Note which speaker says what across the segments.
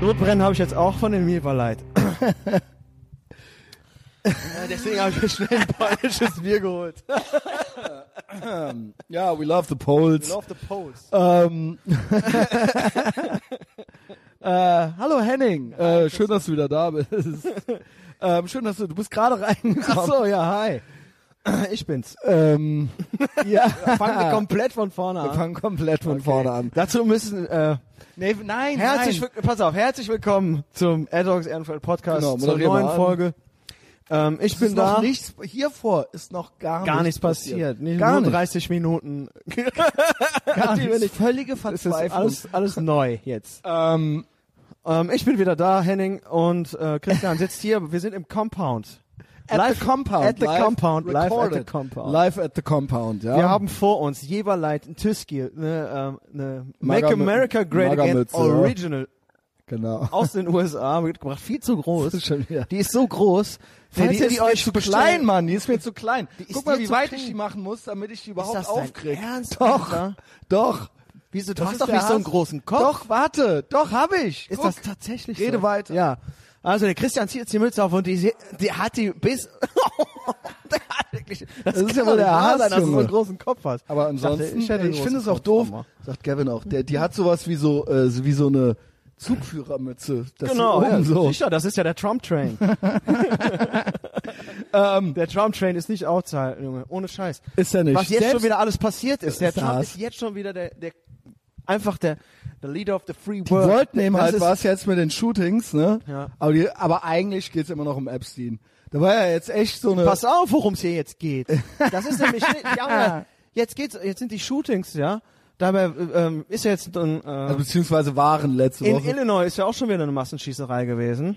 Speaker 1: Notbrennen habe ich jetzt auch von Emil Verleit. Deswegen habe ich mir schnell ein polnisches Bier geholt.
Speaker 2: Ja, we love the Poles.
Speaker 1: Love the Post.
Speaker 2: Ähm, äh, hallo Henning, äh, schön, dass du wieder da bist. ähm, schön, dass du, du bist gerade reingekommen.
Speaker 1: Ach so, ja, hi. Äh, Ich bin's.
Speaker 2: Ähm, ja,
Speaker 1: Fangen wir komplett von vorne an.
Speaker 2: wir fangen komplett von vorne an.
Speaker 1: Dazu müssen, äh,
Speaker 2: Nee, nein,
Speaker 1: herzlich, will- pass auf, herzlich willkommen zum Adox Ehrenfeld Podcast,
Speaker 2: Genau,
Speaker 1: zur
Speaker 2: moderier mal
Speaker 1: neuen
Speaker 2: an.
Speaker 1: Folge. Ähm, ich bin
Speaker 2: ist
Speaker 1: da.
Speaker 2: noch nichts, hier vor ist noch gar,
Speaker 1: gar nichts passiert. Nicht
Speaker 2: Gar
Speaker 1: nur
Speaker 2: nicht.
Speaker 1: 30 Minuten.
Speaker 2: Gar
Speaker 1: die wir
Speaker 2: nichts. Völlige
Speaker 1: Es ist
Speaker 2: Verzweiflung.
Speaker 1: alles, alles neu jetzt.
Speaker 2: ähm,
Speaker 1: Ähm, ich bin wieder da, Henning und äh, Christian sitzt hier. Wir sind im Compound.
Speaker 2: at
Speaker 1: Live-
Speaker 2: the compound.
Speaker 1: At the
Speaker 2: live
Speaker 1: compound. Live at the
Speaker 2: recorded.
Speaker 1: compound.
Speaker 2: Live at the compound, ja.
Speaker 1: Wir haben vor uns jeweils ein Tüskil, ne, ähm, ne Make
Speaker 2: Magermü-
Speaker 1: America Great Again
Speaker 2: Magermütze, ja.
Speaker 1: Original
Speaker 2: genau.
Speaker 1: aus den USA mitgebracht. Viel zu
Speaker 2: Das ist
Speaker 1: groß.
Speaker 2: schon wieder.
Speaker 1: Die ist so groß.
Speaker 2: Nee,
Speaker 1: Falls ihr die euch
Speaker 2: zu
Speaker 1: bestellen-
Speaker 2: klein, Mann. Die ist mir zu klein.
Speaker 1: Die ist
Speaker 2: Guck mal,
Speaker 1: dir
Speaker 2: wie
Speaker 1: zu
Speaker 2: weit
Speaker 1: klein.
Speaker 2: ich die machen muss, damit ich die
Speaker 1: Ist
Speaker 2: überhaupt
Speaker 1: das dein
Speaker 2: aufkrieg.
Speaker 1: Ernst,
Speaker 2: Doch,
Speaker 1: Alter?
Speaker 2: doch.
Speaker 1: Wieso, du
Speaker 2: Das
Speaker 1: hast
Speaker 2: ist
Speaker 1: doch
Speaker 2: der
Speaker 1: nicht so einen
Speaker 2: Hass.
Speaker 1: großen Kopf.
Speaker 2: Doch, warte. Doch, hab ich.
Speaker 1: Ist
Speaker 2: Guck.
Speaker 1: das tatsächlich
Speaker 2: Rede
Speaker 1: so?
Speaker 2: weiter.
Speaker 1: Ja. Also der Christian zieht jetzt die Mütze auf und die, die hat die bis... der hat wirklich, das,
Speaker 2: ist
Speaker 1: kann
Speaker 2: ja
Speaker 1: doch
Speaker 2: wohl der
Speaker 1: nicht wahr
Speaker 2: Hass,
Speaker 1: sein, dass du so
Speaker 2: Junge.
Speaker 1: einen großen Kopf hast.
Speaker 2: Aber
Speaker 1: Ich dachte,
Speaker 2: ansonsten, ich,
Speaker 1: hätte einen
Speaker 2: ich finde
Speaker 1: großen
Speaker 2: es auch
Speaker 1: Kopf,
Speaker 2: doof,
Speaker 1: Mama.
Speaker 2: sagt Gavin auch. Der, die hat sowas wie so, äh, so- wie so eine Zugführermütze. Das
Speaker 1: Genau,
Speaker 2: hier
Speaker 1: ja,
Speaker 2: oben so.
Speaker 1: sicher, das ist ja der Trump-Train. der Trump-Train ist nicht outside, Junge, ohne Scheiß.
Speaker 2: Ähm, Ist er nicht.
Speaker 1: Was jetzt
Speaker 2: Selbst-
Speaker 1: schon wieder alles passiert ist, der
Speaker 2: Ist der
Speaker 1: Trump
Speaker 2: Hass.
Speaker 1: ist jetzt schon wieder der, der einfach der, der Leader of the Free
Speaker 2: Die
Speaker 1: World.
Speaker 2: wollten eben
Speaker 1: Das
Speaker 2: halt
Speaker 1: ist-
Speaker 2: was jetzt mit den Shootings, ne?
Speaker 1: Ja.
Speaker 2: Aber, die, aber eigentlich geht's immer noch um Epstein. Da war ja jetzt echt so eine.
Speaker 1: Pass auf, worum es hier jetzt geht. Das ist nämlich, ja, jetzt geht's, jetzt sind die Shootings, ja. Dabei ähm, ist ja jetzt ein, äh,
Speaker 2: also, beziehungsweise waren letzte
Speaker 1: in
Speaker 2: Woche.
Speaker 1: Illinois ist ja auch schon wieder eine Massenschießerei gewesen.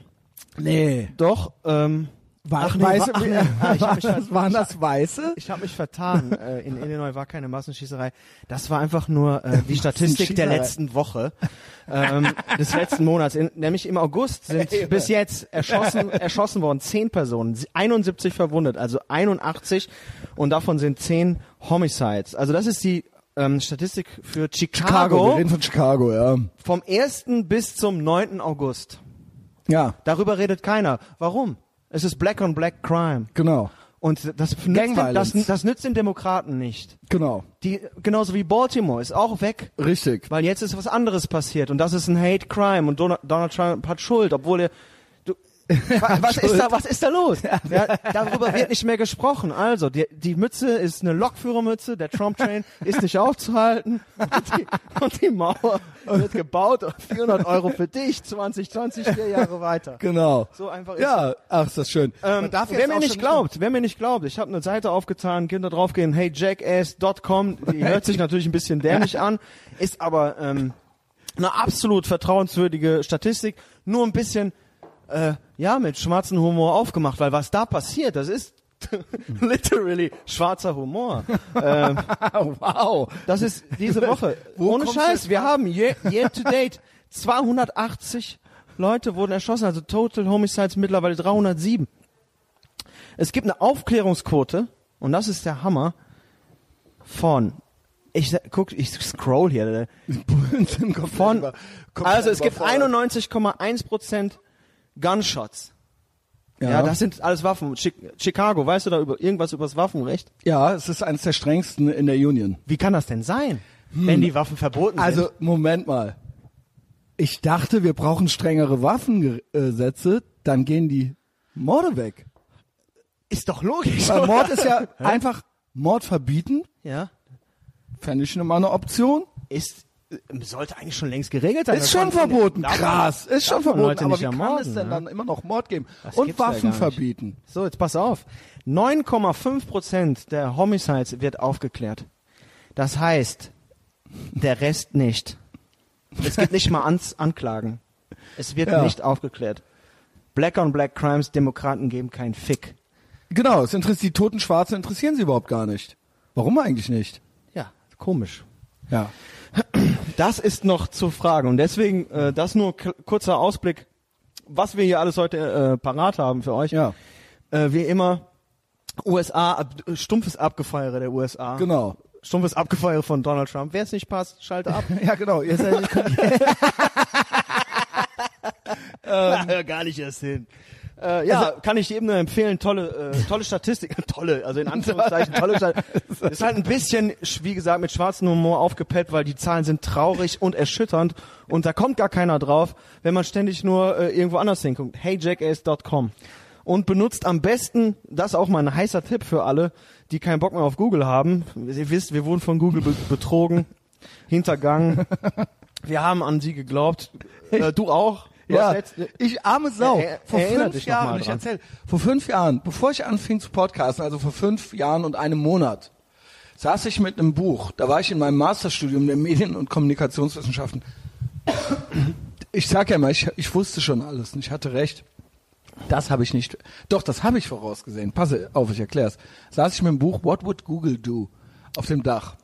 Speaker 2: Nee.
Speaker 1: Doch. Ähm,
Speaker 2: War,
Speaker 1: ach nee,
Speaker 2: weiße,
Speaker 1: wa- ach nee, ah, ich hab mich ver-
Speaker 2: das, waren das Weiße?
Speaker 1: Ich habe mich vertan. äh, in Illinois war keine Massenschießerei. Das war einfach nur äh, die Statistik der
Speaker 2: Massenschießerei.
Speaker 1: letzten Woche, ähm, des letzten Monats. In, nämlich im August sind
Speaker 2: Ey,
Speaker 1: bis jetzt erschossen, erschossen worden zehn Personen, sie- 71 verwundet, also 81 und davon sind zehn Homicides. Also das ist die ähm, Statistik für
Speaker 2: Wir
Speaker 1: Chicago,
Speaker 2: reden von Chicago, ja.
Speaker 1: vom 1. bis zum 9. August.
Speaker 2: Ja,
Speaker 1: Darüber redet keiner. Warum? Es ist Black on Black Crime.
Speaker 2: genau.
Speaker 1: Und das
Speaker 2: Gang
Speaker 1: nützt, den, das,
Speaker 2: Violence.
Speaker 1: das nützt den Demokraten nicht.
Speaker 2: Genau.
Speaker 1: Die, genauso wie Baltimore ist auch weg,
Speaker 2: Richtig.
Speaker 1: weil jetzt ist was anderes passiert und das ist ein Hate Crime und Donald, Donald Trump hat Schuld, obwohl er du, wa- was ist da was ist da los? Ja, darüber wird nicht mehr gesprochen. Also die, die Mütze ist eine Lokführermütze, der Trump Train ist nicht aufzuhalten und die, und die Mauer wird gebaut und 400 Euro für dich 2020 vier Jahre weiter.
Speaker 2: Genau.
Speaker 1: So einfach ist
Speaker 2: Ja, ach, ist das schön.
Speaker 1: ähm,
Speaker 2: Man darf
Speaker 1: wer
Speaker 2: jetzt
Speaker 1: mir
Speaker 2: auch
Speaker 1: nicht
Speaker 2: schon-
Speaker 1: glaubt, wer mir nicht glaubt, ich habe eine Seite aufgetan, könnt da draufgehen, heyjackass.com, die hört sich natürlich ein bisschen dämlich an, ist aber ähm, eine absolut vertrauenswürdige Statistik, nur ein bisschen äh, ja mit schwarzen Humor aufgemacht, weil was da passiert, das ist literally schwarzer Humor.
Speaker 2: wow.
Speaker 1: Das ist diese Woche.
Speaker 2: Wo
Speaker 1: Ohne
Speaker 2: kommst du
Speaker 1: Scheiß,
Speaker 2: jetzt
Speaker 1: wir
Speaker 2: her?
Speaker 1: haben year, year to date 280 Leute wurden erschossen, also Total Homicides mittlerweile 307. Es gibt eine Aufklärungsquote und das ist der Hammer von ich sa- guck, ich scroll hier. ne? Von-
Speaker 2: Von,
Speaker 1: Also es gibt 91,1% Gunshots. Ja. das sind alles Waffen. Chi Chicago, weißt du da über irgendwas über das Waffenrecht?
Speaker 2: ja, es ist eines der strengsten in der Union.
Speaker 1: Wie kann das denn sein, wenn die Waffen verboten sind?
Speaker 2: Also, Moment mal. Ich dachte, wir brauchen strengere Waffengesetze, dann gehen die Morde weg.
Speaker 1: ist doch logisch.
Speaker 2: Weil
Speaker 1: oder?
Speaker 2: Mord ist ja einfach Mord verbieten,
Speaker 1: ja.
Speaker 2: fände ich schon mal eine Option.
Speaker 1: ist äh, sollte eigentlich schon längst geregelt sein.
Speaker 2: Ist
Speaker 1: Das
Speaker 2: schon
Speaker 1: kann-
Speaker 2: verboten,
Speaker 1: darf man-
Speaker 2: krass, ist schon
Speaker 1: darf man
Speaker 2: verboten,
Speaker 1: Leute
Speaker 2: aber
Speaker 1: nicht
Speaker 2: wie kann
Speaker 1: ermorden,
Speaker 2: es denn
Speaker 1: ne?
Speaker 2: dann immer noch Mord geben?
Speaker 1: Das
Speaker 2: Und
Speaker 1: gibt's ja gar
Speaker 2: Waffen
Speaker 1: nicht.
Speaker 2: verbieten.
Speaker 1: So, jetzt pass auf. 9,5% der Homicides wird aufgeklärt. Das heißt, der Rest nicht. Es gibt nicht mal Ans Anklagen. Es wird
Speaker 2: Ja.
Speaker 1: nicht aufgeklärt. Black on Black Crimes, Demokraten geben keinen Fick.
Speaker 2: Genau, es interessiert die toten Schwarzen interessieren sie überhaupt gar nicht. Warum eigentlich nicht?
Speaker 1: Ja, komisch.
Speaker 2: Ja.
Speaker 1: Das ist noch zu fragen und deswegen äh, das nur k- kurzer Ausblick, was wir hier alles heute äh, parat haben für euch.
Speaker 2: Ja,
Speaker 1: äh, wie immer USA, ab, stumpfes Abgefeiere der USA.
Speaker 2: genau.
Speaker 1: Stumpfes Abgefeiere von Donald
Speaker 2: genau.
Speaker 1: Trump. Wer es nicht passt, schalte ab.
Speaker 2: Ja, genau. Ihr seid,
Speaker 1: Na, hör gar nicht erst hin. Ähm, Äh, ja, kann ich jedem nur empfehlen. Tolle, äh, tolle Statistik. Tolle, also in Anführungszeichen tolle Statistik. Ist halt ein bisschen, wie gesagt, mit schwarzem Humor aufgepeppt, weil die Zahlen sind traurig und erschütternd und da kommt gar keiner drauf, wenn man ständig nur äh, irgendwo anders hinguckt. HeyJackass.com und benutzt am besten, das ist auch mal ein heißer Tipp für alle, die keinen Bock mehr auf Google haben. Ihr wisst, wir wurden von Google be betrogen, hintergangen. Wir haben an sie geglaubt. Äh, du auch? Du
Speaker 2: Ja,
Speaker 1: hast letzt-
Speaker 2: ich arme Sau.
Speaker 1: Er- er-
Speaker 2: vor
Speaker 1: erinner
Speaker 2: fünf
Speaker 1: dich noch mal
Speaker 2: Jahren, ich
Speaker 1: dran.
Speaker 2: erzähl, vor fünf Jahren, bevor ich anfing zu podcasten, also vor fünf Jahren und einem Monat, saß ich mit einem Buch. Da war ich in meinem Masterstudium der Medien- und Kommunikationswissenschaften. Ich sag ja mal, ich, ich wusste schon alles und ich hatte recht. Das habe ich nicht. Doch, das habe ich vorausgesehen. Passe auf, ich erklär's. Saß ich mit dem Buch What Would Google Do auf dem Dach.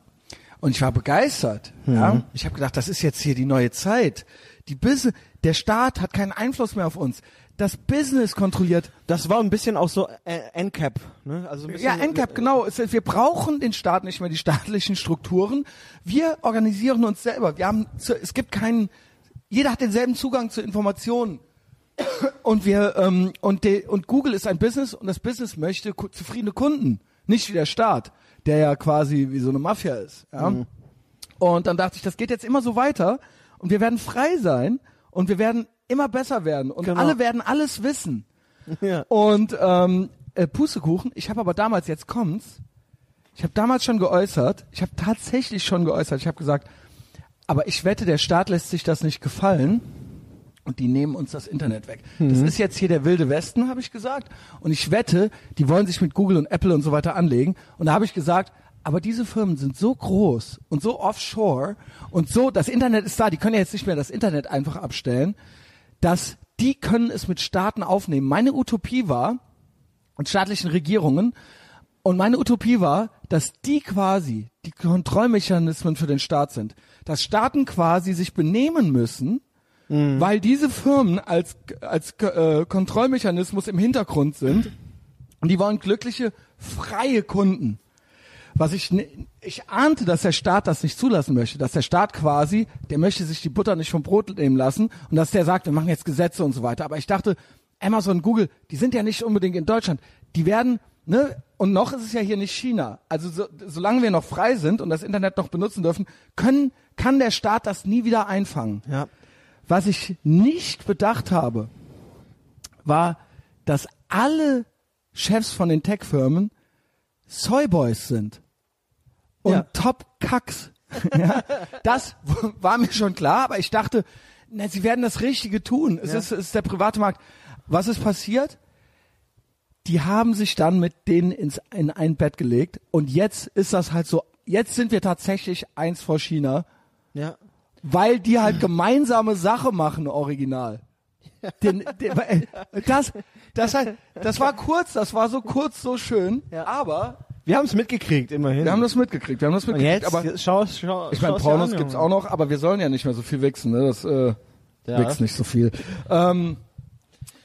Speaker 2: Und ich war begeistert. Ja? Ich habe gedacht, das ist jetzt hier die neue Zeit. Die Bus der Staat hat keinen Einfluss mehr auf uns. Das Business kontrolliert.
Speaker 1: Das war ein bisschen auch so äh, NCAP, ne? Also ein bisschen,
Speaker 2: Ja, NCAP, genau. Es, wir brauchen den Staat nicht mehr, die staatlichen Strukturen. Wir organisieren uns selber. Wir haben, zu- es gibt keinen, jeder hat denselben Zugang zu Informationen. Und wir ähm, und de, und Google ist ein Business und das Business möchte ku zufriedene Kunden, nicht wie der Staat, der ja quasi wie so eine Mafia ist. Ja?
Speaker 1: Mhm.
Speaker 2: Und dann dachte ich, das geht jetzt immer so weiter und wir werden frei sein und wir werden immer besser werden und
Speaker 1: Genau.
Speaker 2: alle werden alles wissen.
Speaker 1: Ja.
Speaker 2: Und ähm, äh, Pustekuchen, ich habe aber damals, jetzt kommt's, ich habe damals schon geäußert, ich habe tatsächlich schon geäußert, ich habe gesagt, aber ich wette, der Staat lässt sich das nicht gefallen und die nehmen uns das Internet weg. Das ist jetzt hier der wilde Westen, habe ich gesagt. Und ich wette, die wollen sich mit Google und Apple und so weiter anlegen. Und da habe ich gesagt, aber diese Firmen sind so groß und so offshore und so, das Internet ist da, die können ja jetzt nicht mehr das Internet einfach abstellen, dass die können es mit Staaten aufnehmen. Meine Utopie war, und staatlichen Regierungen. Und meine Utopie war, dass die quasi die Kontrollmechanismen für den Staat sind. Dass Staaten quasi sich benehmen müssen, weil diese Firmen als, als äh, Kontrollmechanismus im Hintergrund sind. Und die wollen glückliche, freie Kunden. Was ich, ne- ich ahnte, dass der Staat das nicht zulassen möchte, dass der Staat quasi, der möchte sich die Butter nicht vom Brot nehmen lassen und dass der sagt, wir machen jetzt Gesetze und so weiter. Aber ich dachte, Amazon, Google, die sind ja nicht unbedingt in Deutschland. Die werden, ne, und noch ist es ja hier nicht China. Also so, solange wir noch frei sind und das Internet noch benutzen dürfen, können, kann der Staat das nie wieder einfangen.
Speaker 1: ja.
Speaker 2: Was ich nicht bedacht habe, war, dass alle Chefs von den Tech-Firmen Soyboys sind. Und
Speaker 1: Ja.
Speaker 2: Top-Kacks. ja, das war mir schon klar, aber ich dachte, na, sie werden das Richtige tun. Es,
Speaker 1: Ja.
Speaker 2: ist, es ist der private Markt. Was ist passiert? Die haben sich dann mit denen ins, in ein Bett gelegt und jetzt ist das halt so, jetzt sind wir tatsächlich eins vor China
Speaker 1: Ja.
Speaker 2: weil die halt gemeinsame Sache machen, original. Den, den, weil, äh, das, das, halt, das war kurz, das war so kurz, so schön,
Speaker 1: Ja.
Speaker 2: aber
Speaker 1: Wir haben es mitgekriegt, immerhin.
Speaker 2: wir haben das mitgekriegt, wir haben das
Speaker 1: und
Speaker 2: mitgekriegt,
Speaker 1: jetzt,
Speaker 2: aber
Speaker 1: jetzt schau, schau,
Speaker 2: ich meine,
Speaker 1: schau's dir
Speaker 2: Pornos
Speaker 1: an,
Speaker 2: gibt's
Speaker 1: Junge.
Speaker 2: auch noch, aber wir sollen ja nicht mehr so viel wichsen, ne? das äh,
Speaker 1: Ja.
Speaker 2: wächst nicht so viel. Ähm,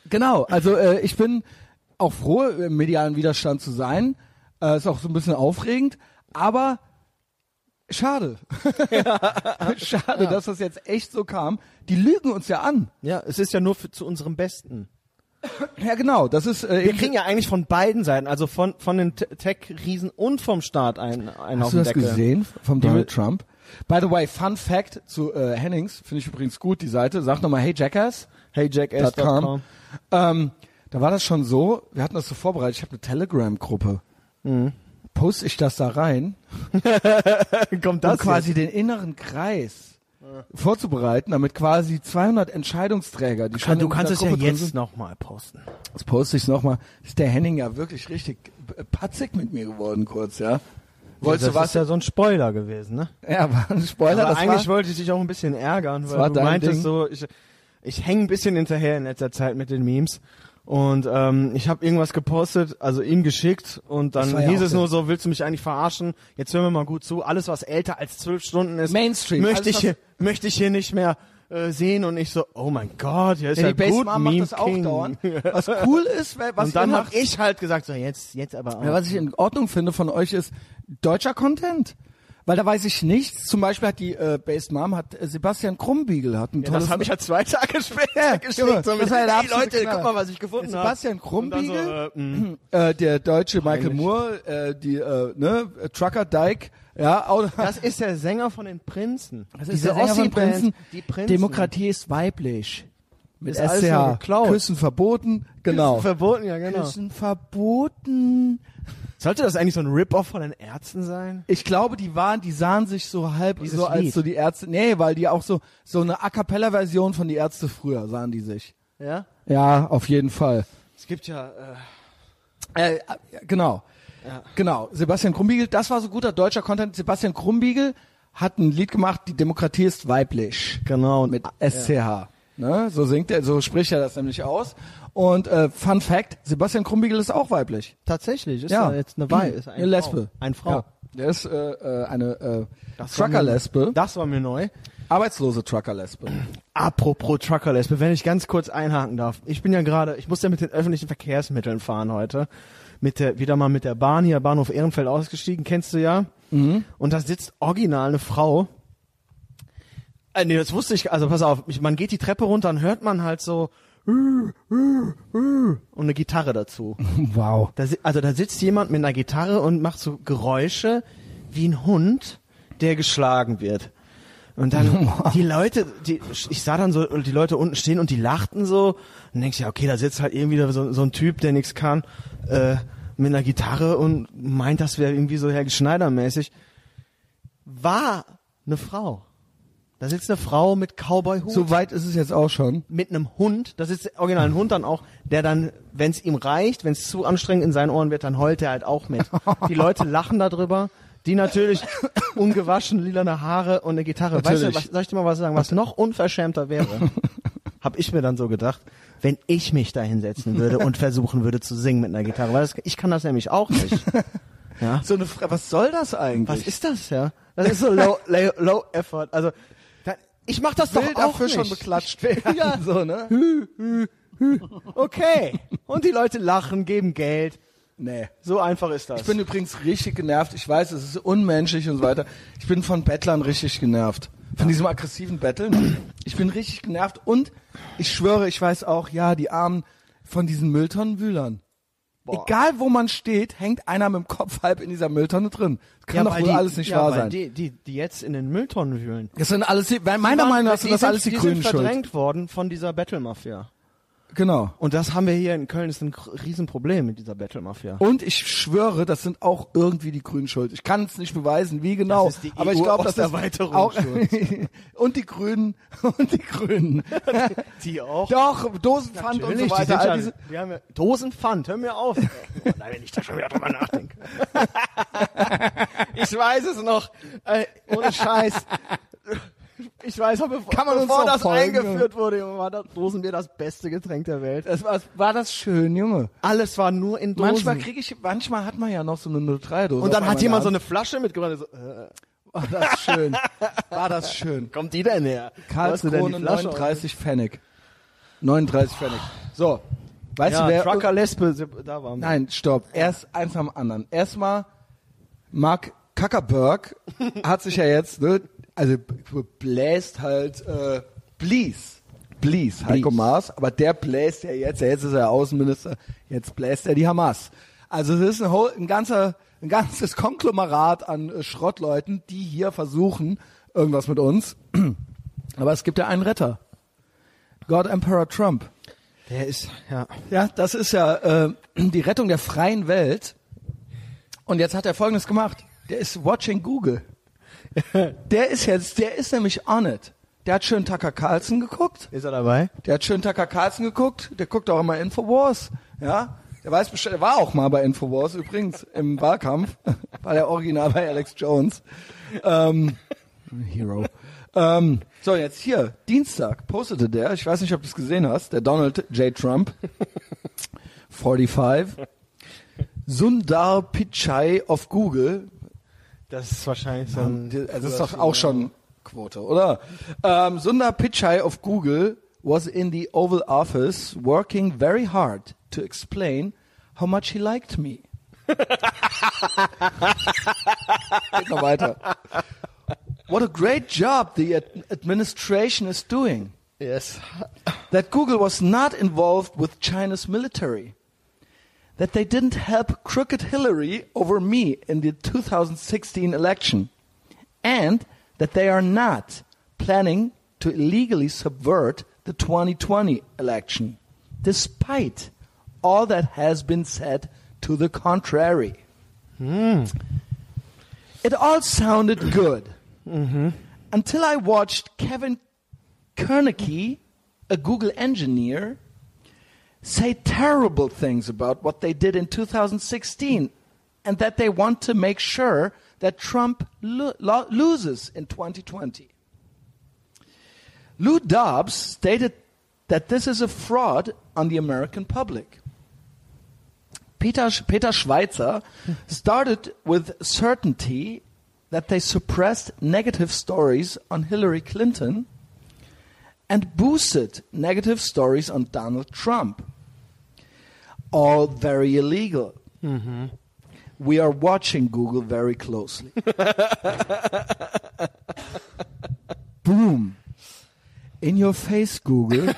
Speaker 2: genau, also äh, ich bin auch froh, im medialen Widerstand zu sein, äh, ist auch so ein bisschen aufregend, aber schade, schade, dass das jetzt echt so kam. Die lügen uns ja an.
Speaker 1: Ja, es ist ja nur für, zu unserem Besten.
Speaker 2: Ja, genau. Das ist äh,
Speaker 1: Wir kriegen ja eigentlich von beiden Seiten, also von, von den Te- Tech-Riesen und vom Staat einen, einen auf
Speaker 2: Hast du
Speaker 1: den
Speaker 2: das
Speaker 1: Deckel.
Speaker 2: gesehen vom Donald
Speaker 1: Will-
Speaker 2: Trump? By the way, Fun Fact zu äh, Hennings finde ich übrigens gut die Seite. Sag nochmal, hey Jackass.
Speaker 1: HeyJackass.com.
Speaker 2: Ähm, da war das schon so. Wir hatten das so vorbereitet. Ich habe eine Telegram-Gruppe. Poste ich das da rein,
Speaker 1: Kommt
Speaker 2: um quasi den inneren Kreis vorzubereiten, damit quasi 200 Entscheidungsträger, die schon
Speaker 1: Kann, du
Speaker 2: in
Speaker 1: kannst
Speaker 2: dieser
Speaker 1: es ja
Speaker 2: Gruppe drin
Speaker 1: jetzt
Speaker 2: sind,
Speaker 1: nochmal posten.
Speaker 2: Jetzt poste ich es nochmal. Ist der Henning ja wirklich richtig äh, patzig mit mir geworden kurz, ja? Wolltest du
Speaker 1: das
Speaker 2: was?
Speaker 1: ist ja so ein Spoiler gewesen, ne?
Speaker 2: Ja, war ein Spoiler.
Speaker 1: Aber
Speaker 2: das war,
Speaker 1: eigentlich wollte ich dich auch ein bisschen ärgern, weil
Speaker 2: war
Speaker 1: du
Speaker 2: dein
Speaker 1: meintest
Speaker 2: Ding.
Speaker 1: so, ich, ich hänge ein bisschen hinterher in letzter Zeit mit den Memes. Und ähm, ich habe irgendwas gepostet, also ihm geschickt und
Speaker 2: Das war
Speaker 1: dann
Speaker 2: ja
Speaker 1: hieß
Speaker 2: auch
Speaker 1: es
Speaker 2: der-
Speaker 1: nur so, willst du mich eigentlich verarschen? Jetzt hören wir mal gut zu. Alles, was älter als zwölf Stunden ist,
Speaker 2: Mainstream, Also
Speaker 1: möchte,
Speaker 2: alles,
Speaker 1: ich,
Speaker 2: was-
Speaker 1: hier, möchte ich hier nicht mehr äh, sehen. Und ich so, oh mein Gott, hier ist
Speaker 2: Ja,
Speaker 1: ja
Speaker 2: die Base
Speaker 1: gut
Speaker 2: Mom macht
Speaker 1: Meme
Speaker 2: das auch
Speaker 1: King.
Speaker 2: dauernd. Was cool ist, weil, was
Speaker 1: und dann
Speaker 2: ihr
Speaker 1: habe
Speaker 2: macht,
Speaker 1: ich halt gesagt, so jetzt, jetzt aber auch.
Speaker 2: ja, was ich in Ordnung finde von euch ist deutscher Content. Weil da weiß ich nichts. Zum Beispiel hat die äh, Based Mom, hat äh, Sebastian Krumbiegel, hat ein
Speaker 1: Ja,
Speaker 2: tolles...
Speaker 1: das habe ich ja zwei Tage später
Speaker 2: Ja, Junge,
Speaker 1: geschickt. So
Speaker 2: das war ja der
Speaker 1: hey,
Speaker 2: absolute
Speaker 1: Leute,
Speaker 2: Knaller.
Speaker 1: guck mal, was ich gefunden habe.
Speaker 2: Sebastian Krumbiegel,
Speaker 1: so, äh, mh.
Speaker 2: äh, der deutsche Michael
Speaker 1: Peinlich.
Speaker 2: Moore, äh, die, äh, ne, Trucker Dyke, ja, auch,
Speaker 1: Das ist der Sänger von den Prinzen.
Speaker 2: Das
Speaker 1: Diese
Speaker 2: der Sänger von
Speaker 1: Ossi-Band,
Speaker 2: Prinzen.
Speaker 1: Die Prinzen.
Speaker 2: Demokratie ist weiblich. Mit
Speaker 1: Ist alles nur geklaut.
Speaker 2: Küssen verboten, genau.
Speaker 1: Verboten, ja, genau.
Speaker 2: Küssen verboten.
Speaker 1: Sollte das eigentlich so ein Rip-Off von den Ärzten sein?
Speaker 2: Ich glaube, die waren, die sahen sich so halb
Speaker 1: Dieses
Speaker 2: so als
Speaker 1: Lied.
Speaker 2: so die Ärzte. Nee, weil die auch so so eine A cappella Version von die Ärzte früher sahen die sich.
Speaker 1: Ja?
Speaker 2: Ja, auf jeden Fall.
Speaker 1: Es gibt ja, äh,
Speaker 2: Äh, äh, genau. Genau. Sebastian Krumbiegel, das war so guter deutscher Content. Sebastian Krumbiegel hat ein Lied gemacht, die Demokratie ist weiblich.
Speaker 1: Genau, und-
Speaker 2: Mit SCH. Ne? So singt er, so spricht er das nämlich aus. Und äh, Fun Fact, Sebastian Krumbiegel ist auch weiblich.
Speaker 1: tatsächlich, ist
Speaker 2: Ja.
Speaker 1: da jetzt eine Wei, ist eine,
Speaker 2: eine Lesbe.
Speaker 1: Frau. Eine Frau.
Speaker 2: Ja. Der ist äh, äh, eine äh,
Speaker 1: Das war mir-
Speaker 2: Trucker-Lesbe.
Speaker 1: Das war mir neu.
Speaker 2: Arbeitslose Trucker-Lesbe.
Speaker 1: Apropos Trucker-Lesbe, wenn ich ganz kurz einhaken darf. Ich bin ja gerade, ich muss ja mit den öffentlichen Verkehrsmitteln fahren heute. Mit der, wieder mal mit der Bahn hier, Bahnhof Ehrenfeld ausgestiegen, kennst du ja. Und da sitzt original eine Frau. Äh, nee, das wusste ich, also pass auf, ich, man geht die Treppe runter und hört man halt so äh, und eine Gitarre dazu.
Speaker 2: Wow.
Speaker 1: Da, si- also da sitzt jemand mit einer Gitarre und macht so Geräusche wie ein Hund, der geschlagen wird. Und dann die Leute, die, ich sah dann so die Leute unten stehen und die lachten so. Und denkst ja, okay, da sitzt halt irgendwie da so, so ein Typ, der nichts kann, äh, mit einer Gitarre und meint, das wäre irgendwie so Herr Schneider-mäßig. War eine Frau. Da sitzt eine Frau mit Cowboy-Hut
Speaker 2: So weit ist es jetzt auch schon.
Speaker 1: mit einem Hund, das ist der original ein Hund dann auch, der dann, wenn es ihm reicht, wenn es zu anstrengend in seinen Ohren wird, dann heult er halt auch mit. Die Leute lachen darüber, die natürlich ungewaschen, lilane Haare und eine Gitarre.
Speaker 2: Natürlich.
Speaker 1: Weißt du, was, soll ich dir mal was sagen, was noch unverschämter wäre, habe ich mir dann so gedacht, wenn ich mich da hinsetzen würde und versuchen würde zu singen mit einer Gitarre, weil das, ich kann das nämlich auch nicht.
Speaker 2: So eine Fra was soll das eigentlich?
Speaker 1: Was ist das, ja? Das ist so low, low, low effort. Also, da- ich mach das
Speaker 2: Will
Speaker 1: doch auch
Speaker 2: dafür
Speaker 1: nicht.
Speaker 2: schon beklatscht werden.
Speaker 1: Ja.
Speaker 2: So, ne?
Speaker 1: Okay. Und die Leute lachen, geben Geld.
Speaker 2: Nee.
Speaker 1: So einfach ist das.
Speaker 2: Ich bin übrigens richtig genervt. Ich weiß, es ist unmenschlich und so weiter. Ich bin von Bettlern richtig genervt. Von diesem aggressiven Betteln. Ich bin richtig genervt und ich schwöre, ich weiß auch, ja, die Armen von diesen Mülltonnenwühlern. Egal wo man steht, hängt einer mit dem Kopf halb in dieser Mülltonne drin. Das kann doch
Speaker 1: weil
Speaker 2: wohl
Speaker 1: die,
Speaker 2: alles nicht
Speaker 1: ja,
Speaker 2: wahr
Speaker 1: weil
Speaker 2: sein.
Speaker 1: Die, die, die jetzt in den Mülltonnen wühlen.
Speaker 2: das sind alles die, weil meiner Meinung nach sind das
Speaker 1: sind,
Speaker 2: alles die,
Speaker 1: die
Speaker 2: Grünen
Speaker 1: sind
Speaker 2: schuld.
Speaker 1: verdrängt worden von dieser Battle Mafia.
Speaker 2: Genau.
Speaker 1: Und das haben wir hier in Köln, ist ein gr- Riesenproblem mit dieser Battle Mafia.
Speaker 2: Und ich schwöre, das sind auch irgendwie die Grünen schuld. Ich kann es nicht beweisen, wie genau.
Speaker 1: Das ist die E
Speaker 2: aber ich glaube, das ist
Speaker 1: EU-Osterweiterung
Speaker 2: auch und die Grünen und die Grünen.
Speaker 1: Die auch.
Speaker 2: Doch Dosenpfand und so
Speaker 1: Natürlich,
Speaker 2: weiter.
Speaker 1: die sind
Speaker 2: all diese,
Speaker 1: schon, wir haben ja Dosenpfand, hör mir auf. Oh nein, wenn ich da schon wieder drüber nachdenke. ich weiß es noch. Äh, ohne Scheiß. Ich weiß, noch, bevor,
Speaker 2: Kann man uns
Speaker 1: bevor
Speaker 2: noch
Speaker 1: das
Speaker 2: folgen?
Speaker 1: eingeführt wurde, Junge, war das Dosenbier das beste Getränk der Welt.
Speaker 2: das war, war das schön, Junge.
Speaker 1: Alles war nur in Dosen.
Speaker 2: Manchmal kriege ich, manchmal hat man ja noch so eine 03 Dose.
Speaker 1: und dann hat jemand so eine Flasche mitgebracht. So, äh,
Speaker 2: War das schön. War das schön.
Speaker 1: kommt die denn her? Wo hast du denn
Speaker 2: Karlskrone
Speaker 1: die Flasche?
Speaker 2: 39 Pfennig. 39 Pfennig. So, weißt
Speaker 1: Ja,
Speaker 2: du wer?
Speaker 1: Trucker Lesbe, da waren wir.
Speaker 2: Nein, stopp. Erst eins am anderen. Erstmal, Mark Zuckerberg hat sich ja jetzt, ne, also b- bläst halt, äh, blies. Blies, Heiko
Speaker 1: Blies.
Speaker 2: Maas, aber der bläst ja jetzt, ja, jetzt ist er Außenminister, jetzt bläst er die Hamas. Also es ist ein, whole- ein, ganzer, ein ganzes Konglomerat an äh, Schrottleuten, die hier versuchen, irgendwas mit uns. Aber es gibt ja einen Retter. God Emperor Trump.
Speaker 1: Der ist, ja.
Speaker 2: Ja, das ist ja äh, die Rettung der freien Welt. Und jetzt hat er Folgendes gemacht. Der ist watching Google. Der ist jetzt, der ist nämlich on it. Der hat schön Tucker Carlson geguckt.
Speaker 1: Ist er dabei?
Speaker 2: Der hat schön Tucker Carlson geguckt. Der guckt auch immer Infowars. Ja, der weiß bestimmt, der war auch mal bei Infowars übrigens im Wahlkampf. War der Original bei Alex Jones. Ähm, Hero. Ähm, so, jetzt hier, Dienstag postete der, ich weiß nicht, ob du es gesehen hast, der Donald J. Trump, 45, Sundar Pichai auf Google,
Speaker 1: Das ist wahrscheinlich so ein...
Speaker 2: also das ist doch auch schon Quote, oder? Ähm, Sundar Pichai of Google was in the Oval Office working very hard to explain how much he liked me. Geht noch weiter. What a great job the ad- administration is doing.
Speaker 3: Yes.
Speaker 2: That Google was not involved with China's military. That they didn't help crooked Hillary over me in the 2016 election. And that they are not planning to illegally subvert the 2020 election, despite all that has been said to the contrary. It all sounded good until I watched Kevin Kerneke, a Google engineer, say terrible things about what they did in 2016 and that they want to make sure that Trump lo- lo- loses in 2020. Lou Dobbs stated that this is a fraud on the American public. Peter, Peter Schweitzer started with certainty that they suppressed negative stories on Hillary Clinton and boosted negative stories on Donald Trump. All very illegal. We are watching Google very closely. Boom. In your face, Google.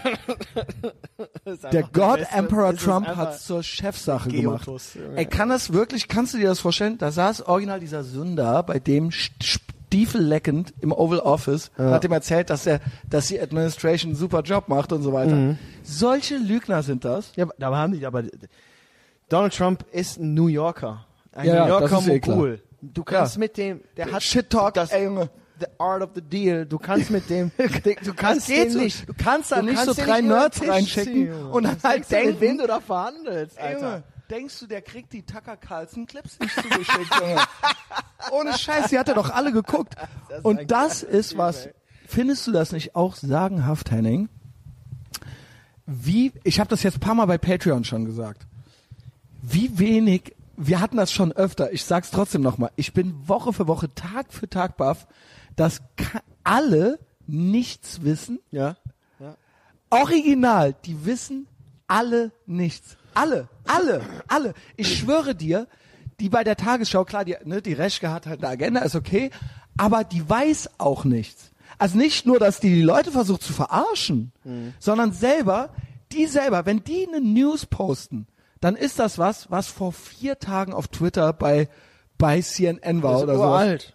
Speaker 2: Der God Emperor Trump hat zur Chefsache gemacht.
Speaker 3: Geotus, Junge.
Speaker 2: Ey, kann das wirklich, kannst du dir das vorstellen? Da saß original dieser Sünder, bei dem st- stiefelleckend im Oval Office, hat ihm erzählt, dass er, dass die Administration einen super Job macht und so weiter. Solche Lügner sind das.
Speaker 1: Ja, aber- da haben die, aber Donald Trump ist ein New Yorker. Ein
Speaker 2: Ja,
Speaker 1: New
Speaker 2: das
Speaker 1: Yorker
Speaker 2: ist eh klar.
Speaker 1: Mogul. Du kannst
Speaker 2: Ja.
Speaker 1: mit dem, der hat
Speaker 2: Shit Talk,
Speaker 1: das,
Speaker 2: ey, Junge.
Speaker 1: The Art of the Deal. Du kannst mit dem, du kannst
Speaker 2: geht
Speaker 1: den
Speaker 2: so.
Speaker 1: nicht.
Speaker 2: Du kannst da nicht so
Speaker 1: den über
Speaker 2: drei
Speaker 1: den
Speaker 2: Nerds
Speaker 1: Tisch
Speaker 2: reinschicken
Speaker 1: ziehen, Junge.
Speaker 2: und dann
Speaker 1: Was
Speaker 2: halt
Speaker 1: denkst du,
Speaker 2: denken-
Speaker 1: mit wem du da verhandelst, Alter.
Speaker 2: Junge, denkst du, der kriegt die Tucker Carlson Clips nicht zugeschickt, Junge? Ohne Scheiß, die hat er doch alle geguckt.
Speaker 1: Das ist ein
Speaker 2: Und das
Speaker 1: geiler
Speaker 2: ist
Speaker 1: Typ,
Speaker 2: was.
Speaker 1: ey.
Speaker 2: Findest du das nicht auch sagenhaft, Henning? Wie, ich habe das jetzt ein paar Mal bei Patreon schon gesagt. Wie wenig, wir hatten das schon öfter, ich sag's trotzdem nochmal, ich bin Woche für Woche, Tag für Tag baff, dass ka- alle nichts wissen,
Speaker 1: Ja.
Speaker 2: Original, die wissen alle nichts. Alle, alle, alle. Ich schwöre dir, die bei der Tagesschau, klar, die, ne, die Reschke hat halt eine Agenda, ist okay, aber die weiß auch nichts. Also nicht nur, dass die die Leute versucht zu verarschen,
Speaker 1: Mhm.
Speaker 2: sondern selber, die selber, wenn die eine News posten, dann ist das was, was vor vier Tagen auf Twitter bei, bei CNN war
Speaker 1: Das ist
Speaker 2: oder so.
Speaker 1: uralt.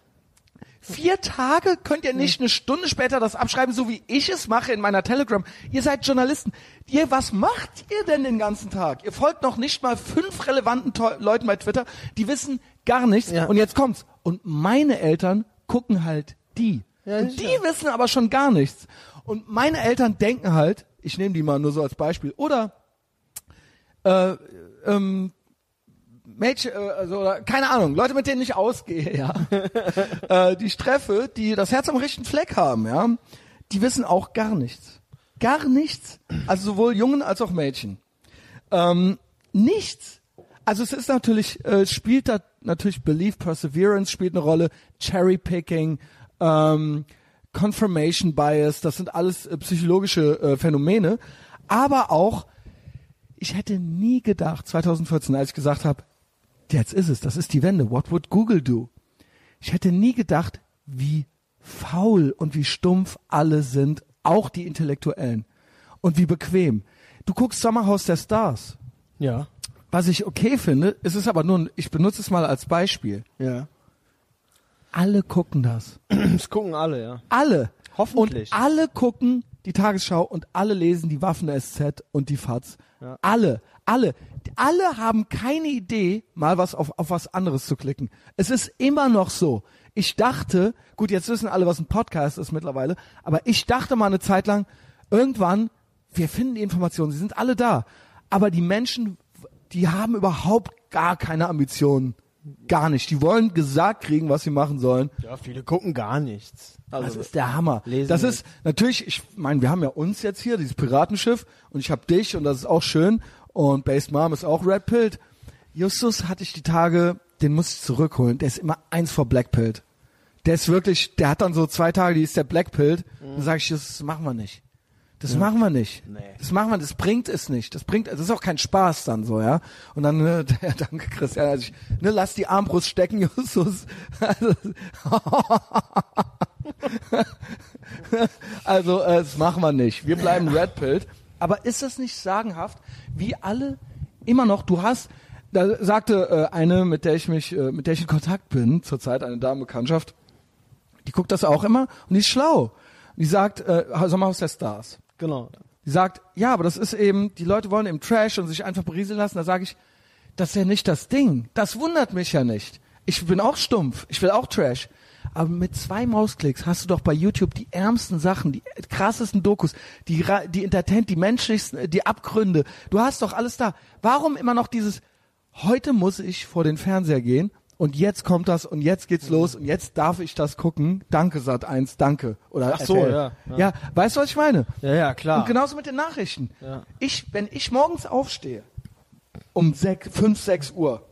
Speaker 2: Vier Tage könnt ihr nicht eine Stunde später das abschreiben, so wie ich es mache in meiner Telegram. Ihr seid Journalisten. Ihr, was macht ihr denn den ganzen Tag? Ihr folgt noch nicht mal fünf relevanten To- Leuten bei Twitter. Die wissen gar nichts.
Speaker 1: Ja.
Speaker 2: Und jetzt kommt's. Und meine Eltern gucken halt die.
Speaker 1: Ja,
Speaker 2: Und
Speaker 1: sicher.
Speaker 2: die wissen aber schon gar nichts. Und meine Eltern denken halt, ich nehme die mal nur so als Beispiel, oder äh, ähm, Mädchen, äh, also, oder, keine Ahnung, Leute, mit denen ich ausgehe, ja, äh, die ich treffe, die das Herz am rechten Fleck haben, ja, die wissen auch gar nichts. Gar nichts. Also sowohl Jungen als auch Mädchen. Ähm, nichts. Also es ist natürlich, äh, spielt da natürlich Belief, Perseverance spielt eine Rolle, Cherry Picking, ähm, Confirmation Bias, das sind alles äh, psychologische äh, Phänomene, aber auch ich hätte nie gedacht, 2014, als ich gesagt habe, jetzt ist es, das ist die Wende, what would Google do? Ich hätte nie gedacht, wie faul und wie stumpf alle sind, auch die Intellektuellen. Und wie bequem. Du guckst Sommerhaus der Stars.
Speaker 1: Ja.
Speaker 2: Was ich okay finde, es ist aber nur, ein- ich benutze es mal als Beispiel.
Speaker 1: Ja.
Speaker 2: Alle gucken das.
Speaker 1: Das gucken alle, ja.
Speaker 2: Alle.
Speaker 1: Hoffentlich.
Speaker 2: Und alle gucken die Tagesschau und alle lesen die Waffen-SZ und die FAZ.
Speaker 1: Ja.
Speaker 2: Alle. Alle. Alle haben keine Idee, mal was auf, auf was anderes zu klicken. Es ist immer noch so. Ich dachte, gut, jetzt wissen alle, was ein Podcast ist mittlerweile, aber ich dachte mal eine Zeit lang, irgendwann, wir finden die Informationen, sie sind alle da. Aber die Menschen, die haben überhaupt gar keine Ambitionen. Gar nicht. Die wollen gesagt kriegen, was sie machen sollen.
Speaker 1: Ja, viele gucken gar nichts.
Speaker 2: Also, das ist der Hammer.
Speaker 1: Lesen
Speaker 2: das
Speaker 1: wir.
Speaker 2: ist natürlich, ich meine, wir haben ja uns jetzt hier, dieses Piratenschiff, und ich habe dich, und das ist auch schön, und Base Mom ist auch Red Pilled. Justus hatte ich die Tage, den muss ich zurückholen, der ist immer eins vor Black Pilled. Der ist wirklich, der hat dann so zwei Tage, die ist der Black Pilled, und dann sage ich, Justus, das machen wir nicht. Das machen wir nicht.
Speaker 1: Nee.
Speaker 2: Das machen wir, das bringt es nicht. Das bringt, das ist auch kein Spaß dann so, ja. Und dann, ne, ja, danke Christian, also ich, ne, lass die Armbrust stecken, Justus. Also, also äh, das machen wir nicht. Wir bleiben redpilled. Aber ist das nicht sagenhaft, wie alle immer noch, du hast, da sagte äh, eine, mit der ich mich, äh, mit der ich in Kontakt bin, zurzeit eine Damenbekanntschaft, die guckt das auch immer und die ist schlau. Die sagt, äh, Sommerhaus der Stars.
Speaker 1: Genau.
Speaker 2: Die sagt, ja, aber das ist eben, die Leute wollen eben Trash und sich einfach berieseln lassen. Da sage ich, das ist ja nicht das Ding. Das wundert mich ja nicht. Ich bin auch stumpf. Ich will auch Trash. Aber mit zwei Mausklicks hast du doch bei YouTube die ärmsten Sachen, die krassesten Dokus, die, ra- die Entertainment, die menschlichsten, äh, die Abgründe. Du hast doch alles da. Warum immer noch dieses, heute muss ich vor den Fernseher gehen und jetzt kommt das und jetzt geht's
Speaker 1: Mhm.
Speaker 2: los und jetzt darf ich das gucken. Danke, Sat 1, danke. Oder
Speaker 1: Ach so,
Speaker 2: RTL.
Speaker 1: ja, ja.
Speaker 2: Ja, weißt du, was ich meine?
Speaker 1: Ja, ja, klar.
Speaker 2: Und genauso mit den Nachrichten.
Speaker 1: Ja.
Speaker 2: Ich, wenn ich morgens aufstehe, um sech, 5, 6 Uhr,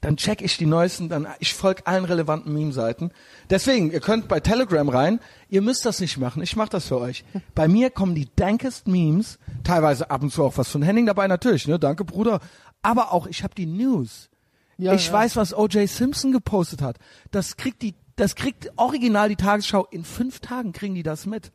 Speaker 2: dann check ich die neuesten, dann ich folge allen relevanten Meme-Seiten. Deswegen, ihr könnt bei Telegram rein, ihr müsst das nicht machen, ich mache das für euch. Bei mir kommen die dankest Memes, teilweise ab und zu auch was von Henning dabei natürlich, ne? Danke Bruder, aber auch ich habe die News.
Speaker 1: Ja,
Speaker 2: ich
Speaker 1: ja.
Speaker 2: weiß, was OJ Simpson gepostet hat. Das kriegt die das kriegt original die Tagesschau in fünf Tagen kriegen die das mit.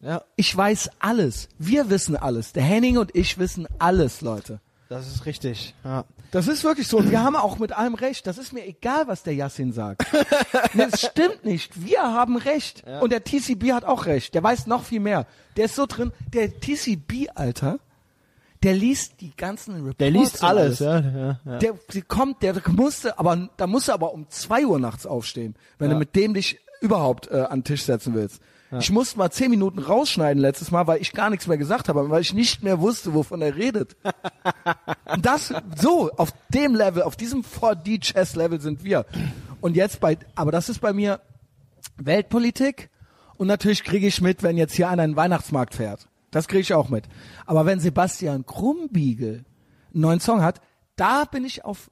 Speaker 1: Ja,
Speaker 2: Ich weiß alles. Wir wissen alles. Der Henning und ich wissen alles, Leute.
Speaker 1: das ist richtig. Ja.
Speaker 2: Das ist wirklich so. Und wir haben auch mit allem recht. Das ist mir egal, was der Yassin sagt. nee, es stimmt nicht. Wir haben recht.
Speaker 1: Ja.
Speaker 2: Und der TCB hat auch recht. Der weiß noch viel mehr. Der ist so drin. Der TCB, Alter, der liest die ganzen Reports.
Speaker 1: Der liest
Speaker 2: und
Speaker 1: alles, ja. ja, ja.
Speaker 2: Der, der kommt, der musste, aber da musst du aber um zwei Uhr nachts aufstehen, wenn du mit dem dich überhaupt äh, an den Tisch setzen willst. Ich musste mal zehn Minuten rausschneiden letztes Mal, weil ich gar nichts mehr gesagt habe, weil ich nicht mehr wusste, wovon er redet. Und das so auf dem Level, auf diesem 4D Chess Level sind wir. Und jetzt bei, aber das ist bei mir Weltpolitik und natürlich kriege ich mit, wenn jetzt hier einer in den Weihnachtsmarkt fährt. Das kriege ich auch mit. Aber wenn Sebastian Krumbiegel einen neuen Song hat, da bin ich auf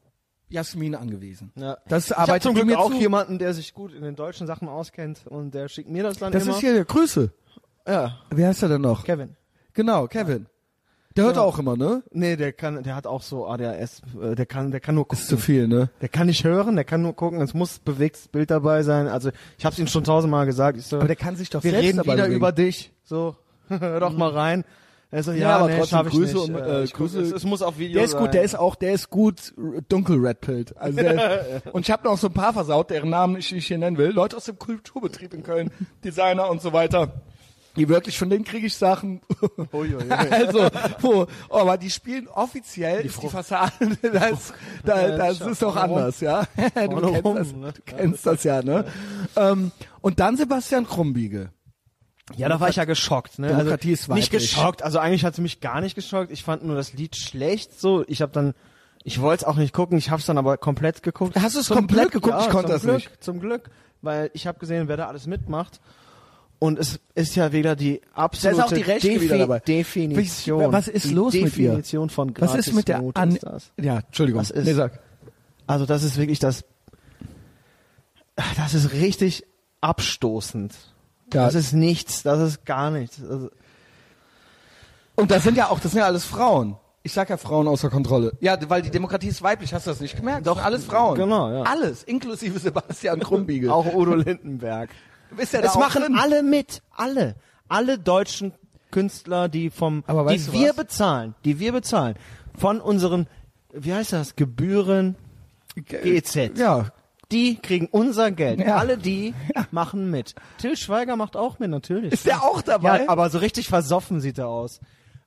Speaker 2: Jasmin angewiesen.
Speaker 1: Ja.
Speaker 2: Das
Speaker 1: ich habe
Speaker 2: arbeitet
Speaker 1: zum
Speaker 2: die
Speaker 1: Glück
Speaker 2: mir
Speaker 1: auch
Speaker 2: zu.
Speaker 1: jemanden, der sich gut in den deutschen Sachen auskennt und der schickt mir das dann
Speaker 2: Das
Speaker 1: immer.
Speaker 2: ist hier der Grüße.
Speaker 1: ja,
Speaker 2: Wer heißt er denn noch?
Speaker 1: Kevin.
Speaker 2: genau, Kevin. Der hört auch immer, ne?
Speaker 1: Nee, der kann, der hat auch so ADHS, äh, der kann, der kann nur gucken.
Speaker 2: Ist zu viel, ne?
Speaker 1: Der kann nicht hören, der kann nur gucken, es muss bewegtes Bild dabei sein. Also ich hab's ihm schon tausendmal gesagt. Ich so,
Speaker 2: Aber der kann sich doch
Speaker 1: wir
Speaker 2: selbst
Speaker 1: reden
Speaker 2: dabei
Speaker 1: wieder
Speaker 2: bewegen.
Speaker 1: über dich. So, hör doch mal rein. Er so, ja,
Speaker 2: aber
Speaker 1: nee,
Speaker 2: trotzdem
Speaker 1: schaff ich
Speaker 2: Grüße
Speaker 1: nicht.
Speaker 2: und,
Speaker 1: Äh,
Speaker 2: äh,
Speaker 1: ich guck,
Speaker 2: Grüße.
Speaker 1: Es, es muss auf Video
Speaker 2: Der ist
Speaker 1: sein.
Speaker 2: gut, der ist auch, der ist gut r- dunkel redpilled. Also der, und ich habe noch so ein paar versaut, deren Namen ich nicht hier nennen will. Leute aus dem Kulturbetrieb in Köln, Designer und so weiter. Die wirklich, von denen kriege ich Sachen.
Speaker 1: Uiuiui.
Speaker 2: also, wo, oh, aber die spielen offiziell die, ist
Speaker 1: Frau-
Speaker 2: die Fassade, das, da,
Speaker 1: Ja,
Speaker 2: das
Speaker 1: schau,
Speaker 2: ist doch
Speaker 1: warum?
Speaker 2: anders, ja. Du
Speaker 1: Warum,
Speaker 2: kennst das,
Speaker 1: ne?
Speaker 2: du kennst das ja, ne? Ähm, Und dann Sebastian Krumbiegel.
Speaker 1: Ja, da war ich ja geschockt. Ne?
Speaker 2: Demokratie
Speaker 1: also,
Speaker 2: ist
Speaker 1: nicht
Speaker 2: weiblich.
Speaker 1: geschockt. Also eigentlich hat sie mich gar nicht geschockt. Ich fand nur das Lied schlecht. So, ich habe dann, ich wollte es auch nicht gucken. Ich habe es dann aber komplett geguckt.
Speaker 2: Hast du es
Speaker 1: Zum
Speaker 2: komplett
Speaker 1: Glück,
Speaker 2: geguckt?
Speaker 1: Ja,
Speaker 2: Ich konnte
Speaker 1: zum
Speaker 2: das
Speaker 1: Glück,
Speaker 2: nicht.
Speaker 1: Zum Glück, weil ich habe gesehen, wer da alles mitmacht. Und es ist ja wieder die absolute
Speaker 2: auch die Rechte
Speaker 1: Defi
Speaker 2: wieder dabei.
Speaker 1: Definition.
Speaker 2: Was ist
Speaker 1: die
Speaker 2: los mit ihr?
Speaker 1: Definition von
Speaker 2: Was
Speaker 1: gratis
Speaker 2: ist mit der
Speaker 1: Note
Speaker 2: An
Speaker 1: ist das.
Speaker 2: Ja, Entschuldigung.
Speaker 1: Was ist-
Speaker 2: Nee, sag.
Speaker 1: Also das ist wirklich das, das ist richtig abstoßend.
Speaker 2: Ja.
Speaker 1: Das ist nichts, das ist gar nichts. Also,
Speaker 2: Und das sind ja auch, das sind ja alles Frauen. Ich sag ja Frauen außer Kontrolle. Ja, weil die Demokratie ist weiblich, hast du das nicht gemerkt? Doch, alles Frauen.
Speaker 1: Genau, ja.
Speaker 2: Alles, inklusive Sebastian Krumbiegel.
Speaker 1: auch Udo Lindenberg.
Speaker 2: Ist ja da
Speaker 1: Es
Speaker 2: auch
Speaker 1: machen
Speaker 2: drin.
Speaker 1: alle mit, alle, alle deutschen Künstler, die vom,
Speaker 2: Aber weißt
Speaker 1: die
Speaker 2: du
Speaker 1: wir
Speaker 2: was?
Speaker 1: bezahlen, die wir bezahlen, von unseren, wie heißt das, Gebühren, GEZ.
Speaker 2: Ja,
Speaker 1: Die kriegen unser Geld.
Speaker 2: Ja.
Speaker 1: Alle die machen mit. Till Schweiger macht auch mit, natürlich.
Speaker 2: Ist der auch dabei?
Speaker 1: Ja, aber so richtig versoffen sieht er aus.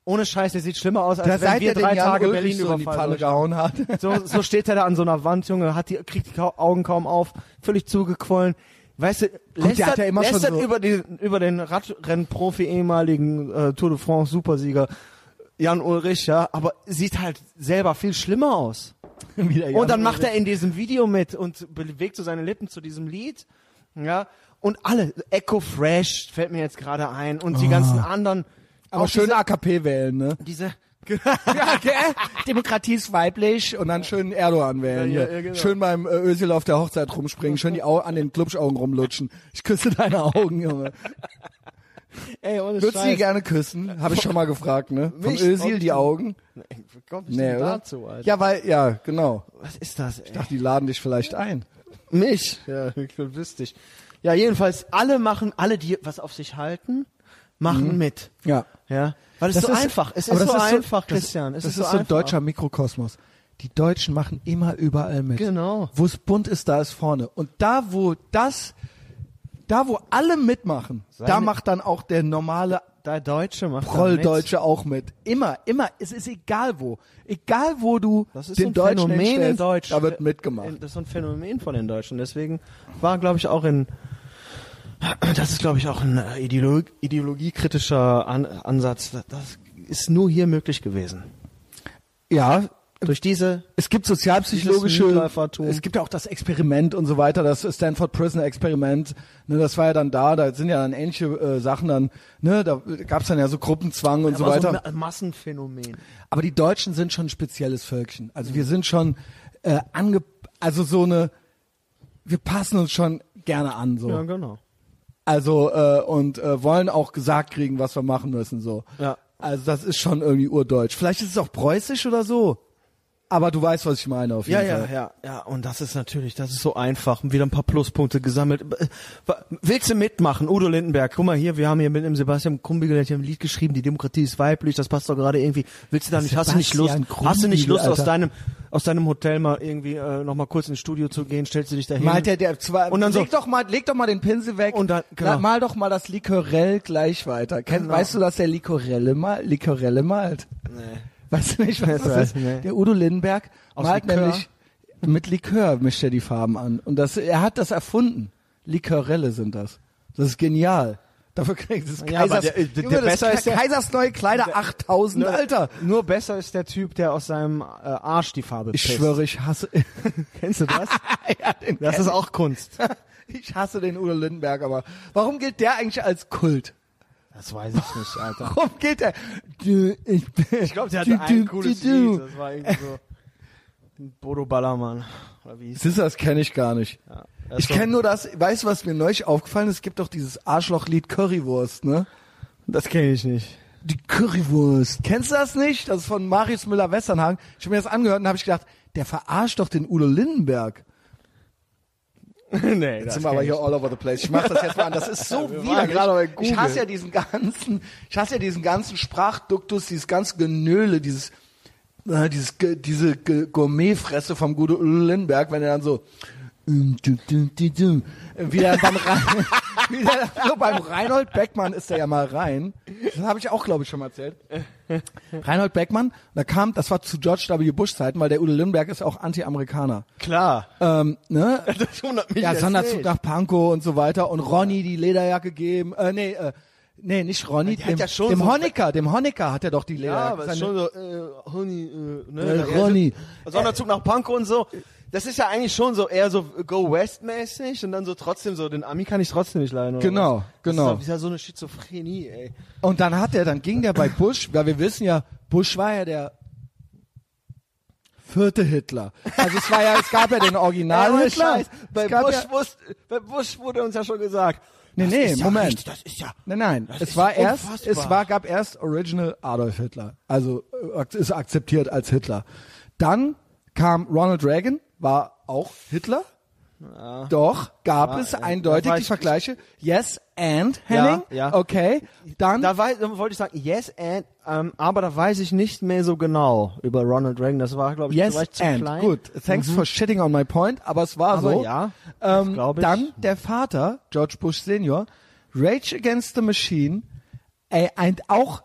Speaker 1: Ohne Scheiß, der sieht schlimmer aus, als
Speaker 2: da
Speaker 1: wenn
Speaker 2: seit
Speaker 1: wir
Speaker 2: er
Speaker 1: drei
Speaker 2: den Jan
Speaker 1: Tage
Speaker 2: Ulrich
Speaker 1: Berlin
Speaker 2: so in die Pfanne
Speaker 1: überfallen. würden.
Speaker 2: gehauen hat.
Speaker 1: So, so steht er da an so einer Wand, Junge, hat die, kriegt die Ka- Augen kaum auf, völlig zugequollen. Weißt du, lästert,
Speaker 2: hat ja immer schon
Speaker 1: lästert
Speaker 2: so-
Speaker 1: über, den, über den Radrennprofi, ehemaligen äh, Tour de France Supersieger Jan Ulrich, ja, aber sieht halt selber viel schlimmer aus. Und dann macht er in diesem Video mit und bewegt so seine Lippen zu diesem Lied. Ja. Und alle, Echo Fresh fällt mir jetzt gerade ein und die ganzen anderen.
Speaker 2: Ah. Aber
Speaker 1: auch
Speaker 2: schön AKP wählen, ne?
Speaker 1: Diese,
Speaker 2: Ja, gell? Demokratie ist weiblich und dann schön Erdogan wählen.
Speaker 1: Ja, ja,
Speaker 2: hier.
Speaker 1: ja, genau.
Speaker 2: Schön beim äh, Özil auf der Hochzeit rumspringen, schön die Au an den Klubschaugen rumlutschen. Ich küsse deine Augen, Junge.
Speaker 1: Ey, ohne
Speaker 2: Würdest du die
Speaker 1: Scheiß.
Speaker 2: gerne küssen? Habe ich schon mal gefragt, ne? Von
Speaker 1: Mich?
Speaker 2: Özil die Augen.
Speaker 1: Ey, wie komm ich
Speaker 2: Nee,
Speaker 1: denn
Speaker 2: oder?
Speaker 1: dazu, Alter?
Speaker 2: Ja, weil, ja, genau.
Speaker 1: was ist das, ey?
Speaker 2: Ach, die laden dich vielleicht ein.
Speaker 1: Mich? Ja, lustig. Ja, jedenfalls, alle machen, alle, die was auf sich halten, machen mit.
Speaker 2: Ja.
Speaker 1: Ja. Weil es so einfach ist. Es
Speaker 2: Mhm. aber
Speaker 1: ist so
Speaker 2: das
Speaker 1: einfach, Christian.
Speaker 2: Das,
Speaker 1: Es
Speaker 2: das ist,
Speaker 1: so
Speaker 2: so ein
Speaker 1: einfach.
Speaker 2: deutscher Mikrokosmos. Die Deutschen machen immer überall mit.
Speaker 1: Genau.
Speaker 2: Wo es bunt ist, da ist vorne. Und da, wo das, da, wo alle mitmachen, da
Speaker 1: Seine-
Speaker 2: macht dann auch der normale
Speaker 1: Der Deutsche macht da mit.
Speaker 2: Prolldeutsche auch mit. Immer, immer. Es ist egal wo. Egal wo du
Speaker 1: Das ist
Speaker 2: den
Speaker 1: so ein
Speaker 2: Deutschen
Speaker 1: Phänomen in
Speaker 2: hinstellst,
Speaker 1: Deutsch.
Speaker 2: da wird mitgemacht.
Speaker 1: Das ist so ein Phänomen von den Deutschen. Deswegen war, glaube ich, auch in das ist, glaube ich, auch ein äh, ideolo ideologiekritischer An Ansatz. Das ist nur hier möglich gewesen.
Speaker 2: Ja,
Speaker 1: Durch diese
Speaker 2: Es gibt sozialpsychologische,
Speaker 1: Dieses Mitläufertum.
Speaker 2: es gibt ja auch das Experiment und so weiter, das Stanford Prison Experiment, ne, das war ja dann da, da sind ja dann ähnliche äh, Sachen dann, ne, da gab's dann ja so Gruppenzwang und so
Speaker 1: war
Speaker 2: weiter.
Speaker 1: so ein Massenphänomen.
Speaker 2: Aber die Deutschen sind schon ein spezielles Völkchen. Also wir sind schon äh, ange, also so eine, wir passen uns schon gerne an so.
Speaker 1: Ja, genau.
Speaker 2: Also äh, und äh, wollen auch gesagt kriegen, was wir machen müssen so.
Speaker 1: Ja.
Speaker 2: Also das ist schon irgendwie urdeutsch. Vielleicht ist es auch preußisch oder so. Aber du weißt, was ich meine auf jeden
Speaker 1: Ja,
Speaker 2: Fall.
Speaker 1: ja, ja, ja. Und das ist natürlich, das ist so einfach. Wieder ein paar Pluspunkte gesammelt. Äh, Willst du mitmachen? Udo Lindenberg, guck mal hier, wir haben hier mit dem Sebastian Kumbigel der hat hier ein Lied geschrieben, die Demokratie ist weiblich, das passt doch gerade irgendwie. Willst du da nicht, hast du nicht Lust,
Speaker 2: Sebastian
Speaker 1: hast du nicht Lust,
Speaker 2: Kumbigel,
Speaker 1: aus
Speaker 2: Alter.
Speaker 1: deinem, aus deinem Hotel mal irgendwie, äh, nochmal kurz ins Studio zu gehen, stellst du dich dahin?
Speaker 2: Malt der, der zwei,
Speaker 1: Und dann so-
Speaker 2: leg doch mal, leg doch mal den Pinsel weg.
Speaker 1: Und dann-
Speaker 2: Na,
Speaker 1: genau.
Speaker 2: mal doch mal das Likorell gleich weiter. Kenn,
Speaker 1: Genau.
Speaker 2: Weißt du, dass der Likorelle mal, Likorelle malt? Nee. Weißt du nicht, was
Speaker 1: Das
Speaker 2: das
Speaker 1: weiß
Speaker 2: ist?
Speaker 1: ich nicht.
Speaker 2: Der Udo Lindenberg
Speaker 1: Aus
Speaker 2: malt
Speaker 1: Likör?
Speaker 2: nämlich mit Likör mischt er die Farben an. Und das, er hat das erfunden. Likorelle sind das. Das ist genial. Dafür kriegt es
Speaker 1: Ja, aber
Speaker 2: Kaisers,
Speaker 1: der- äh, der-
Speaker 2: Junge,
Speaker 1: der
Speaker 2: das
Speaker 1: besser
Speaker 2: Ka-
Speaker 1: ist der-
Speaker 2: Kaisers neue Kleider 8000,
Speaker 1: Nur-
Speaker 2: Alter.
Speaker 1: Nur besser ist der Typ, der aus seinem äh, Arsch die Farbe
Speaker 2: Ich
Speaker 1: pisst.
Speaker 2: schwöre, ich hasse,
Speaker 1: Kennst du das?
Speaker 2: ja, den
Speaker 1: Das ist auch Kunst.
Speaker 2: Ich hasse den Udo Lindenberg, aber warum gilt der eigentlich als Kult?
Speaker 1: Das weiß ich nicht, Alter.
Speaker 2: Warum gilt der? Du, Ich, bin-
Speaker 1: Ich glaube, der
Speaker 2: Du,
Speaker 1: hatte ein
Speaker 2: du,
Speaker 1: cooles
Speaker 2: du,
Speaker 1: Lied.
Speaker 2: du.
Speaker 1: Das war irgendwie so ein Bodo Ballermann. Oder wie hieß
Speaker 2: Siehst du, das kenne ich gar nicht.
Speaker 1: ja.
Speaker 2: Ich kenne nur das, weißt du, was mir neulich aufgefallen ist? Es gibt doch dieses Arschlochlied Currywurst, ne?
Speaker 1: Das kenne ich nicht.
Speaker 2: Die Currywurst. Kennst du das nicht? Das ist von Marius Müller-Westernhagen. Ich habe mir das angehört und habe ich gedacht, der verarscht doch den Udo Lindenberg.
Speaker 1: nee,
Speaker 2: Jetzt
Speaker 1: das
Speaker 2: sind wir aber hier all over the place. Ich mach das jetzt mal an. Das ist so
Speaker 1: wir
Speaker 2: wieder
Speaker 1: waren gerade bei
Speaker 2: gerade Ich
Speaker 1: Google.
Speaker 2: hasse ja diesen ganzen, ich hasse ja diesen ganzen Sprachduktus, dieses ganze Genöle, dieses, äh, dieses, Ge- diese Ge- Gourmetfresse vom guten Udo Lindenberg, wenn er dann so, ähm, du, du, du, du, äh, wieder beim, Ra- wieder, so beim Reinhold Beckmann ist er ja mal rein. Das habe ich auch, glaube ich, schon mal erzählt. Reinhold Beckmann, da kam, das war zu George W. Bush Zeiten, weil der Udo Lindenberg ist auch Anti-Amerikaner.
Speaker 1: Klar.
Speaker 2: Ähm, ne?
Speaker 1: Das wundert mich
Speaker 2: Ja,
Speaker 1: jetzt
Speaker 2: Sonderzug
Speaker 1: nicht.
Speaker 2: nach Pankow und so weiter. Und Ronny die Lederjacke gegeben. Äh, nee, äh, nee, nicht Ronny.
Speaker 1: Der hat
Speaker 2: Dem,
Speaker 1: ja schon
Speaker 2: dem
Speaker 1: so-
Speaker 2: Honecker, dem Honecker hat er doch die
Speaker 1: Ja,
Speaker 2: Lederjacke.
Speaker 1: aber
Speaker 2: Seine-
Speaker 1: ist schon so, äh, Honey, äh, ne?
Speaker 2: Äh,
Speaker 1: Da- er
Speaker 2: Ronny.
Speaker 1: sitzt- Sonderzug nach Pankow und so. Das ist ja eigentlich schon so eher so Go West mäßig und dann so trotzdem so, den Ami kann ich trotzdem nicht leiden. Oder
Speaker 2: Genau,
Speaker 1: was?
Speaker 2: genau.
Speaker 1: Das ist ja so eine Schizophrenie, ey.
Speaker 2: und dann hat er, dann ging der bei Bush, weil wir wissen ja, Bush war ja der vierte Hitler. Also es war ja, es gab ja den Original
Speaker 1: ohne
Speaker 2: Hitler.
Speaker 1: Scheiß. Bei
Speaker 2: es gab
Speaker 1: Bush,
Speaker 2: ja,
Speaker 1: wusst, bei Bush wurde uns ja schon gesagt.
Speaker 2: Nee,
Speaker 1: das
Speaker 2: nee,
Speaker 1: ist ja
Speaker 2: Moment.
Speaker 1: richtig, das ist ja.
Speaker 2: Nein, nein.
Speaker 1: Das
Speaker 2: Es
Speaker 1: ist
Speaker 2: war erst,
Speaker 1: unfassbar.
Speaker 2: es war, gab erst Original Adolf Hitler. Also äh, ak- ist akzeptiert als Hitler. Dann kam Ronald Reagan, war auch Hitler. Doch, gab es
Speaker 1: äh,
Speaker 2: eindeutig
Speaker 1: da war
Speaker 2: die
Speaker 1: ich-
Speaker 2: Vergleiche. Yes and Henning.
Speaker 1: ja.
Speaker 2: Okay. Dann
Speaker 1: Da, wei- da wollte ich sagen, yes and, ähm, aber da weiß ich nicht mehr so genau über Ronald Reagan. Das war, glaube ich,
Speaker 2: Yes
Speaker 1: vielleicht zu
Speaker 2: and.
Speaker 1: klein. Mhm.
Speaker 2: Gut. Thanks for shitting on my point, aber es war
Speaker 1: Aber
Speaker 2: so.
Speaker 1: ja, das
Speaker 2: ähm,
Speaker 1: glaub ich.
Speaker 2: Dann der Vater, George Bush Senior, Rage Against the Machine, äh, und auch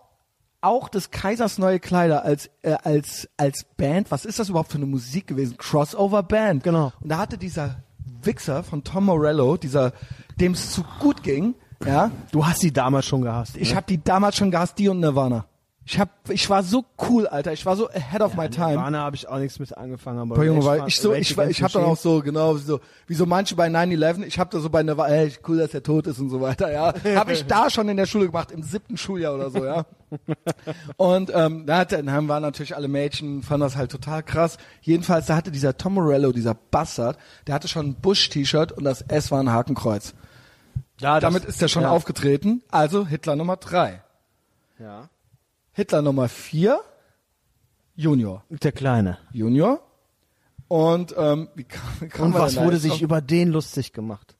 Speaker 2: auch des Kaisers neue Kleider als äh, als als Band. Was ist das überhaupt für eine Musik gewesen? Crossover Band.
Speaker 1: Genau.
Speaker 2: Und da hatte dieser Wichser von Tom Morello, dieser dem es zu gut ging, ja,
Speaker 1: Du hast sie damals schon gehasst. ne?
Speaker 2: ich habe die damals schon gehasst, die und Nirvana. Ich hab, ich war so cool, Alter. Ich war so ahead of my time.
Speaker 1: Nirvana habe ich auch nichts mit angefangen, aber
Speaker 2: Boah, Junge,
Speaker 1: Rage
Speaker 2: weil
Speaker 1: Against-
Speaker 2: ich so, ich, war-
Speaker 1: Rage
Speaker 2: ich habe dann auch
Speaker 1: Against
Speaker 2: so, genau, so, wie so manche bei 9-11, ich habe da so bei einer, ey, cool, dass er tot ist und so weiter, ja. Habe ich da schon in der Schule gemacht, im siebten Schuljahr oder so, ja. Und ähm, da hat, dann haben waren natürlich alle Mädchen, fanden das halt total krass. Jedenfalls, da hatte dieser Tom Morello, dieser Bastard, der hatte schon ein Bush-T-Shirt und das S war ein Hakenkreuz.
Speaker 1: Ja, das-
Speaker 2: Damit ist er schon
Speaker 1: ja.
Speaker 2: aufgetreten. Also Hitler Nummer drei.
Speaker 1: Ja.
Speaker 2: Hitler Nummer vier, Junior.
Speaker 1: Der Kleine.
Speaker 2: Junior. Und ähm, wie kam, wie kam
Speaker 1: Und
Speaker 2: man
Speaker 1: was
Speaker 2: denn da
Speaker 1: wurde
Speaker 2: jetzt
Speaker 1: sich
Speaker 2: drauf?
Speaker 1: über den lustig gemacht?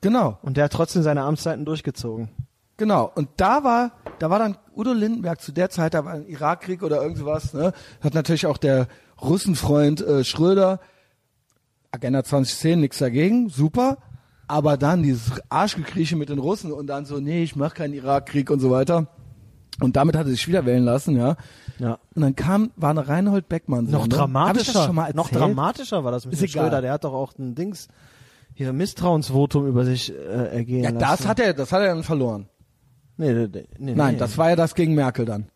Speaker 2: genau
Speaker 1: Und der hat trotzdem seine Amtszeiten durchgezogen.
Speaker 2: Genau. Und da war, da war dann Udo Lindenberg zu der Zeit, da war ein Irakkrieg oder irgend sowas, ne? Hat natürlich auch der Russenfreund äh, Schröder Agenda 2010, nichts dagegen, super. Aber dann dieses Arschgekrieche mit den Russen und dann so, nee, ich mach keinen Irakkrieg und so weiter. Und damit hat er sich wieder wählen lassen, ja.
Speaker 1: Ja.
Speaker 2: Und dann kam, war eine Reinhold Beckmann. ne?
Speaker 1: Noch
Speaker 2: Hab ich das
Speaker 1: dramatischer.
Speaker 2: schon mal erzählt?
Speaker 1: noch dramatischer war das mit
Speaker 2: Ist
Speaker 1: dem
Speaker 2: egal.
Speaker 1: Schröder. Der hat doch auch ein Dings, hier Misstrauensvotum über sich äh, ergehen
Speaker 2: Ja,
Speaker 1: lassen.
Speaker 2: das hat er, das hat er dann verloren.
Speaker 1: Nee, nee, nee, nee,
Speaker 2: Nein,
Speaker 1: nee.
Speaker 2: das war ja das gegen Merkel dann.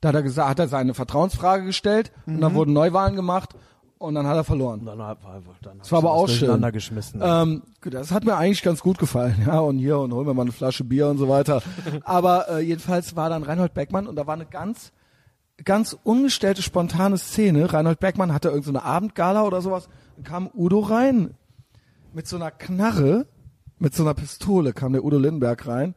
Speaker 2: Da hat er gesagt, hat er seine Vertrauensfrage gestellt und
Speaker 1: Mhm.
Speaker 2: dann wurden Neuwahlen gemacht und dann hat er verloren.
Speaker 1: Dann hab, dann
Speaker 2: Das war aber auch schön.
Speaker 1: geschmissen.
Speaker 2: Ähm, gut, das hat mir eigentlich ganz gut gefallen, ja. Und hier und holen wir mal eine Flasche Bier und so weiter. aber äh, jedenfalls war dann Reinhold Beckmann und da war eine ganz, ganz ungestellte spontane Szene. Reinhold Beckmann hatte irgendeine so eine Abendgala oder sowas und kam Udo rein mit so einer Knarre, mit so einer Pistole kam der Udo Lindenberg rein.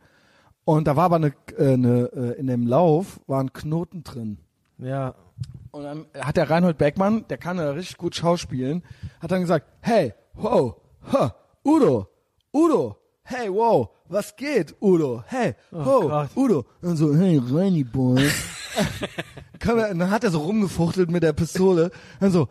Speaker 2: Und da war aber eine, äh, eine äh, in dem Lauf war ein Knoten drin.
Speaker 1: ja.
Speaker 2: Und dann hat der Reinhold Beckmann, der kann ja richtig gut schauspielen, hat dann gesagt, hey, wow, ha, Udo, Udo, hey, wow, was geht, Udo, hey, wow,
Speaker 1: Gott.
Speaker 2: Udo. Und so, hey, Rainy Boy. Können wir- und dann hat er so rumgefuchtelt mit der Pistole. Dann so,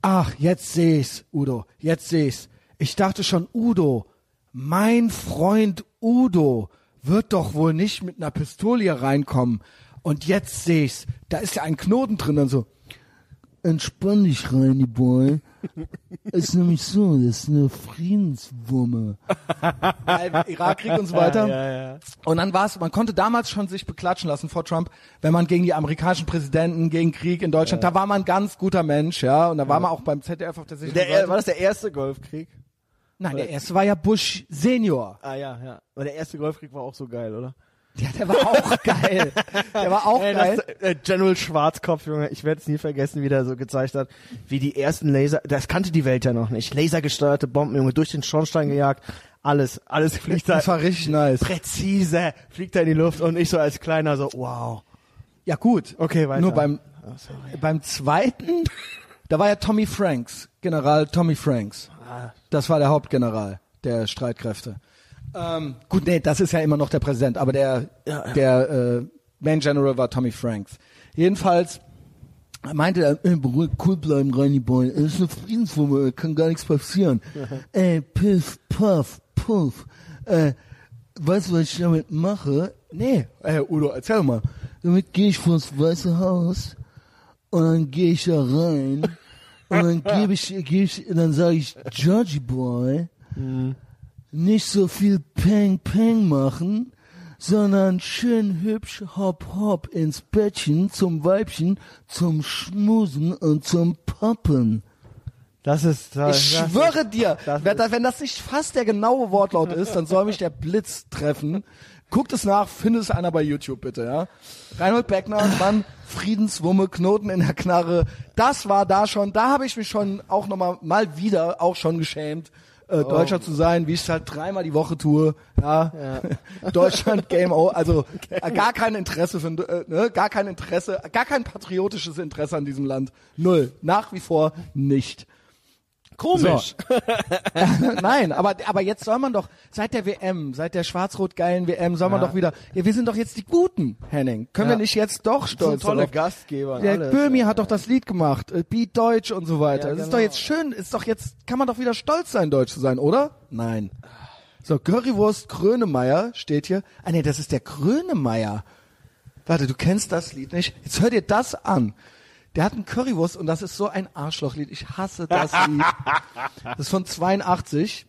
Speaker 2: ach, jetzt seh ich's, Udo, jetzt seh ich's. Ich dachte schon, Udo, mein Freund Udo wird doch wohl nicht mit einer Pistole hier reinkommen. Und jetzt seh ich's. Da ist ja ein Knoten drin. Dann so, entspann dich, Rainy Boy. ist nämlich so, das ist eine Friedenswumme. Weil Irakkrieg und so weiter.
Speaker 1: ja, ja.
Speaker 2: Und dann war es, man konnte damals schon sich beklatschen lassen vor Trump, wenn man gegen die amerikanischen Präsidenten, gegen Krieg in Deutschland, da war man ein ganz guter Mensch, ja. Und da war man auch beim ZDF auf der sicheren Seite.
Speaker 1: das der erste Golfkrieg?
Speaker 2: Nein, der erste war ja Bush Senior.
Speaker 1: Ah ja, ja. Aber der erste Golfkrieg war auch so geil, oder?
Speaker 2: Ja, der war auch geil. Der war auch
Speaker 1: Ey,
Speaker 2: geil.
Speaker 1: das, äh, General Schwarzkopf, Junge, ich werde es nie vergessen, wie der so gezeigt hat, wie die ersten Laser, das kannte die Welt ja noch nicht, lasergesteuerte Bomben, Junge, durch den Schornstein gejagt, alles, alles fliegt da
Speaker 2: Das war richtig nice.
Speaker 1: präzise, fliegt da in die Luft und ich so als Kleiner so, wow.
Speaker 2: Ja, gut.
Speaker 1: Okay, weiter.
Speaker 2: Nur beim,
Speaker 1: Oh, sorry.
Speaker 2: beim zweiten, da war ja Tommy Franks, General Tommy Franks.
Speaker 1: Ah,
Speaker 2: Das war der Hauptgeneral der Streitkräfte. Ähm, gut, nee, das ist ja immer noch der Präsident, aber der,
Speaker 1: Ja, ja.
Speaker 2: der äh, Main General war Tommy Franks. Jedenfalls meinte er, ey, beruhig, cool bleiben, Rainy Boy, es ist eine Friedenswumme, kann gar nichts passieren. ey, piff, puff, puff. Äh, weißt du, was ich damit mache? Nee, ey, Udo, erzähl doch mal. Damit gehe ich vors Weiße Haus und dann gehe ich da rein und dann gebe ich, gebe ich, dann sage ich, Georgie Boy, Mhm. nicht so viel Peng Peng machen, sondern schön hübsch Hop Hop ins Bettchen zum Weibchen, zum Schmusen und zum Poppen.
Speaker 1: das ist, das,
Speaker 2: Ich
Speaker 1: das
Speaker 2: schwöre dir,
Speaker 1: das
Speaker 2: wenn, wenn das nicht fast der genaue Wortlaut ist, dann soll mich der Blitz treffen. Guckt es nach, findet es einer bei YouTube bitte, ja. Reinhold Beckner, Mann, Friedenswumme, Knoten in der Knarre. Das war da schon, da habe ich mich schon auch nochmal, mal wieder auch schon geschämt, äh, Deutscher zu sein, wie ich es halt dreimal die Woche tue, ja. Deutschland Game O, also äh, gar kein Interesse für, äh, ne, gar kein Interesse, gar kein patriotisches Interesse an diesem Land. Null. Nach wie vor nicht.
Speaker 1: komisch.
Speaker 2: Nein, aber, aber jetzt soll man doch, seit der WM, seit der schwarz-rot-geilen WM, soll man
Speaker 1: Ja.
Speaker 2: doch wieder, ja, wir sind doch jetzt die Guten, Henning. Können
Speaker 1: Ja.
Speaker 2: wir nicht jetzt doch
Speaker 1: So
Speaker 2: stolz
Speaker 1: tolle
Speaker 2: darauf?
Speaker 1: Gastgeber. und
Speaker 2: Der
Speaker 1: alles.
Speaker 2: Böhmi hat doch das Lied gemacht, äh, Beat Deutsch und so weiter.
Speaker 1: Ja,
Speaker 2: Es ist
Speaker 1: genau.
Speaker 2: doch jetzt schön, ist doch jetzt, kann man doch wieder stolz sein, deutsch zu sein, oder? Nein. So, Currywurst Krönemeyer steht hier. Ah nee, das ist der Krönemeyer. Warte, du kennst das Lied nicht. Jetzt hör dir das an. Der hat einen Currywurst und das ist so ein Arschlochlied. Ich hasse das Lied. Das ist von 82.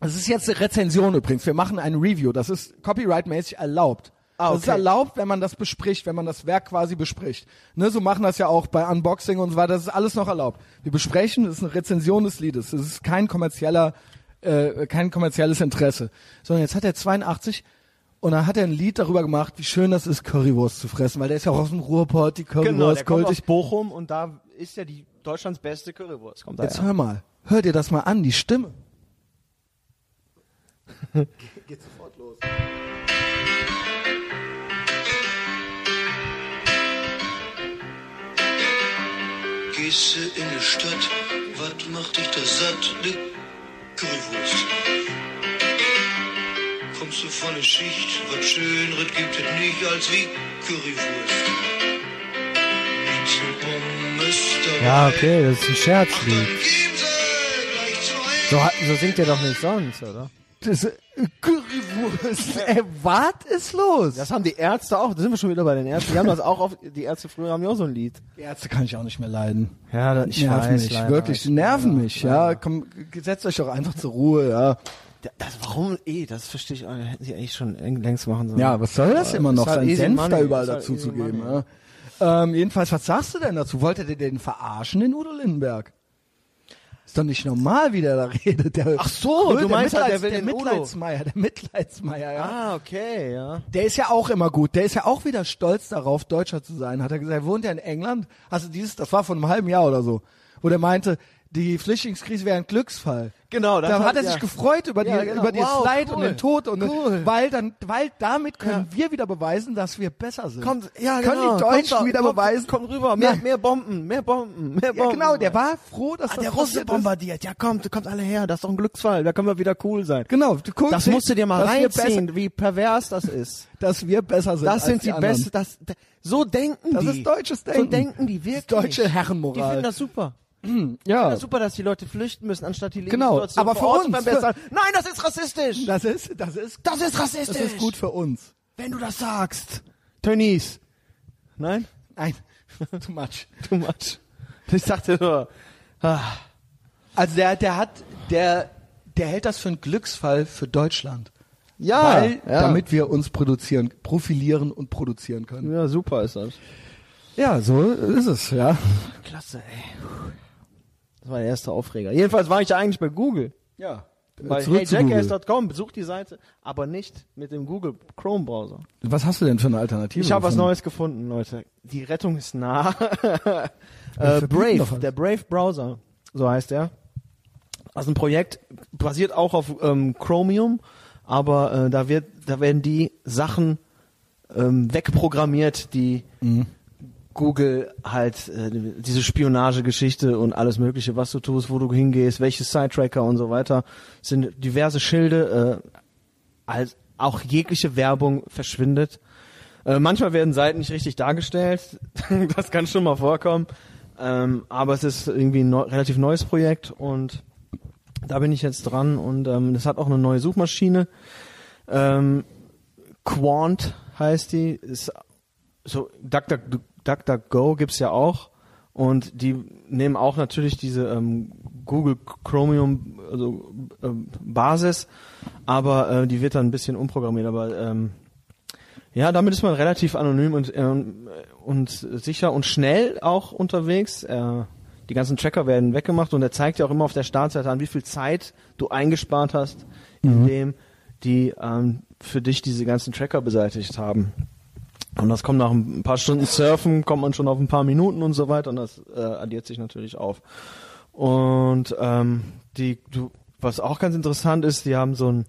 Speaker 2: Das ist jetzt eine Rezension übrigens. Wir machen ein Review. Das ist copyright-mäßig erlaubt.
Speaker 1: Ah,
Speaker 2: Das ist
Speaker 1: okay.
Speaker 2: erlaubt, wenn man das bespricht, wenn man das Werk quasi bespricht. Ne, so machen das ja auch bei Unboxing und so weiter. Das ist alles noch erlaubt. Wir besprechen, das ist eine Rezension des Liedes. Das ist kein kommerzieller, äh, kein kommerzielles Interesse. Sondern jetzt hat er 82 und dann hat er ein Lied darüber gemacht, wie schön das ist, Currywurst zu fressen, weil der ist ja auch aus dem Ruhrpott, die
Speaker 1: Genau,
Speaker 2: Currywurst
Speaker 1: der kommt aus
Speaker 2: kultig.
Speaker 1: Bochum und da ist ja die Deutschlands beste Currywurst. Kommt
Speaker 2: Jetzt
Speaker 1: daher.
Speaker 2: hör mal, hör dir das mal an, die Stimme.
Speaker 3: Geht sofort los.
Speaker 4: Gehste in die Stadt, was macht dich da satt? Ne Currywurst. Kommst du von der Schicht, was Schöneres gibt es nicht als wie Currywurst. Bisschen Pommes dabei.
Speaker 1: Ja, okay, das ist ein
Speaker 4: Ach,
Speaker 1: Scherzlied.
Speaker 4: dann geben sie gleich zwei.
Speaker 1: So, hat- so singt ihr doch nicht sonst, oder?
Speaker 2: Das äh, Currywurst. Ey, was ist los?
Speaker 1: Das haben die Ärzte auch, da sind wir schon wieder bei den Ärzten. Die haben das auch auf, die Ärzte früher haben ja auch so ein Lied.
Speaker 2: Die Ärzte kann ich auch nicht mehr leiden.
Speaker 1: Ja, da- ich weiß
Speaker 2: mich,
Speaker 1: leider.
Speaker 2: wirklich, die
Speaker 1: Ich-
Speaker 2: nerven
Speaker 1: ja,
Speaker 2: mich, ja. Komm, setzt euch doch einfach zur Ruhe, ja.
Speaker 1: Da- Das, warum, eh, das verstehe ich auch, nicht. hätten sie eigentlich schon eng- längst machen sollen.
Speaker 2: Ja, was soll das immer
Speaker 1: Ist
Speaker 2: noch?
Speaker 1: halt
Speaker 2: Sein
Speaker 1: easy
Speaker 2: Senf
Speaker 1: money,
Speaker 2: da überall
Speaker 1: ist halt
Speaker 2: dazu
Speaker 1: easy
Speaker 2: zu geben.
Speaker 1: money.
Speaker 2: Ja. Ähm, jedenfalls, was sagst du denn dazu? Wollte der den verarschen, den Udo Lindenberg? Ist doch nicht normal, wie der da redet. Der
Speaker 1: Ach so, du meinst halt, der will
Speaker 2: der
Speaker 1: den Udo.
Speaker 2: Mitleidsmeier, der Mitleidsmeier, ja.
Speaker 1: Ah, okay, ja.
Speaker 2: Der ist ja auch immer gut. Der ist ja auch wieder stolz darauf, Deutscher zu sein. Hat er gesagt, wohnt ja in England. Also dieses, das war vor einem halben Jahr oder so, wo der meinte, die Flüchtlingskrise wäre ein Glücksfall.
Speaker 1: Genau, das
Speaker 2: da
Speaker 1: hat-
Speaker 2: hat er
Speaker 1: ja.
Speaker 2: sich gefreut über die,
Speaker 1: Ja, genau.
Speaker 2: über die
Speaker 1: Wow,
Speaker 2: Slide und
Speaker 1: cool.
Speaker 2: den Tod und
Speaker 1: Cool.
Speaker 2: weil dann, weil damit können wir wieder beweisen, dass wir besser sind.
Speaker 1: Kommt, ja,
Speaker 2: können
Speaker 1: genau.
Speaker 2: die Deutschen
Speaker 1: kommt,
Speaker 2: wieder
Speaker 1: kommt,
Speaker 2: beweisen?
Speaker 1: Kommt rüber, mehr,
Speaker 2: Ja.
Speaker 1: mehr Bomben, mehr Bomben, mehr Bomben.
Speaker 2: ja, genau. Der war froh, dass
Speaker 1: ah,
Speaker 2: das
Speaker 1: der Russe
Speaker 2: passiert ist.
Speaker 1: bombardiert. Ja, kommt, kommt alle her. Das ist doch ein Glücksfall. Da können wir wieder cool sein.
Speaker 2: Genau. du guckst
Speaker 1: Das
Speaker 2: hin,
Speaker 1: musst du dir mal
Speaker 2: dass wir
Speaker 1: reinziehen, wie pervers das ist.
Speaker 2: besser- Dass wir besser sind.
Speaker 1: Das
Speaker 2: als
Speaker 1: sind die,
Speaker 2: anderen.
Speaker 1: besten, das, d- so denken
Speaker 2: Das
Speaker 1: die.
Speaker 2: ist deutsches Denken.
Speaker 1: So denken die wirklich.
Speaker 2: Das ist deutsche
Speaker 1: Die
Speaker 2: Herrenmoral.
Speaker 1: finden das super.
Speaker 2: Ja.
Speaker 1: Das ist super, dass die Leute flüchten müssen, anstatt die
Speaker 2: Genau,
Speaker 1: Lebenssituation
Speaker 2: aber
Speaker 1: vor
Speaker 2: für
Speaker 1: Ort zu
Speaker 2: uns,
Speaker 1: verbessern. Nein, das ist rassistisch.
Speaker 2: Das ist, das ist,
Speaker 1: Das ist rassistisch.
Speaker 2: das ist gut für uns.
Speaker 1: Wenn du das sagst. Tönnies. Nein?
Speaker 2: Nein, too much.
Speaker 1: Too much. Ich dachte nur,
Speaker 2: Also der, der hat, der, der hält das für einen Glücksfall für Deutschland.
Speaker 1: ja,
Speaker 2: weil,
Speaker 1: ja.
Speaker 2: damit wir uns produzieren, profilieren und produzieren können.
Speaker 1: Ja, super ist das.
Speaker 2: Ja, so ist es, ja.
Speaker 1: Klasse, ey. Das war der erste Aufreger. Jedenfalls war ich ja eigentlich bei Google.
Speaker 2: Ja.
Speaker 1: Bei
Speaker 2: Äh, Zurück zu Google.
Speaker 1: heyjackass.com, besuch die Seite, aber nicht mit dem Google Chrome Browser.
Speaker 2: Was hast du denn für eine Alternative?
Speaker 1: Ich habe was
Speaker 2: gefunden?
Speaker 1: Neues gefunden, Leute. Die Rettung ist nah. äh,
Speaker 2: verbieten doch
Speaker 1: Brave,
Speaker 2: alles.
Speaker 1: der Brave Browser, so heißt er. Also ein Projekt basiert auch auf ähm, Chromium, aber äh, da wird, da werden die Sachen ähm, wegprogrammiert, die Google halt äh, diese Spionagegeschichte und alles Mögliche, was du tust, wo du hingehst, welche Sidetracker und so weiter, sind diverse Schilde. Äh, als auch jegliche Werbung verschwindet. Äh, manchmal werden Seiten nicht richtig dargestellt. das kann schon mal vorkommen. Ähm, aber es ist irgendwie ein neu, relativ neues Projekt und da bin ich jetzt dran und ähm, das hat auch eine neue Suchmaschine. Ähm, Quant heißt die. Ist so DuckDuck, DuckDuckGo gibt's ja auch. Und die nehmen auch natürlich diese ähm, Google Chromium also, ähm, Basis, aber äh, die wird dann ein bisschen umprogrammiert. Aber ähm, ja, damit ist man relativ anonym und, ähm, und sicher und schnell auch unterwegs. Äh, die ganzen Tracker werden weggemacht und er zeigt ja auch immer auf der Startseite an, wie viel Zeit du eingespart hast, indem die ähm, für dich diese ganzen Tracker beseitigt haben. Und das kommt nach ein paar Stunden Surfen, kommt man schon auf ein paar Minuten und so weiter und das äh, addiert sich natürlich auf. Und ähm, die, du, was auch ganz interessant ist, die haben so ein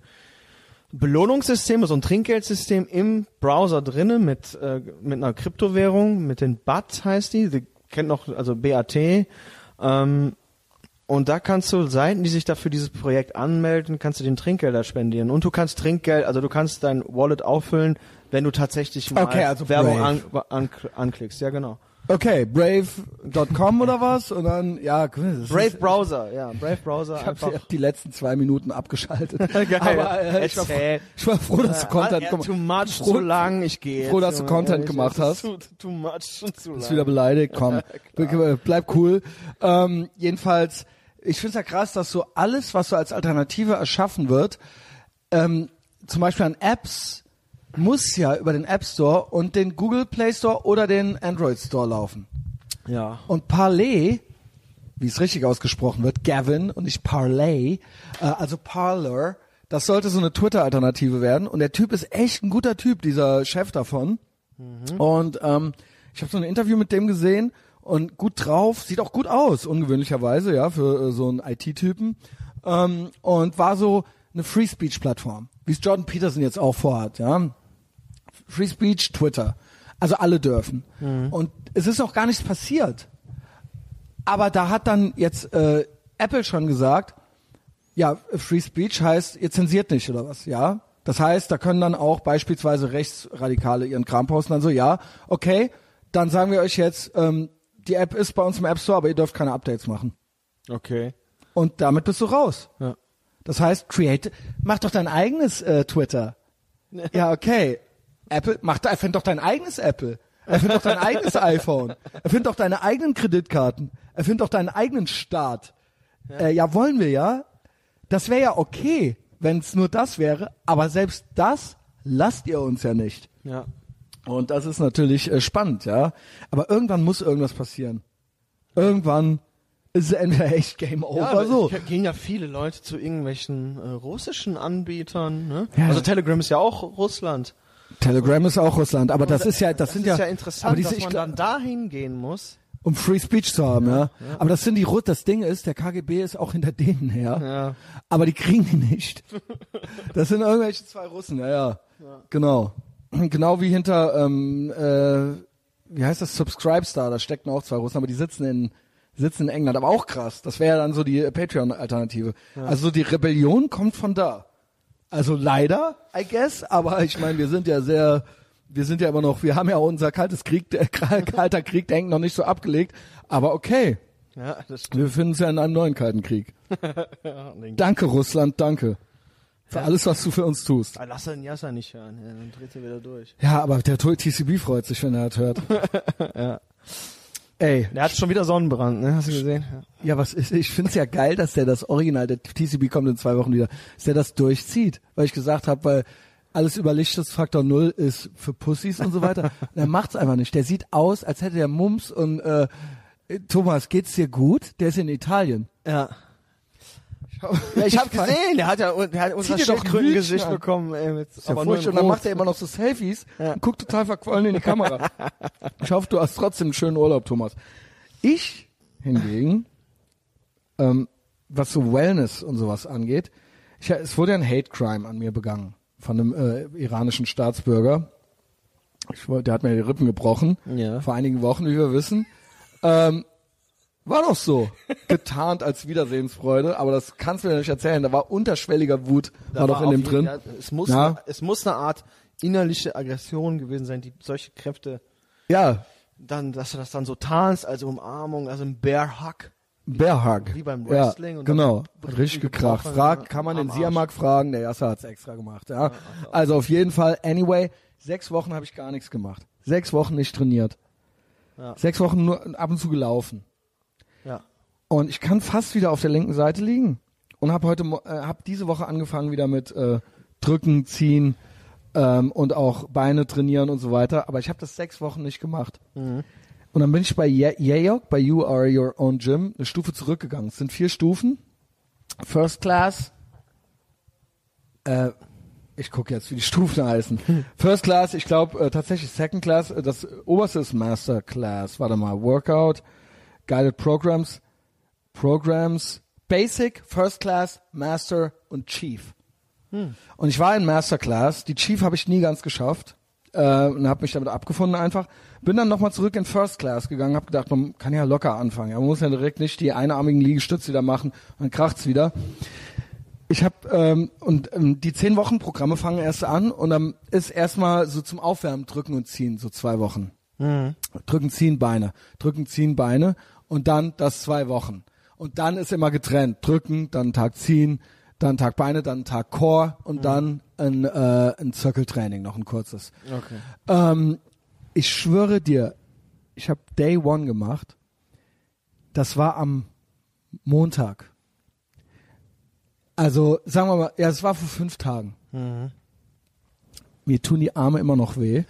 Speaker 1: Belohnungssystem, so ein Trinkgeldsystem im Browser drinnen mit, äh, mit einer Kryptowährung, mit den BAT heißt die, die kennt noch, also BAT. Ähm, und da kannst du Seiten, die sich da für dieses Projekt anmelden, kannst du den Trinkgelder spendieren. Und du kannst Trinkgeld, also du kannst dein Wallet auffüllen, wenn du tatsächlich mal
Speaker 2: Okay, also
Speaker 1: Werbung an,
Speaker 2: Brave.
Speaker 1: an, anklickst. Ja, genau.
Speaker 2: Okay, brave.com oder was? Und dann, ja, cool, das
Speaker 1: Brave
Speaker 2: ist,
Speaker 1: Browser, ja, Brave Browser
Speaker 2: Ich
Speaker 1: einfach.
Speaker 2: habe die letzten zwei Minuten abgeschaltet.
Speaker 1: Geil.
Speaker 2: Aber äh, ich, war froh,
Speaker 1: Erzähl.
Speaker 2: ich war froh, dass du Content
Speaker 1: Äh,
Speaker 2: gemacht
Speaker 1: Too much,
Speaker 2: Froh-
Speaker 1: zu lang, ich gehe.
Speaker 2: froh,
Speaker 1: jetzt,
Speaker 2: dass du
Speaker 1: Junge,
Speaker 2: Content
Speaker 1: ehrlich,
Speaker 2: gemacht
Speaker 1: das ist
Speaker 2: hast.
Speaker 1: Too, too much und zu
Speaker 2: Ist wieder
Speaker 1: lang.
Speaker 2: beleidigt, komm. Be- Bleib cool. Ähm, jedenfalls, ich finde es ja krass, dass so alles, was so als Alternative erschaffen wird, ähm, zum Beispiel an Apps, muss ja über den App Store und den Google Play Store oder den Android Store laufen.
Speaker 1: Ja.
Speaker 2: Und Parley, wie es richtig ausgesprochen wird, Gavin und nicht Parley, äh, also Parlor, das sollte so eine Twitter-Alternative werden. Und der Typ ist echt ein guter Typ, dieser Chef davon. Und ähm, ich habe so ein Interview mit dem gesehen und gut drauf, sieht auch gut aus, ungewöhnlicherweise, ja, für äh, so einen IT-Typen. Ähm, und war so, eine Free Speech Plattform, wie es Jordan Peterson jetzt auch vorhat, ja. Free Speech, Twitter. Also alle dürfen. Und es ist auch gar nichts passiert. Aber da hat dann jetzt äh, Apple schon gesagt, ja, Free Speech heißt, ihr zensiert nicht oder was, ja? Das heißt, da können dann auch beispielsweise Rechtsradikale ihren Kram posten, dann so, ja, okay, dann sagen wir euch jetzt, ähm, die App ist bei uns im App Store, aber ihr dürft keine Updates machen.
Speaker 1: Okay.
Speaker 2: Und damit bist du raus.
Speaker 1: Ja.
Speaker 2: Das heißt, create, mach doch dein eigenes äh, Twitter. Ja, okay. Apple, mach, erfind doch dein eigenes Apple. Erfind doch dein eigenes iPhone. Erfind doch deine eigenen Kreditkarten. Erfind doch deinen eigenen Staat. Ja, äh, ja wollen wir ja. Das wäre ja okay, wenn es nur das wäre. Aber selbst das lasst ihr uns ja nicht.
Speaker 1: Ja.
Speaker 2: Und das ist natürlich äh, spannend, ja. Aber irgendwann muss irgendwas passieren. Irgendwann ist es entweder echt Game
Speaker 1: Ja,
Speaker 2: Over
Speaker 1: aber
Speaker 2: so.
Speaker 1: es gehen ja viele Leute zu irgendwelchen äh, russischen Anbietern. Ne?
Speaker 2: Ja.
Speaker 1: Also Telegram ist ja auch Russland.
Speaker 2: Telegram ist auch Russland, aber das
Speaker 1: Also,
Speaker 2: ist ja, das, sind
Speaker 1: ist ja
Speaker 2: ja,
Speaker 1: interessant,
Speaker 2: aber diese,
Speaker 1: dass
Speaker 2: ich
Speaker 1: man
Speaker 2: glaub-
Speaker 1: dann dahin gehen muss.
Speaker 2: um Free Speech zu haben, ja. Aber das sind die Rot, das Ding ist, der KGB ist auch hinter denen her.
Speaker 1: Ja.
Speaker 2: Aber die kriegen die nicht. Das sind irgendwelche zwei Russen, ja, ja. Genau. Genau wie hinter, ähm, äh, wie heißt das, Subscribestar, da steckten auch zwei Russen, aber die sitzen in, sitzen in England, aber auch krass. Das wäre ja dann so die äh, Patreon-Alternative. Also die Rebellion kommt von da. Also leider, I guess, aber ich meine, wir sind ja sehr, wir sind ja immer noch, wir haben ja unser kaltes Krieg, äh, kalter Krieg, denken noch nicht so abgelegt, aber okay.
Speaker 1: Ja, das stimmt.
Speaker 2: Wir befinden uns ja in einem neuen Kalten Krieg. Danke, Russland, danke. Für alles, was du für uns tust.
Speaker 1: Ah, Lass den Jasser nicht hören, ja, dann dreht er wieder durch.
Speaker 2: Ja, aber der to- TCB freut sich, wenn er das hört. Ey,
Speaker 1: Der hat schon wieder Sonnenbrand, ne? Hast du gesehen? Ja.
Speaker 2: ja, was ist, ich find's ja geil, dass der das Original, der TCB kommt in zwei Wochen wieder, dass der das durchzieht, weil ich gesagt habe, weil alles über Lichtschutzfaktor Null ist für Pussys und so weiter. Und er macht's einfach nicht. Der sieht aus, als hätte der Mumps und äh, Thomas, geht's dir gut? Der ist in Italien.
Speaker 1: Ja. ja ich habe
Speaker 2: Ich fand-
Speaker 1: gesehen, der hat ja der hat
Speaker 2: Zieh
Speaker 1: unser
Speaker 2: dir doch ein
Speaker 1: Schildkrötengesicht
Speaker 2: Hütchen an.
Speaker 1: bekommen. Ey, mit,
Speaker 2: Ist ja
Speaker 1: aber nur
Speaker 2: furchtbar.
Speaker 1: in
Speaker 2: Und dann
Speaker 1: Rot.
Speaker 2: macht er immer noch so Selfies und guckt total verquollen in die Kamera. ich hoffe, du hast trotzdem einen schönen Urlaub, Thomas. Ich hingegen, ähm, was so Wellness und sowas angeht, ich, es wurde ja ein Hate Crime an mir begangen von einem äh, iranischen Staatsbürger. Ich, wollte- der hat mir die Rippen gebrochen
Speaker 1: Ja.
Speaker 2: vor einigen Wochen, wie wir wissen. Ähm, war doch so. Getarnt als Wiedersehensfreude, aber das kannst du mir nicht erzählen. Da war unterschwelliger Wut,
Speaker 1: Da
Speaker 2: war, doch in
Speaker 1: auf
Speaker 2: dem
Speaker 1: jeden-
Speaker 2: drin.
Speaker 1: Ja, es, muss,
Speaker 2: Ja.
Speaker 1: es muss eine Art innerliche Aggression gewesen sein, die solche Kräfte
Speaker 2: Ja,
Speaker 1: dann, dass du das dann so tarnst, also Umarmung, also ein Bear Hug.
Speaker 2: Bear Hug.
Speaker 1: Wie beim Wrestling
Speaker 2: Ja,
Speaker 1: und
Speaker 2: genau.
Speaker 1: dann-
Speaker 2: Richtig gekracht.
Speaker 1: gebrochen, ja,
Speaker 2: Frag, kann man den
Speaker 1: am Arsch.
Speaker 2: Siamak fragen? Der Jasser hat's extra gemacht. Ja. Also auf jeden Fall. Anyway, sechs Wochen habe ich gar nichts gemacht. Sechs Wochen nicht trainiert.
Speaker 1: Ja.
Speaker 2: Sechs Wochen nur ab und zu gelaufen.
Speaker 1: Ja.
Speaker 2: Und ich kann fast wieder auf der linken Seite liegen. Und habe heute, mo- äh, habe diese Woche angefangen wieder mit äh, Drücken, Ziehen ähm, und auch Beine trainieren und so weiter. Aber ich habe das sechs Wochen nicht gemacht. Und dann bin ich bei Ye- Yeok, bei You Are Your Own Gym, eine Stufe zurückgegangen. Es sind vier Stufen. First Class. Äh, ich gucke jetzt, wie die Stufen heißen. First Class, ich glaube äh, tatsächlich Second Class. Äh, Das oberste ist Master Class. Warte mal, Workout, Guided Programs, Programs, Basic, First Class, Master und Chief. Und ich war in Masterclass. Die Chief habe ich nie ganz geschafft äh, und habe mich damit abgefunden einfach. Bin dann nochmal zurück in First Class gegangen, habe gedacht, man kann ja locker anfangen. Ja, man muss ja direkt nicht die einarmigen Liegestütze wieder machen, dann kracht's wieder. Ich habe ähm, und ähm, die zehn Wochen Programme fangen erst an und dann ist erstmal so zum Aufwärmen drücken und ziehen so zwei Wochen. Drücken, ziehen, Beine. Drücken, ziehen, Beine. Und dann das zwei Wochen. Und dann ist immer getrennt. Drücken, dann einen Tag ziehen, dann einen Tag Beine, dann einen Tag Core und dann ein, äh, ein Zirkeltraining, noch ein kurzes.
Speaker 1: Okay.
Speaker 2: Ähm, ich schwöre dir, ich habe Day One gemacht. Das war am Montag. Also sagen wir mal, ja, es war vor fünf Tagen. Mir tun die Arme immer noch weh.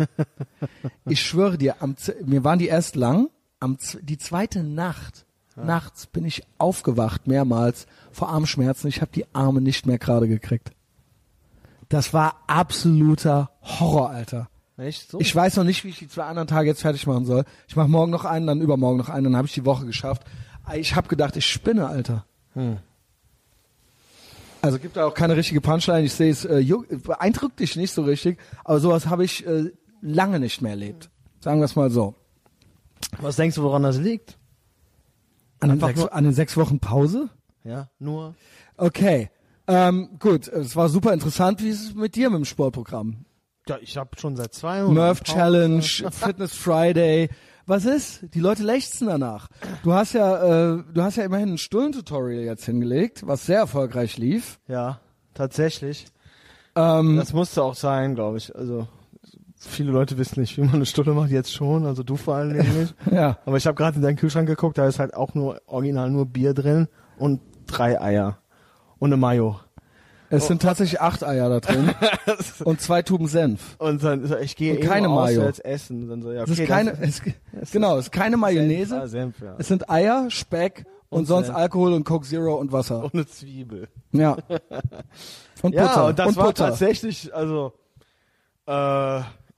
Speaker 2: ich schwöre dir, am, Z- mir waren die erst lang. Am, Z- die zweite Nacht, nachts bin ich aufgewacht mehrmals vor Armschmerzen. Ich habe die Arme nicht mehr gerade gekriegt. Das war absoluter Horror, Alter.
Speaker 1: Echt so?
Speaker 2: Ich weiß noch nicht, wie ich die zwei anderen Tage jetzt fertig machen soll. Ich mache morgen noch einen, dann übermorgen noch einen, dann habe Hm. ich die Woche geschafft. Ich habe gedacht, ich spinne, Alter. Also gibt da auch keine richtige Punchline. Ich sehe es, äh, ju- beeindruckt dich nicht so richtig, aber sowas habe ich äh, lange nicht mehr erlebt. Sagen wir es mal so.
Speaker 1: Was denkst du, woran das liegt?
Speaker 2: An, den
Speaker 1: Einfach
Speaker 2: sechs,
Speaker 1: nur-
Speaker 2: an den sechs Wochen Pause?
Speaker 1: Ja, nur.
Speaker 2: Okay. Ähm, gut, es war super interessant. Wie ist es mit dir mit dem Sportprogramm?
Speaker 1: Ja, ich habe schon seit zwei Monaten.
Speaker 2: Murph
Speaker 1: Pause.
Speaker 2: Challenge, Fitness Friday. Was ist? Die Leute lechzen danach. Du hast ja, äh, du hast ja immerhin ein Stundentutorial jetzt hingelegt, was sehr erfolgreich lief.
Speaker 1: Ja, tatsächlich.
Speaker 2: Ähm,
Speaker 1: Das musste auch sein, glaube ich. Also viele Leute wissen nicht, wie man eine Stunde macht, jetzt schon, also du vor allen Dingen nicht.
Speaker 2: ja.
Speaker 1: Aber ich habe gerade in deinen Kühlschrank geguckt, da ist halt auch nur original nur Bier drin und drei Eier und eine Mayo. Oh.
Speaker 2: Es sind tatsächlich acht Eier da drin und zwei Tuben Senf.
Speaker 1: Und dann so, ich gehe
Speaker 2: Und
Speaker 1: irgendwo
Speaker 2: keine Mayo.
Speaker 1: auswärts essen, Und dann so ja,
Speaker 2: Es
Speaker 1: okay,
Speaker 2: ist keine,
Speaker 1: das
Speaker 2: es, genau, es ist keine
Speaker 1: ah,
Speaker 2: Mayonnaise.
Speaker 1: Senf, ja.
Speaker 2: Es sind Eier, Speck und,
Speaker 1: Und
Speaker 2: sonst
Speaker 1: Senf.
Speaker 2: Alkohol und Coke Zero und Wasser.
Speaker 1: und eine Zwiebel.
Speaker 2: Ja. Und
Speaker 1: ja,
Speaker 2: Butter.
Speaker 1: und das war
Speaker 2: Butter.
Speaker 1: tatsächlich, also äh,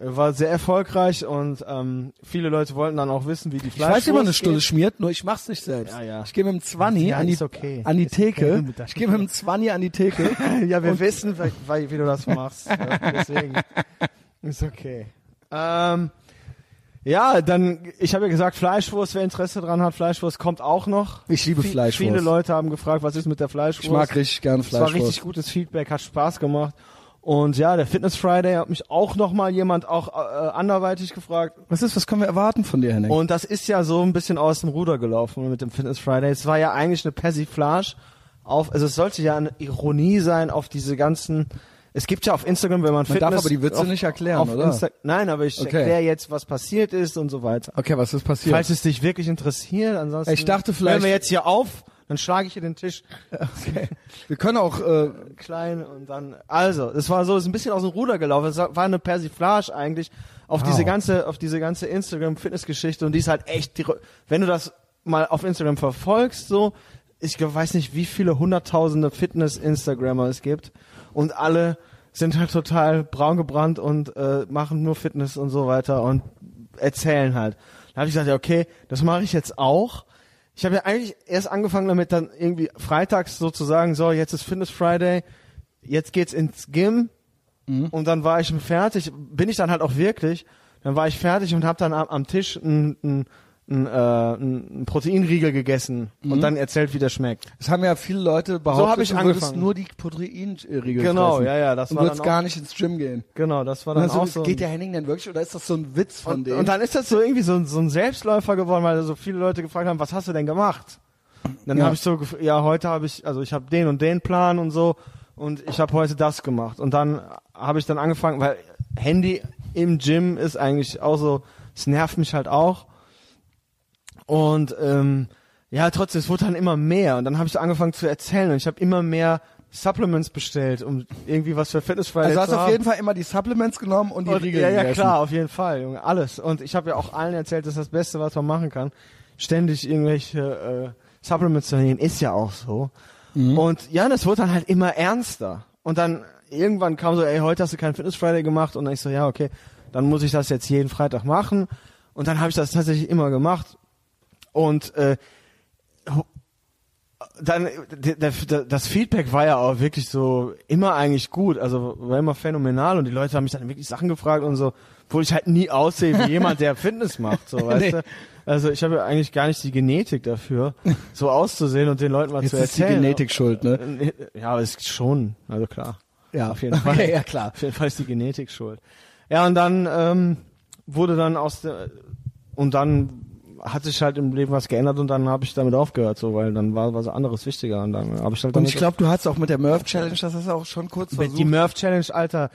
Speaker 1: war sehr erfolgreich und ähm, viele Leute wollten dann auch wissen, wie die
Speaker 2: Ich
Speaker 1: Fleisch
Speaker 2: weiß, wie man eine Stunde schmiert, nur ich mach's nicht selbst.
Speaker 1: Ja, ja.
Speaker 2: Ich gehe mit dem Zwanni
Speaker 1: Ja,
Speaker 2: an, die,
Speaker 1: ist okay.
Speaker 2: an die
Speaker 1: Ist
Speaker 2: Theke.
Speaker 1: okay mit der
Speaker 2: Ich gehe mit dem Zwanni an die Theke.
Speaker 1: Ja, wir wissen, wie, wie du das machst. ja, deswegen ist okay. Ähm, ja, dann, ich habe ja gesagt, Fleischwurst, wer Interesse dran hat, Fleischwurst kommt auch noch.
Speaker 2: Ich liebe
Speaker 1: Vi-
Speaker 2: Fleischwurst.
Speaker 1: Viele Leute haben gefragt, was ist mit der Fleischwurst?
Speaker 2: Ich mag richtig gern
Speaker 1: Es war
Speaker 2: Fleischwurst.
Speaker 1: richtig gutes Feedback, hat Spaß gemacht. Und ja, der Fitness Friday hat mich auch nochmal jemand auch äh, anderweitig gefragt.
Speaker 2: Was ist, was können wir erwarten von dir, Henning?
Speaker 1: Und das ist ja so ein bisschen aus dem Ruder gelaufen mit dem Fitness Friday. Es war ja eigentlich eine Persiflage auf, also es sollte ja eine Ironie sein auf diese ganzen, es gibt ja auf Instagram, wenn man,
Speaker 2: Man
Speaker 1: Fitness...
Speaker 2: darf aber die Witze
Speaker 1: auf,
Speaker 2: nicht erklären,
Speaker 1: auf
Speaker 2: oder?
Speaker 1: Insta Nein, aber ich
Speaker 2: Okay.
Speaker 1: erkläre jetzt, was passiert ist und so weiter.
Speaker 2: okay, was ist passiert?
Speaker 1: Falls es dich wirklich interessiert, ansonsten...
Speaker 2: Ich dachte vielleicht-
Speaker 1: Hören wir jetzt hier auf, dann schlage ich hier den Tisch
Speaker 2: okay. Wir können auch, äh,
Speaker 1: klein und dann... Also, es war so, es ist ein bisschen aus dem Ruder gelaufen. Es war eine Persiflage eigentlich auf diese ganze, auf diese ganze Instagram-Fitness-Geschichte und die ist halt echt... Die, wenn du das mal auf Instagram verfolgst, so, ich glaub, weiß nicht, wie viele hunderttausende Fitness-Instagrammer es gibt und alle sind halt total braun gebrannt und äh, machen nur Fitness und so weiter und erzählen halt. Da habe ich gesagt, ja okay, das mache ich jetzt auch. Ich habe ja eigentlich erst angefangen damit, dann irgendwie freitags sozusagen, so jetzt ist Fitness Friday, jetzt geht's ins Gym, und dann war ich fertig, bin ich dann halt auch wirklich, dann war ich fertig und habe dann am, am Tisch einen ein, ein, äh, ein Proteinriegel gegessen und dann erzählt, wie der schmeckt.
Speaker 2: es haben ja viele Leute behauptet,
Speaker 1: hab ich
Speaker 2: du würdest
Speaker 1: angefangen.
Speaker 2: nur die Proteinriegel
Speaker 1: Genau,
Speaker 2: fressen.
Speaker 1: ja, ja, das
Speaker 2: und
Speaker 1: war dann
Speaker 2: würdest
Speaker 1: auch-
Speaker 2: gar nicht ins Gym gehen.
Speaker 1: Genau, das war dann
Speaker 2: Also,
Speaker 1: auch so. ein-
Speaker 2: Geht der Henning denn wirklich oder ist das so ein Witz von
Speaker 1: und,
Speaker 2: dem?
Speaker 1: und dann ist das so irgendwie so, ein- so ein Selbstläufer geworden, weil so viele Leute gefragt haben, was hast du denn gemacht? Und Dann
Speaker 2: Ja.
Speaker 1: habe ich so, gef- ja, heute habe ich, also ich habe den und den Plan und so und ich habe heute das gemacht. Und dann habe ich dann angefangen, weil Handy im Gym ist eigentlich auch so, es nervt mich halt auch. Und ähm, ja, trotzdem, es wurde dann immer mehr. Und dann habe ich so angefangen zu erzählen und ich habe immer mehr Supplements bestellt, um irgendwie was für Fitness Friday
Speaker 2: also
Speaker 1: zu
Speaker 2: hast du auf
Speaker 1: haben.
Speaker 2: jeden Fall immer die Supplements genommen und die
Speaker 1: Und,
Speaker 2: Riegel
Speaker 1: ja, ja,
Speaker 2: gegessen.
Speaker 1: klar, auf jeden Fall, Junge, alles. Und ich habe ja auch allen erzählt, das ist das Beste, was man machen kann. Ständig irgendwelche äh, Supplements zu nehmen, ist ja auch so.
Speaker 2: Mhm.
Speaker 1: Und ja, das wurde dann halt immer ernster. Und dann irgendwann kam so, ey, heute hast du keinen Fitness Friday gemacht. Und dann ich so, ja, okay, dann muss ich das jetzt jeden Freitag machen. Und dann habe ich das tatsächlich immer gemacht. Und äh, dann der, der, der, das Feedback war ja auch wirklich so immer eigentlich gut, also war immer phänomenal und die Leute haben mich dann wirklich Sachen gefragt und so, obwohl ich halt nie aussehe wie jemand, der Fitness macht, so weißt
Speaker 2: Nee.
Speaker 1: du. Also ich habe ja eigentlich gar nicht die Genetik dafür, so auszusehen und den Leuten mal
Speaker 2: Jetzt
Speaker 1: zu
Speaker 2: ist die
Speaker 1: erzählen.
Speaker 2: Genetik schuld, ne?
Speaker 1: Äh, Ja, aber ist schon, also klar.
Speaker 2: Ja.
Speaker 1: auf jeden Fall.
Speaker 2: Okay, ja, klar.
Speaker 1: Auf jeden Fall ist die Genetik schuld. Ja, und dann ähm, wurde dann aus der und dann hat sich halt im Leben was geändert und dann habe ich damit aufgehört, so weil dann war was anderes wichtiger und dann habe ich halt
Speaker 2: Und
Speaker 1: damit
Speaker 2: ich glaube, du hast auch mit der Murph Challenge, das hast du auch schon kurz
Speaker 1: Mit
Speaker 2: versucht.
Speaker 1: die Murph Challenge, Alter,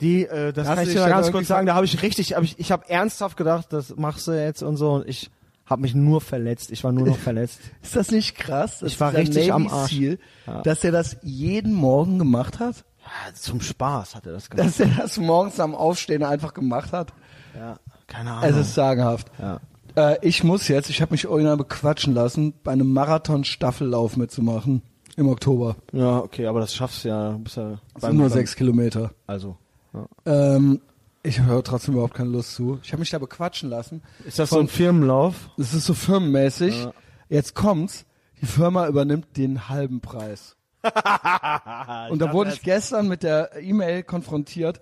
Speaker 1: die äh, das
Speaker 2: Hast
Speaker 1: kann
Speaker 2: du
Speaker 1: ich
Speaker 2: dich
Speaker 1: dir mal
Speaker 2: da
Speaker 1: ganz
Speaker 2: irgendwie
Speaker 1: kurz sagen, da habe ich richtig, hab ich ich habe ernsthaft gedacht, das machst du jetzt und so und ich habe mich nur verletzt, ich war nur noch verletzt.
Speaker 2: Ist das nicht krass? dass
Speaker 1: Ich war
Speaker 2: dieser
Speaker 1: richtig
Speaker 2: Navy
Speaker 1: am Arsch.
Speaker 2: Seal,
Speaker 1: Ja.
Speaker 2: dass er das jeden Morgen gemacht hat?
Speaker 1: Ja, zum Spaß hat er das gemacht.
Speaker 2: Dass er das morgens am Aufstehen einfach gemacht hat?
Speaker 1: ja, keine Ahnung.
Speaker 2: Es ist sagenhaft.
Speaker 1: Ja.
Speaker 2: Äh, ich muss jetzt, ich habe mich original bequatschen lassen, bei einem Marathon-Staffellauf mitzumachen. Im Oktober.
Speaker 1: ja, okay, aber das schaffst du ja, bist ja
Speaker 2: Das sind nur sechs Kilometer.
Speaker 1: Also ja.
Speaker 2: Ähm, ich höre trotzdem überhaupt keine Lust zu. Ich habe mich da bequatschen lassen.
Speaker 1: Ist das so ein Firmenlauf?
Speaker 2: Es ist so firmenmäßig. Jetzt kommt's. Die Firma übernimmt den halben Preis. Und da wurde ich gestern mit der E-Mail konfrontiert.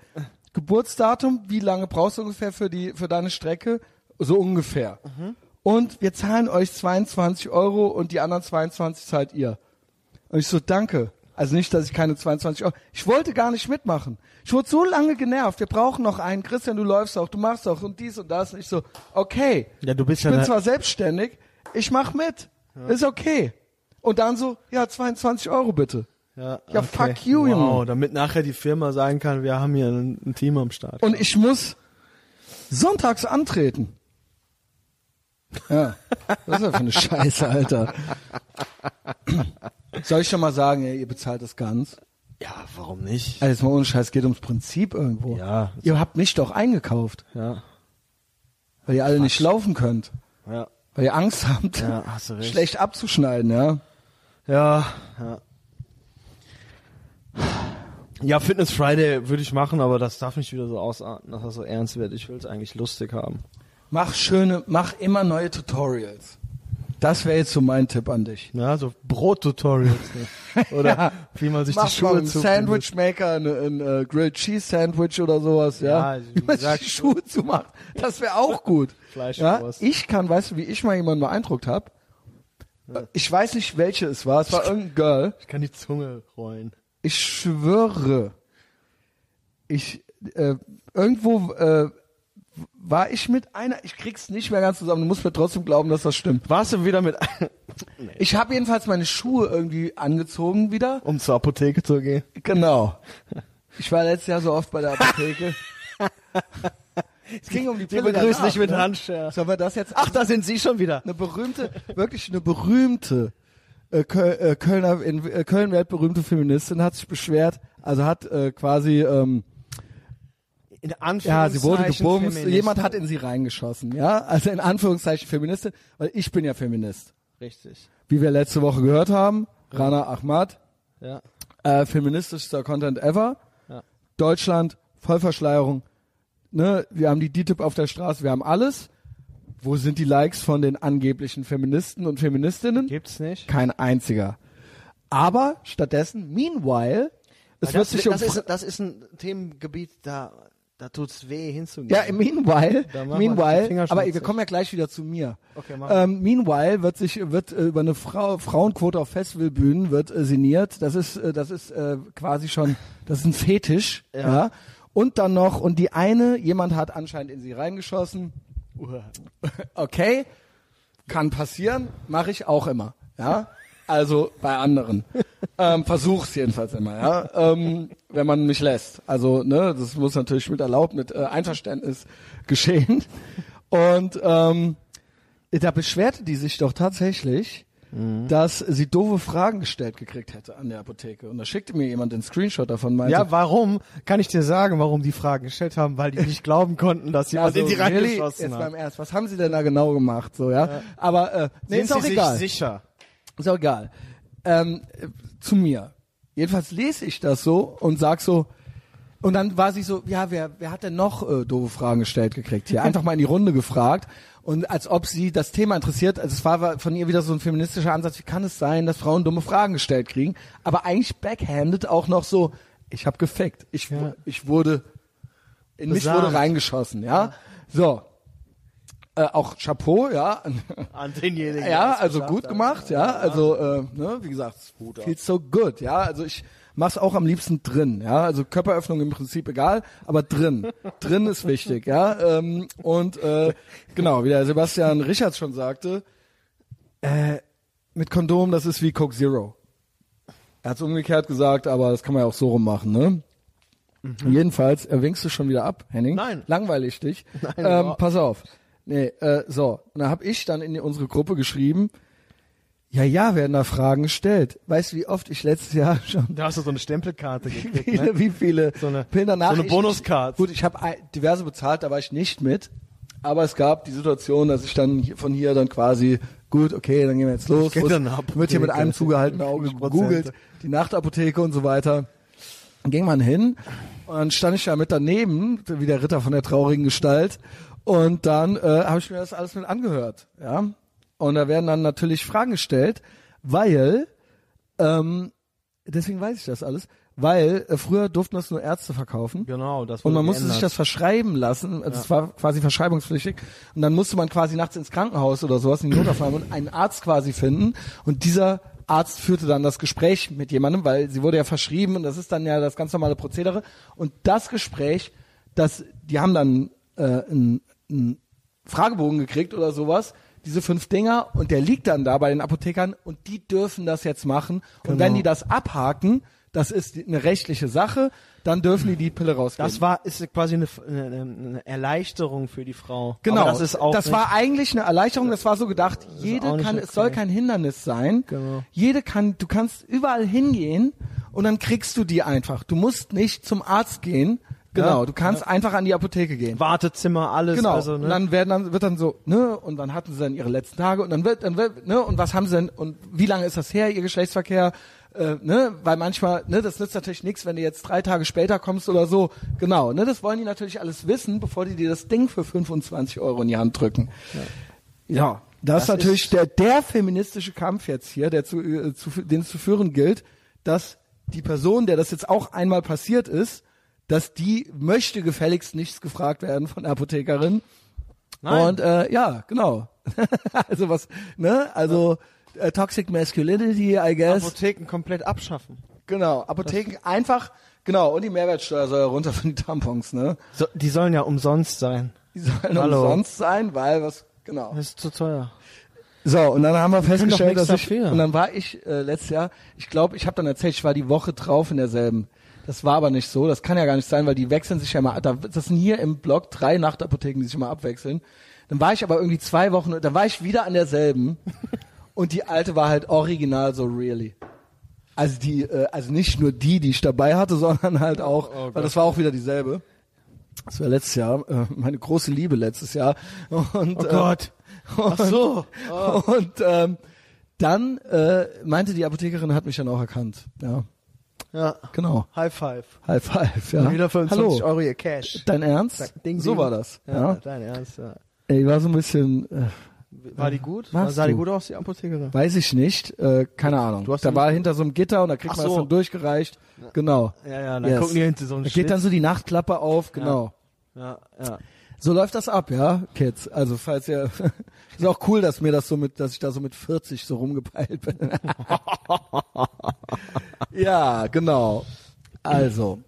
Speaker 2: Geburtsdatum, wie lange brauchst du ungefähr für die für deine Strecke? So ungefähr. Und wir zahlen euch 22 Euro und die anderen 22 zahlt ihr. Und ich so, danke. Also nicht, dass ich keine 22 Euro. Ich wollte gar nicht mitmachen. Ich wurde so lange genervt. Wir brauchen noch einen. Christian, du läufst auch, du machst auch und dies und das. Und ich so, okay.
Speaker 1: Ja, du bist
Speaker 2: ich
Speaker 1: ja
Speaker 2: bin
Speaker 1: ne-
Speaker 2: zwar selbstständig, ich mach mit. Ist okay. Und dann so, ja, 22 Euro bitte.
Speaker 1: Ja,
Speaker 2: Ja, fuck you,
Speaker 1: wow,
Speaker 2: Junge.
Speaker 1: damit nachher die Firma sagen kann, wir haben hier ein, ein Team am Start.
Speaker 2: Und ich muss sonntags antreten. Ja, was ist das für eine Scheiße, Alter. Soll ich schon mal sagen, ey, ihr bezahlt das ganz?
Speaker 1: ja, warum nicht?
Speaker 2: Also jetzt mal ohne Scheiß, geht ums Prinzip irgendwo.
Speaker 1: Ja.
Speaker 2: Ihr habt mich doch eingekauft,
Speaker 1: Ja,
Speaker 2: weil ihr alle nicht laufen könnt,
Speaker 1: ja,
Speaker 2: weil ihr Angst habt,
Speaker 1: Ja, hast du recht.
Speaker 2: schlecht abzuschneiden, ja.
Speaker 1: ja, ja. Ja, Fitness Friday würde ich machen, aber das darf nicht wieder so ausarten, dass das so ernst wird. Ich will es eigentlich lustig haben.
Speaker 2: Mach schöne, mach immer neue Tutorials. Das wäre jetzt so mein Tipp an dich.
Speaker 1: Ja, so Brot-Tutorials. Ne? Oder
Speaker 2: Ja.
Speaker 1: wie man sich
Speaker 2: Mach
Speaker 1: die Schuhe
Speaker 2: mal einen
Speaker 1: zu
Speaker 2: Sandwich Maker, ein, ein, äh, Grilled Cheese Sandwich oder sowas,
Speaker 1: Ja,
Speaker 2: ja.
Speaker 1: also wie
Speaker 2: wie man
Speaker 1: gesagt,
Speaker 2: sich die Schuhe zumacht. Das wäre auch gut. ja,
Speaker 1: Fleischwurst.
Speaker 2: ich kann, weißt du, wie ich mal jemanden beeindruckt habe? Ich weiß nicht, welche es war. Es war irgendein Girl.
Speaker 1: Ich kann die Zunge rollen.
Speaker 2: Ich schwöre, ich äh, irgendwo äh, war ich mit einer. Ich krieg's nicht mehr ganz zusammen. Du musst mir trotzdem glauben, dass das stimmt.
Speaker 1: Warst du wieder mit,
Speaker 2: Ich habe jedenfalls meine Schuhe irgendwie angezogen wieder.
Speaker 1: um zur Apotheke zu gehen?
Speaker 2: Genau. Ich war letztes Jahr so oft bei der Apotheke. es ging um die
Speaker 1: Wir
Speaker 2: Pille
Speaker 1: begrüßen
Speaker 2: danach,
Speaker 1: dich mit
Speaker 2: ne?
Speaker 1: Handscheren.
Speaker 2: Sollen wir das jetzt?
Speaker 1: Ach, da sind sie schon wieder.
Speaker 2: eine berühmte, wirklich eine berühmte äh, Köl, äh, Kölner in äh, Köln weltberühmte Feministin hat sich beschwert. Also hat äh, quasi ähm,
Speaker 1: In
Speaker 2: ja, sie wurde gebumst.
Speaker 1: Feministin.
Speaker 2: Jemand hat in sie reingeschossen. Ja, also in Anführungszeichen Feministin, weil ich bin ja Feminist,
Speaker 1: Richtig.
Speaker 2: wie wir letzte Woche gehört haben. Rana Ahmad,
Speaker 1: Ja.
Speaker 2: äh, feministischster Content ever.
Speaker 1: Ja.
Speaker 2: Deutschland, Vollverschleierung. Ne, wir haben die DTIP auf der Straße, wir haben alles. Wo sind die Likes von den angeblichen Feministen und Feministinnen?
Speaker 1: Gibt's nicht.
Speaker 2: Kein einziger. Aber stattdessen, meanwhile, es wird sich um
Speaker 1: das, ist, das ist ein Themengebiet, da, da tut's weh hinzugehen.
Speaker 2: ja, meanwhile,
Speaker 1: Da machen wir die Finger
Speaker 2: meanwhile, aber
Speaker 1: schmutzig.
Speaker 2: wir kommen ja gleich wieder zu mir.
Speaker 1: Okay, mach mal.
Speaker 2: ähm, meanwhile wird sich wird äh, über eine Frau, Frauenquote auf Festivalbühnen wird äh, sinniert. Das ist äh, das ist äh, quasi schon das ist ein Fetisch, ja. Und dann noch und die eine, jemand hat anscheinend in sie reingeschossen. Okay, kann passieren, mache ich auch immer, ja. Also bei anderen. ähm, versuch's jedenfalls immer, ja. Ähm, wenn man mich lässt. Also, ne, das muss natürlich mit erlaubt, mit äh, Einverständnis geschehen. Und ähm, da beschwerte die sich doch tatsächlich,
Speaker 1: Mhm.
Speaker 2: dass sie doofe Fragen gestellt gekriegt hätte an der Apotheke. Und da schickte mir jemand den Screenshot davon. Meinte,
Speaker 1: Ja, warum? Kann ich dir sagen, warum die Fragen gestellt haben, weil die nicht glauben konnten, dass jemand in die
Speaker 2: really,
Speaker 1: reingeschossen
Speaker 2: also, jetzt
Speaker 1: hat.
Speaker 2: beim Ernst, was haben sie denn da genau gemacht? So, ja. Aber äh, nee, ist auch
Speaker 1: sie
Speaker 2: egal.
Speaker 1: sich sicher?
Speaker 2: Ist auch egal. Ähm, äh, zu mir. Jedenfalls lese ich das so und sag so, und dann war sie so, ja, wer, wer hat denn noch äh, doofe Fragen gestellt gekriegt hier? Einfach mal in die Runde gefragt. Und als ob sie das Thema interessiert, also es war war von ihr wieder so ein feministischer Ansatz, wie kann es sein, dass Frauen dumme Fragen gestellt kriegen? Aber eigentlich backhanded auch noch so, ich habe gefickt. Ich, wu- ich wurde, in mich
Speaker 1: Besamt.
Speaker 2: wurde reingeschossen, ja? So. Äh, auch Chapeau, ja,
Speaker 1: An denjenigen.
Speaker 2: ja, also gut gemacht, ja. Also, äh, ne, wie gesagt, feels so good, ja. Also ich mach's auch am liebsten drin, ja. Also Körperöffnung im Prinzip egal, aber drin. drin ist wichtig, ja. Ähm, und äh, genau, wie der Sebastian Richards schon sagte, äh, mit Kondom, das ist wie Coke Zero. Er hat's umgekehrt gesagt, aber das kann man ja auch so rum machen, ne? Jedenfalls, äh, winkst du schon wieder ab, Henning?
Speaker 1: Mhm. Nein.
Speaker 2: Langweilig dich. Nein, ähm,
Speaker 1: überhaupt
Speaker 2: pass auf. Nee, äh, so. Und da hab ich dann in die- unsere Gruppe geschrieben, ja, ja, werden da Fragen gestellt. Weißt du, wie oft ich letztes Jahr schon
Speaker 1: Da hast du so eine Stempelkarte gekriegt,
Speaker 2: viele,
Speaker 1: ne?
Speaker 2: wie viele
Speaker 1: So eine- so
Speaker 2: Bilder
Speaker 1: eine
Speaker 2: Nachrichten-
Speaker 1: Bonuskarte.
Speaker 2: Gut, ich habe diverse bezahlt, da war ich nicht mit. Aber es gab die Situation, dass ich dann hier- von hier dann quasi, gut, okay, dann gehen wir jetzt los.
Speaker 1: geht
Speaker 2: Wo es-
Speaker 1: dann ab.
Speaker 2: Wird hier mit einem zugehaltenen Auge
Speaker 1: 50%.
Speaker 2: gegoogelt, die Nachtapotheke und so weiter. Dann ging man hin und dann stand ich da mit daneben, wie der Ritter von der traurigen Gestalt. Und dann äh, habe ich mir das alles mit angehört. ja. Und da werden dann natürlich Fragen gestellt, weil ähm, deswegen weiß ich das alles, weil äh, früher durften das nur Ärzte verkaufen.
Speaker 1: Genau, das
Speaker 2: Und
Speaker 1: wurde
Speaker 2: man musste sich
Speaker 1: geändert.
Speaker 2: das verschreiben lassen. Also Es war quasi verschreibungspflichtig. Und dann musste man quasi nachts ins Krankenhaus oder sowas in die Notaufnahme und einen Arzt quasi finden. Und dieser Arzt führte dann das Gespräch mit jemandem, weil sie wurde ja verschrieben und das ist dann ja das ganz normale Prozedere. Und das Gespräch, das, die haben dann äh, einen, einen Fragebogen gekriegt oder sowas, diese fünf Dinger und der liegt dann da bei den Apothekern und die dürfen das jetzt machen. Und
Speaker 1: Genau.
Speaker 2: wenn die das abhaken, das ist die- eine rechtliche Sache, dann dürfen die die Pille rausgeben.
Speaker 1: Das war ist quasi eine, eine, eine Erleichterung für die Frau.
Speaker 2: Genau.
Speaker 1: Aber das ist auch nicht-
Speaker 2: war eigentlich eine Erleichterung. Das war so gedacht.
Speaker 1: auch
Speaker 2: Jede
Speaker 1: nicht
Speaker 2: kann,
Speaker 1: okay.
Speaker 2: es soll kein Hindernis sein.
Speaker 1: Genau.
Speaker 2: Jede kann, du kannst überall hingehen und dann kriegst du die einfach. Du musst nicht zum Arzt gehen. Genau.
Speaker 1: Ja.
Speaker 2: Du kannst einfach an die Apotheke gehen.
Speaker 1: Wartezimmer alles.
Speaker 2: Genau.
Speaker 1: Also, ne?
Speaker 2: Und dann werden dann wird dann so, ne, und wann hatten sie denn ihre letzten Tage und dann wird dann wird, ne, und was haben sie denn und wie lange ist das her ihr Geschlechtsverkehr? Äh, ne, weil manchmal, ne, das nützt natürlich nichts, wenn du jetzt drei Tage später kommst oder so. Genau, ne, das wollen die natürlich alles wissen, bevor die dir das Ding für 25 Euro in die Hand drücken. Ja, das, ist natürlich der, der feministische Kampf jetzt hier, der zu, äh, zu, den es zu führen gilt, dass die Person, der das jetzt auch einmal passiert ist, dass die möchte gefälligst nichts gefragt werden von der Apothekerin.
Speaker 1: Nein.
Speaker 2: Und äh, ja, genau. also was, ne? Also äh, Toxic Masculinity, I guess.
Speaker 1: Apotheken komplett abschaffen.
Speaker 2: genau, Apotheken einfach, genau, und die Mehrwertsteuer soll ja runter von den Tampons, ne?
Speaker 1: So, die sollen ja umsonst sein.
Speaker 2: Die sollen
Speaker 1: Hallo.
Speaker 2: umsonst sein, weil was, genau.
Speaker 1: Das ist zu teuer.
Speaker 2: So, und dann haben wir
Speaker 1: können doch
Speaker 2: festgestellt,
Speaker 1: nichts
Speaker 2: dass ich,
Speaker 1: dafür.
Speaker 2: und dann war ich äh, letztes Jahr, ich glaube, ich habe dann erzählt, ich war die Woche drauf in derselben. Das war aber nicht so, das kann ja gar nicht sein, weil die wechseln sich ja immer, da, das sind hier im Block drei Nachtapotheken, die sich immer abwechseln. Dann war ich aber irgendwie zwei Wochen, dann war ich wieder an derselben und die alte war halt original so really. Also die, äh, also nicht nur die, die ich dabei hatte, sondern halt auch,
Speaker 1: Oh,
Speaker 2: weil das war auch wieder dieselbe. Das war letztes Jahr, äh, meine große Liebe letztes Jahr. Und, oh
Speaker 1: Gott.
Speaker 2: Äh, und, Ach so.
Speaker 1: Oh.
Speaker 2: Und ähm, dann äh, meinte die Apothekerin, hat mich dann auch erkannt. Ja,
Speaker 1: Ja.
Speaker 2: genau.
Speaker 1: High five.
Speaker 2: High five, ja.
Speaker 1: Wieder 25
Speaker 2: Hallo.
Speaker 1: Euro ihr Cash.
Speaker 2: Dein Ernst?
Speaker 1: Ding,
Speaker 2: so
Speaker 1: ding.
Speaker 2: war das. Ja.
Speaker 1: Dein Ernst, ja.
Speaker 2: Ich war so ein bisschen, äh,
Speaker 1: War die gut?
Speaker 2: Machst
Speaker 1: Sah die
Speaker 2: du.
Speaker 1: gut aus, die Apothekerin?
Speaker 2: weiß ich nicht, äh, keine Ahnung.
Speaker 1: Du hast
Speaker 2: da
Speaker 1: die-
Speaker 2: war hinter so einem Gitter und da kriegt
Speaker 1: Ach
Speaker 2: man das
Speaker 1: so.
Speaker 2: dann durchgereicht. Genau.
Speaker 1: Ja, ja, dann
Speaker 2: Yes.
Speaker 1: gucken die hinter so einen
Speaker 2: Da geht dann so die Nachtklappe auf, genau.
Speaker 1: Ja, ja.
Speaker 2: So läuft das ab, ja, Kids. Also falls ihr ist auch cool, dass mir das so mit, dass ich da so mit 40 so rumgepeilt bin. ja, genau. Also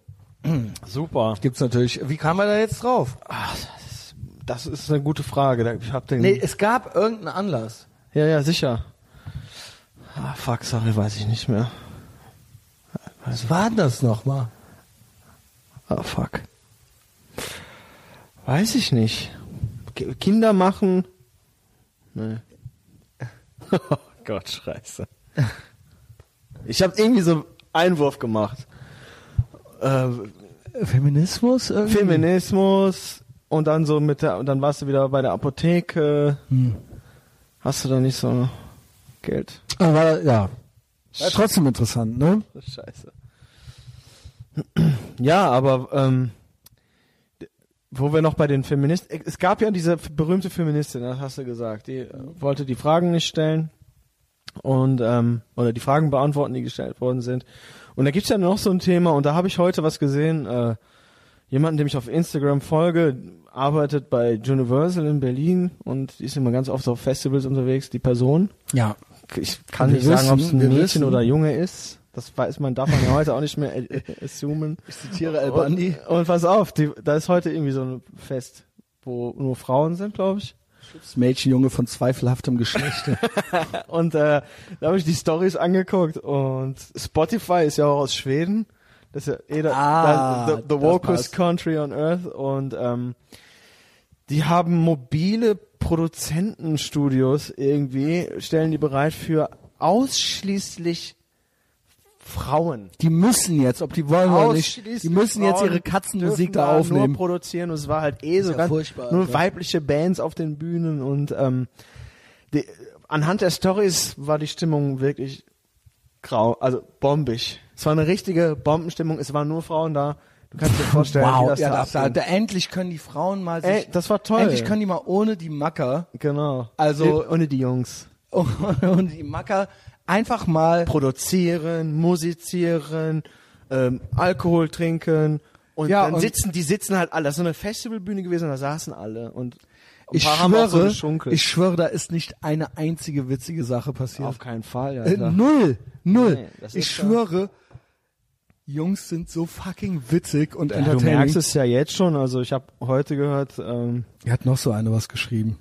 Speaker 1: Super.
Speaker 2: gibt's natürlich. Wie kam man da jetzt drauf?
Speaker 1: Das ist eine gute Frage. Da- Ich hab den.
Speaker 2: Nee, es gab irgendeinen Anlass.
Speaker 1: Ja, ja, sicher. Ah, fuck, sorry, weiß ich nicht mehr.
Speaker 2: Was war denn das nochmal?
Speaker 1: Ah, fuck. Weiß ich nicht. Ki- Kinder machen. Nee. Oh Gott, scheiße. Ich habe irgendwie so einen Einwurf gemacht. Äh,
Speaker 2: Feminismus irgendwie?
Speaker 1: Feminismus und dann so mit der, und dann warst du wieder bei der Apotheke. Hast du da nicht so Geld?
Speaker 2: Aber ja. Ist trotzdem interessant, ne?
Speaker 1: Scheiße. Ja, aber ähm, d- wo wir noch bei den Feministen. Es gab ja diese f- berühmte Feministin, das hast du gesagt, die äh, wollte die Fragen nicht stellen und ähm, oder die Fragen beantworten, die gestellt worden sind. Und da gibt's ja noch so ein Thema, und da habe ich heute was gesehen, äh, jemanden, dem ich auf Instagram folge, arbeitet bei Universal in Berlin und die ist immer ganz oft auf Festivals unterwegs, die Person
Speaker 2: Ja.
Speaker 1: ich kann
Speaker 2: Wir
Speaker 1: nicht sagen, ob es
Speaker 2: wissen,
Speaker 1: ein
Speaker 2: wir
Speaker 1: Mädchen
Speaker 2: wissen.
Speaker 1: oder Junge ist. Das weiß man, darf man ja heute auch nicht mehr äh, äh, assumen.
Speaker 2: Ich zitiere El äh, Bandi.
Speaker 1: Und, und pass auf, die, da ist heute irgendwie so ein Fest, wo nur Frauen sind, glaube ich.
Speaker 2: Das Mädchenjunge von zweifelhaftem Geschlecht.
Speaker 1: Und äh, da habe ich die Stories angeguckt und Spotify ist ja auch aus Schweden. Das ist ja eh da,
Speaker 2: Ah,
Speaker 1: da, the, the
Speaker 2: das
Speaker 1: wokest
Speaker 2: passt.
Speaker 1: country on earth und ähm, die haben mobile Produzentenstudios irgendwie, stellen die bereit für ausschließlich Frauen.
Speaker 2: Die müssen jetzt, ob die wollen oder nicht,
Speaker 1: Ausschließlich
Speaker 2: die müssen jetzt
Speaker 1: Frauen
Speaker 2: ihre Katzenmusik
Speaker 1: dürfen
Speaker 2: da aufnehmen.
Speaker 1: Nur produzieren und es war halt eh so
Speaker 2: ja
Speaker 1: ganz
Speaker 2: furchtbar,
Speaker 1: nur
Speaker 2: Alter.
Speaker 1: weibliche Bands auf den Bühnen und ähm, die, anhand der Stories war die Stimmung wirklich grau, also bombig. Es war eine richtige Bombenstimmung. Es waren nur Frauen da. Du kannst dir vorstellen, wie das
Speaker 2: ja,
Speaker 1: da
Speaker 2: das, da,
Speaker 1: abging.
Speaker 2: da, endlich können die Frauen mal sich,
Speaker 1: Ey, das war toll.
Speaker 2: endlich können die mal ohne die Macker
Speaker 1: Genau.
Speaker 2: Also-
Speaker 1: ohne die Jungs.
Speaker 2: und die Macker einfach mal
Speaker 1: Produzieren, musizieren, ähm, Alkohol trinken und
Speaker 2: Ja,
Speaker 1: dann
Speaker 2: und-
Speaker 1: sitzen, die sitzen halt alle. Das ist so eine Festivalbühne gewesen, da saßen alle und ein
Speaker 2: ich
Speaker 1: paar haben auch so
Speaker 2: schwöre,
Speaker 1: geschunkelt.
Speaker 2: ich schwöre, da ist nicht eine einzige witzige Sache passiert.
Speaker 1: Auf keinen Fall,
Speaker 2: Äh,
Speaker 1: Alter.
Speaker 2: null, null.
Speaker 1: Nee, das
Speaker 2: ich
Speaker 1: ist ja-
Speaker 2: schwöre, Jungs sind so fucking witzig und
Speaker 1: Ja, du
Speaker 2: entertaining.
Speaker 1: merkst es ja jetzt schon, also ich habe heute gehört, ähm,
Speaker 2: Er hat noch so eine was geschrieben.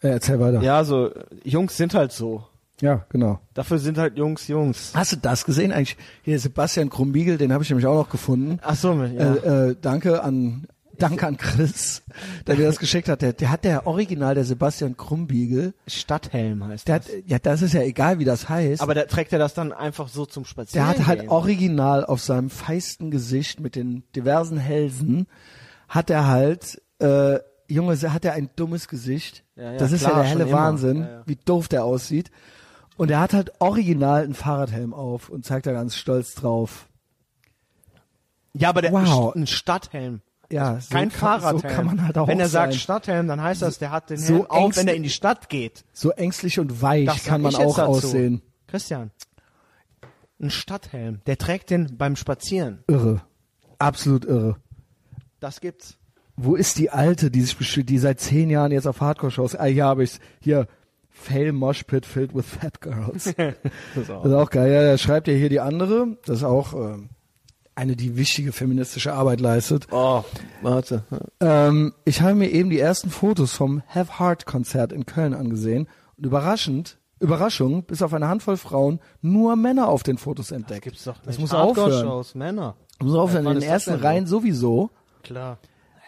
Speaker 2: Äh, erzähl weiter.
Speaker 1: ja, so Jungs sind halt so.
Speaker 2: ja, genau.
Speaker 1: Dafür sind halt Jungs Jungs.
Speaker 2: Hast du das gesehen eigentlich? Hier Sebastian Krumbiegel, den habe ich nämlich auch noch gefunden.
Speaker 1: Ach so, ja.
Speaker 2: Äh, äh, danke an Danke an Chris, der mir das geschickt hat. Der, der hat der Original, der Sebastian Krumbiegel.
Speaker 1: Stadthelm heißt
Speaker 2: Der
Speaker 1: der
Speaker 2: hat, ja, das ist ja egal, wie das heißt.
Speaker 1: Aber da trägt er das dann einfach so zum Spazieren.
Speaker 2: der hat halt original auf seinem feisten Gesicht mit den diversen Hälsen hat er halt, äh, Junge, hat er ein dummes Gesicht.
Speaker 1: Ja, ja,
Speaker 2: das ist
Speaker 1: klar,
Speaker 2: ja der helle
Speaker 1: schon immer.
Speaker 2: Wahnsinn,
Speaker 1: Ja, ja.
Speaker 2: wie doof der aussieht. Und er hat halt original einen Fahrradhelm auf und zeigt da ganz stolz drauf.
Speaker 1: Ja, aber der
Speaker 2: Wow.
Speaker 1: ein Stadthelm.
Speaker 2: Ja, Also so
Speaker 1: Also Kein
Speaker 2: kann,
Speaker 1: Fahrradhelm.
Speaker 2: So kann man halt auch
Speaker 1: Wenn er sagt
Speaker 2: sein.
Speaker 1: Stadthelm, dann heißt das, der hat den
Speaker 2: so
Speaker 1: Helm auf,
Speaker 2: ängstlich-
Speaker 1: wenn er in die Stadt geht.
Speaker 2: So ängstlich und weich
Speaker 1: Das
Speaker 2: kann
Speaker 1: sag
Speaker 2: man
Speaker 1: ich jetzt
Speaker 2: auch
Speaker 1: dazu.
Speaker 2: aussehen.
Speaker 1: Christian, ein Stadthelm, der trägt den beim Spazieren.
Speaker 2: Irre. Absolut irre.
Speaker 1: Das gibt's.
Speaker 2: Wo ist die Alte, die sich beschwert, die seit zehn Jahren jetzt auf Hardcore-Shows, ah, hier habe ich's, hier, Fail Mosh Pit filled with fat girls.
Speaker 1: Das
Speaker 2: Das ist auch geil. Ja, da schreibt ja hier die andere. Das ist auch ähm, eine, die wichtige feministische Arbeit leistet.
Speaker 1: Oh, warte.
Speaker 2: Ähm, ich habe mir eben die ersten Fotos vom Have Heart Konzert in Köln angesehen und überraschend, Überraschung, bis auf eine Handvoll Frauen nur Männer auf den Fotos
Speaker 1: Das
Speaker 2: entdeckt.
Speaker 1: gibt's doch nicht.
Speaker 2: Das muss aufhören.
Speaker 1: Hardcore-Shows, Männer.
Speaker 2: Das muss aufhören.
Speaker 1: Wann
Speaker 2: In den
Speaker 1: ist das
Speaker 2: ersten
Speaker 1: denn so?
Speaker 2: Reihen sowieso.
Speaker 1: Klar.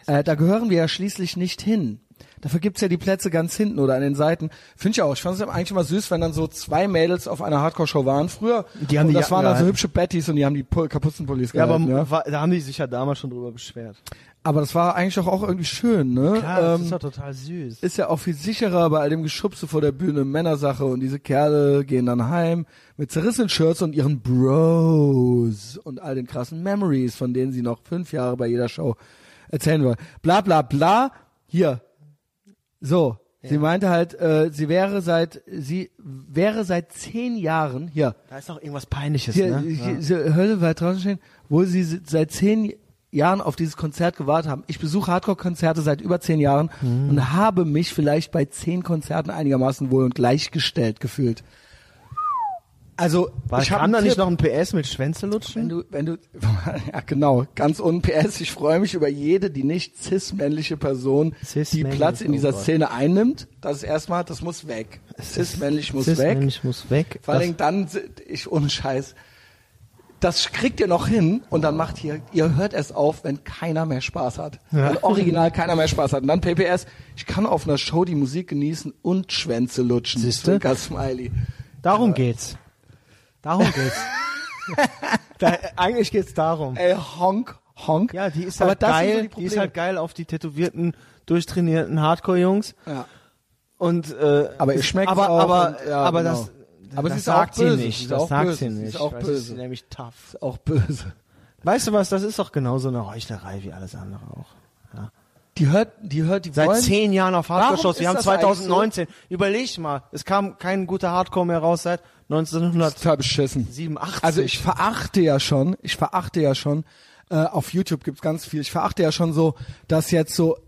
Speaker 2: Äh, da gehören wir ja schließlich nicht hin. Dafür gibt's ja die Plätze ganz hinten oder an den Seiten. Finde ich auch. Ich fand's eigentlich immer süß, wenn dann so zwei Mädels auf einer Hardcore-Show waren früher.
Speaker 1: Die haben
Speaker 2: und
Speaker 1: die
Speaker 2: das
Speaker 1: Jacken
Speaker 2: waren dann so
Speaker 1: gehalten.
Speaker 2: hübsche Bettys und die haben die Pul- Kapuzenpullis
Speaker 1: Ja, aber
Speaker 2: gehalten. Ja, aber,
Speaker 1: wa- da haben die sich ja damals schon drüber beschwert.
Speaker 2: aber das war eigentlich doch auch irgendwie schön, ne?
Speaker 1: das
Speaker 2: Ähm,
Speaker 1: ist doch total süß.
Speaker 2: ist ja auch viel sicherer bei all dem Geschubse vor der Bühne, Männersache und diese Kerle gehen dann heim mit zerrissenen Shirts und ihren Bros und all den krassen Memories, von denen sie noch fünf Jahre bei jeder Show erzählen wollen. Bla bla bla. Hier. So. Sie meinte halt, äh, sie wäre seit sie wäre seit zehn Jahren hier
Speaker 1: Da ist noch irgendwas Peinliches,
Speaker 2: hier,
Speaker 1: ne?
Speaker 2: hier, diese Hölle weit draußen stehen, wo sie se- seit zehn Jahren auf dieses Konzert gewartet haben. Ich besuche Hardcore-Konzerte seit über zehn Jahren
Speaker 1: Mhm.
Speaker 2: und habe mich vielleicht bei zehn Konzerten einigermaßen wohl und gleichgestellt gefühlt. Also
Speaker 1: War,
Speaker 2: ich hab
Speaker 1: kam da
Speaker 2: einen
Speaker 1: nicht
Speaker 2: Tipp.
Speaker 1: noch ein PS mit Schwänze lutschen?
Speaker 2: wenn du, wenn du, ja genau, ganz unten PS, ich freue mich über jede, die nicht cis-männliche Person, die
Speaker 1: Cis-männlich,
Speaker 2: Platz in
Speaker 1: oh
Speaker 2: dieser
Speaker 1: Gott.
Speaker 2: Szene einnimmt, das ist erstmal, das muss weg. Cis-männlich muss weg.
Speaker 1: Ich muss weg.
Speaker 2: Vor allen Dingen dann, sind- ich ohne Scheiß, das kriegt ihr noch hin und dann macht ihr, ihr hört es auf, wenn keiner mehr Spaß hat. Wenn original keiner mehr Spaß hat. Und dann PPS, ich kann auf einer Show die Musik genießen und Schwänze lutschen.
Speaker 1: Siehste?
Speaker 2: Zwinker Smiley.
Speaker 1: darum geht's. Darum geht's. da, eigentlich geht's darum.
Speaker 2: Ey, honk, honk.
Speaker 1: Ja, die ist
Speaker 2: Aber
Speaker 1: halt
Speaker 2: das sind
Speaker 1: geil.
Speaker 2: so die,
Speaker 1: die ist
Speaker 2: Probleme.
Speaker 1: halt geil auf die tätowierten, durchtrainierten Hardcore-Jungs.
Speaker 2: Ja.
Speaker 1: Und äh,
Speaker 2: Aber ihr schmeckt
Speaker 1: aber,
Speaker 2: auch
Speaker 1: aber,
Speaker 2: und- ja,
Speaker 1: aber
Speaker 2: genau.
Speaker 1: das,
Speaker 2: Aber
Speaker 1: das
Speaker 2: sie ist
Speaker 1: sagt
Speaker 2: auch böse,
Speaker 1: sie
Speaker 2: sie
Speaker 1: nicht.
Speaker 2: ist
Speaker 1: Das
Speaker 2: auch
Speaker 1: sagt
Speaker 2: böse,
Speaker 1: sie
Speaker 2: sie
Speaker 1: nicht.
Speaker 2: ist auch
Speaker 1: Weißt du,
Speaker 2: böse.
Speaker 1: Sie ist nämlich tough.
Speaker 2: Ist auch böse.
Speaker 1: Weißt du was? Das ist doch genauso eine Heuchlerei wie alles andere auch.
Speaker 2: Die hört, die hört, die
Speaker 1: Seit
Speaker 2: wollen.
Speaker 1: zehn Jahren auf Hardcore Shows.
Speaker 2: Warum
Speaker 1: Wir
Speaker 2: ist
Speaker 1: haben
Speaker 2: das eigentlich
Speaker 1: 2019. Überleg mal, es kam kein guter Hardcore mehr raus seit
Speaker 2: Das ist
Speaker 1: 1987.
Speaker 2: total beschissen. Also ich verachte ja schon, ich verachte ja schon, äh, auf YouTube gibt's ganz viel, ich verachte ja schon so, dass jetzt so,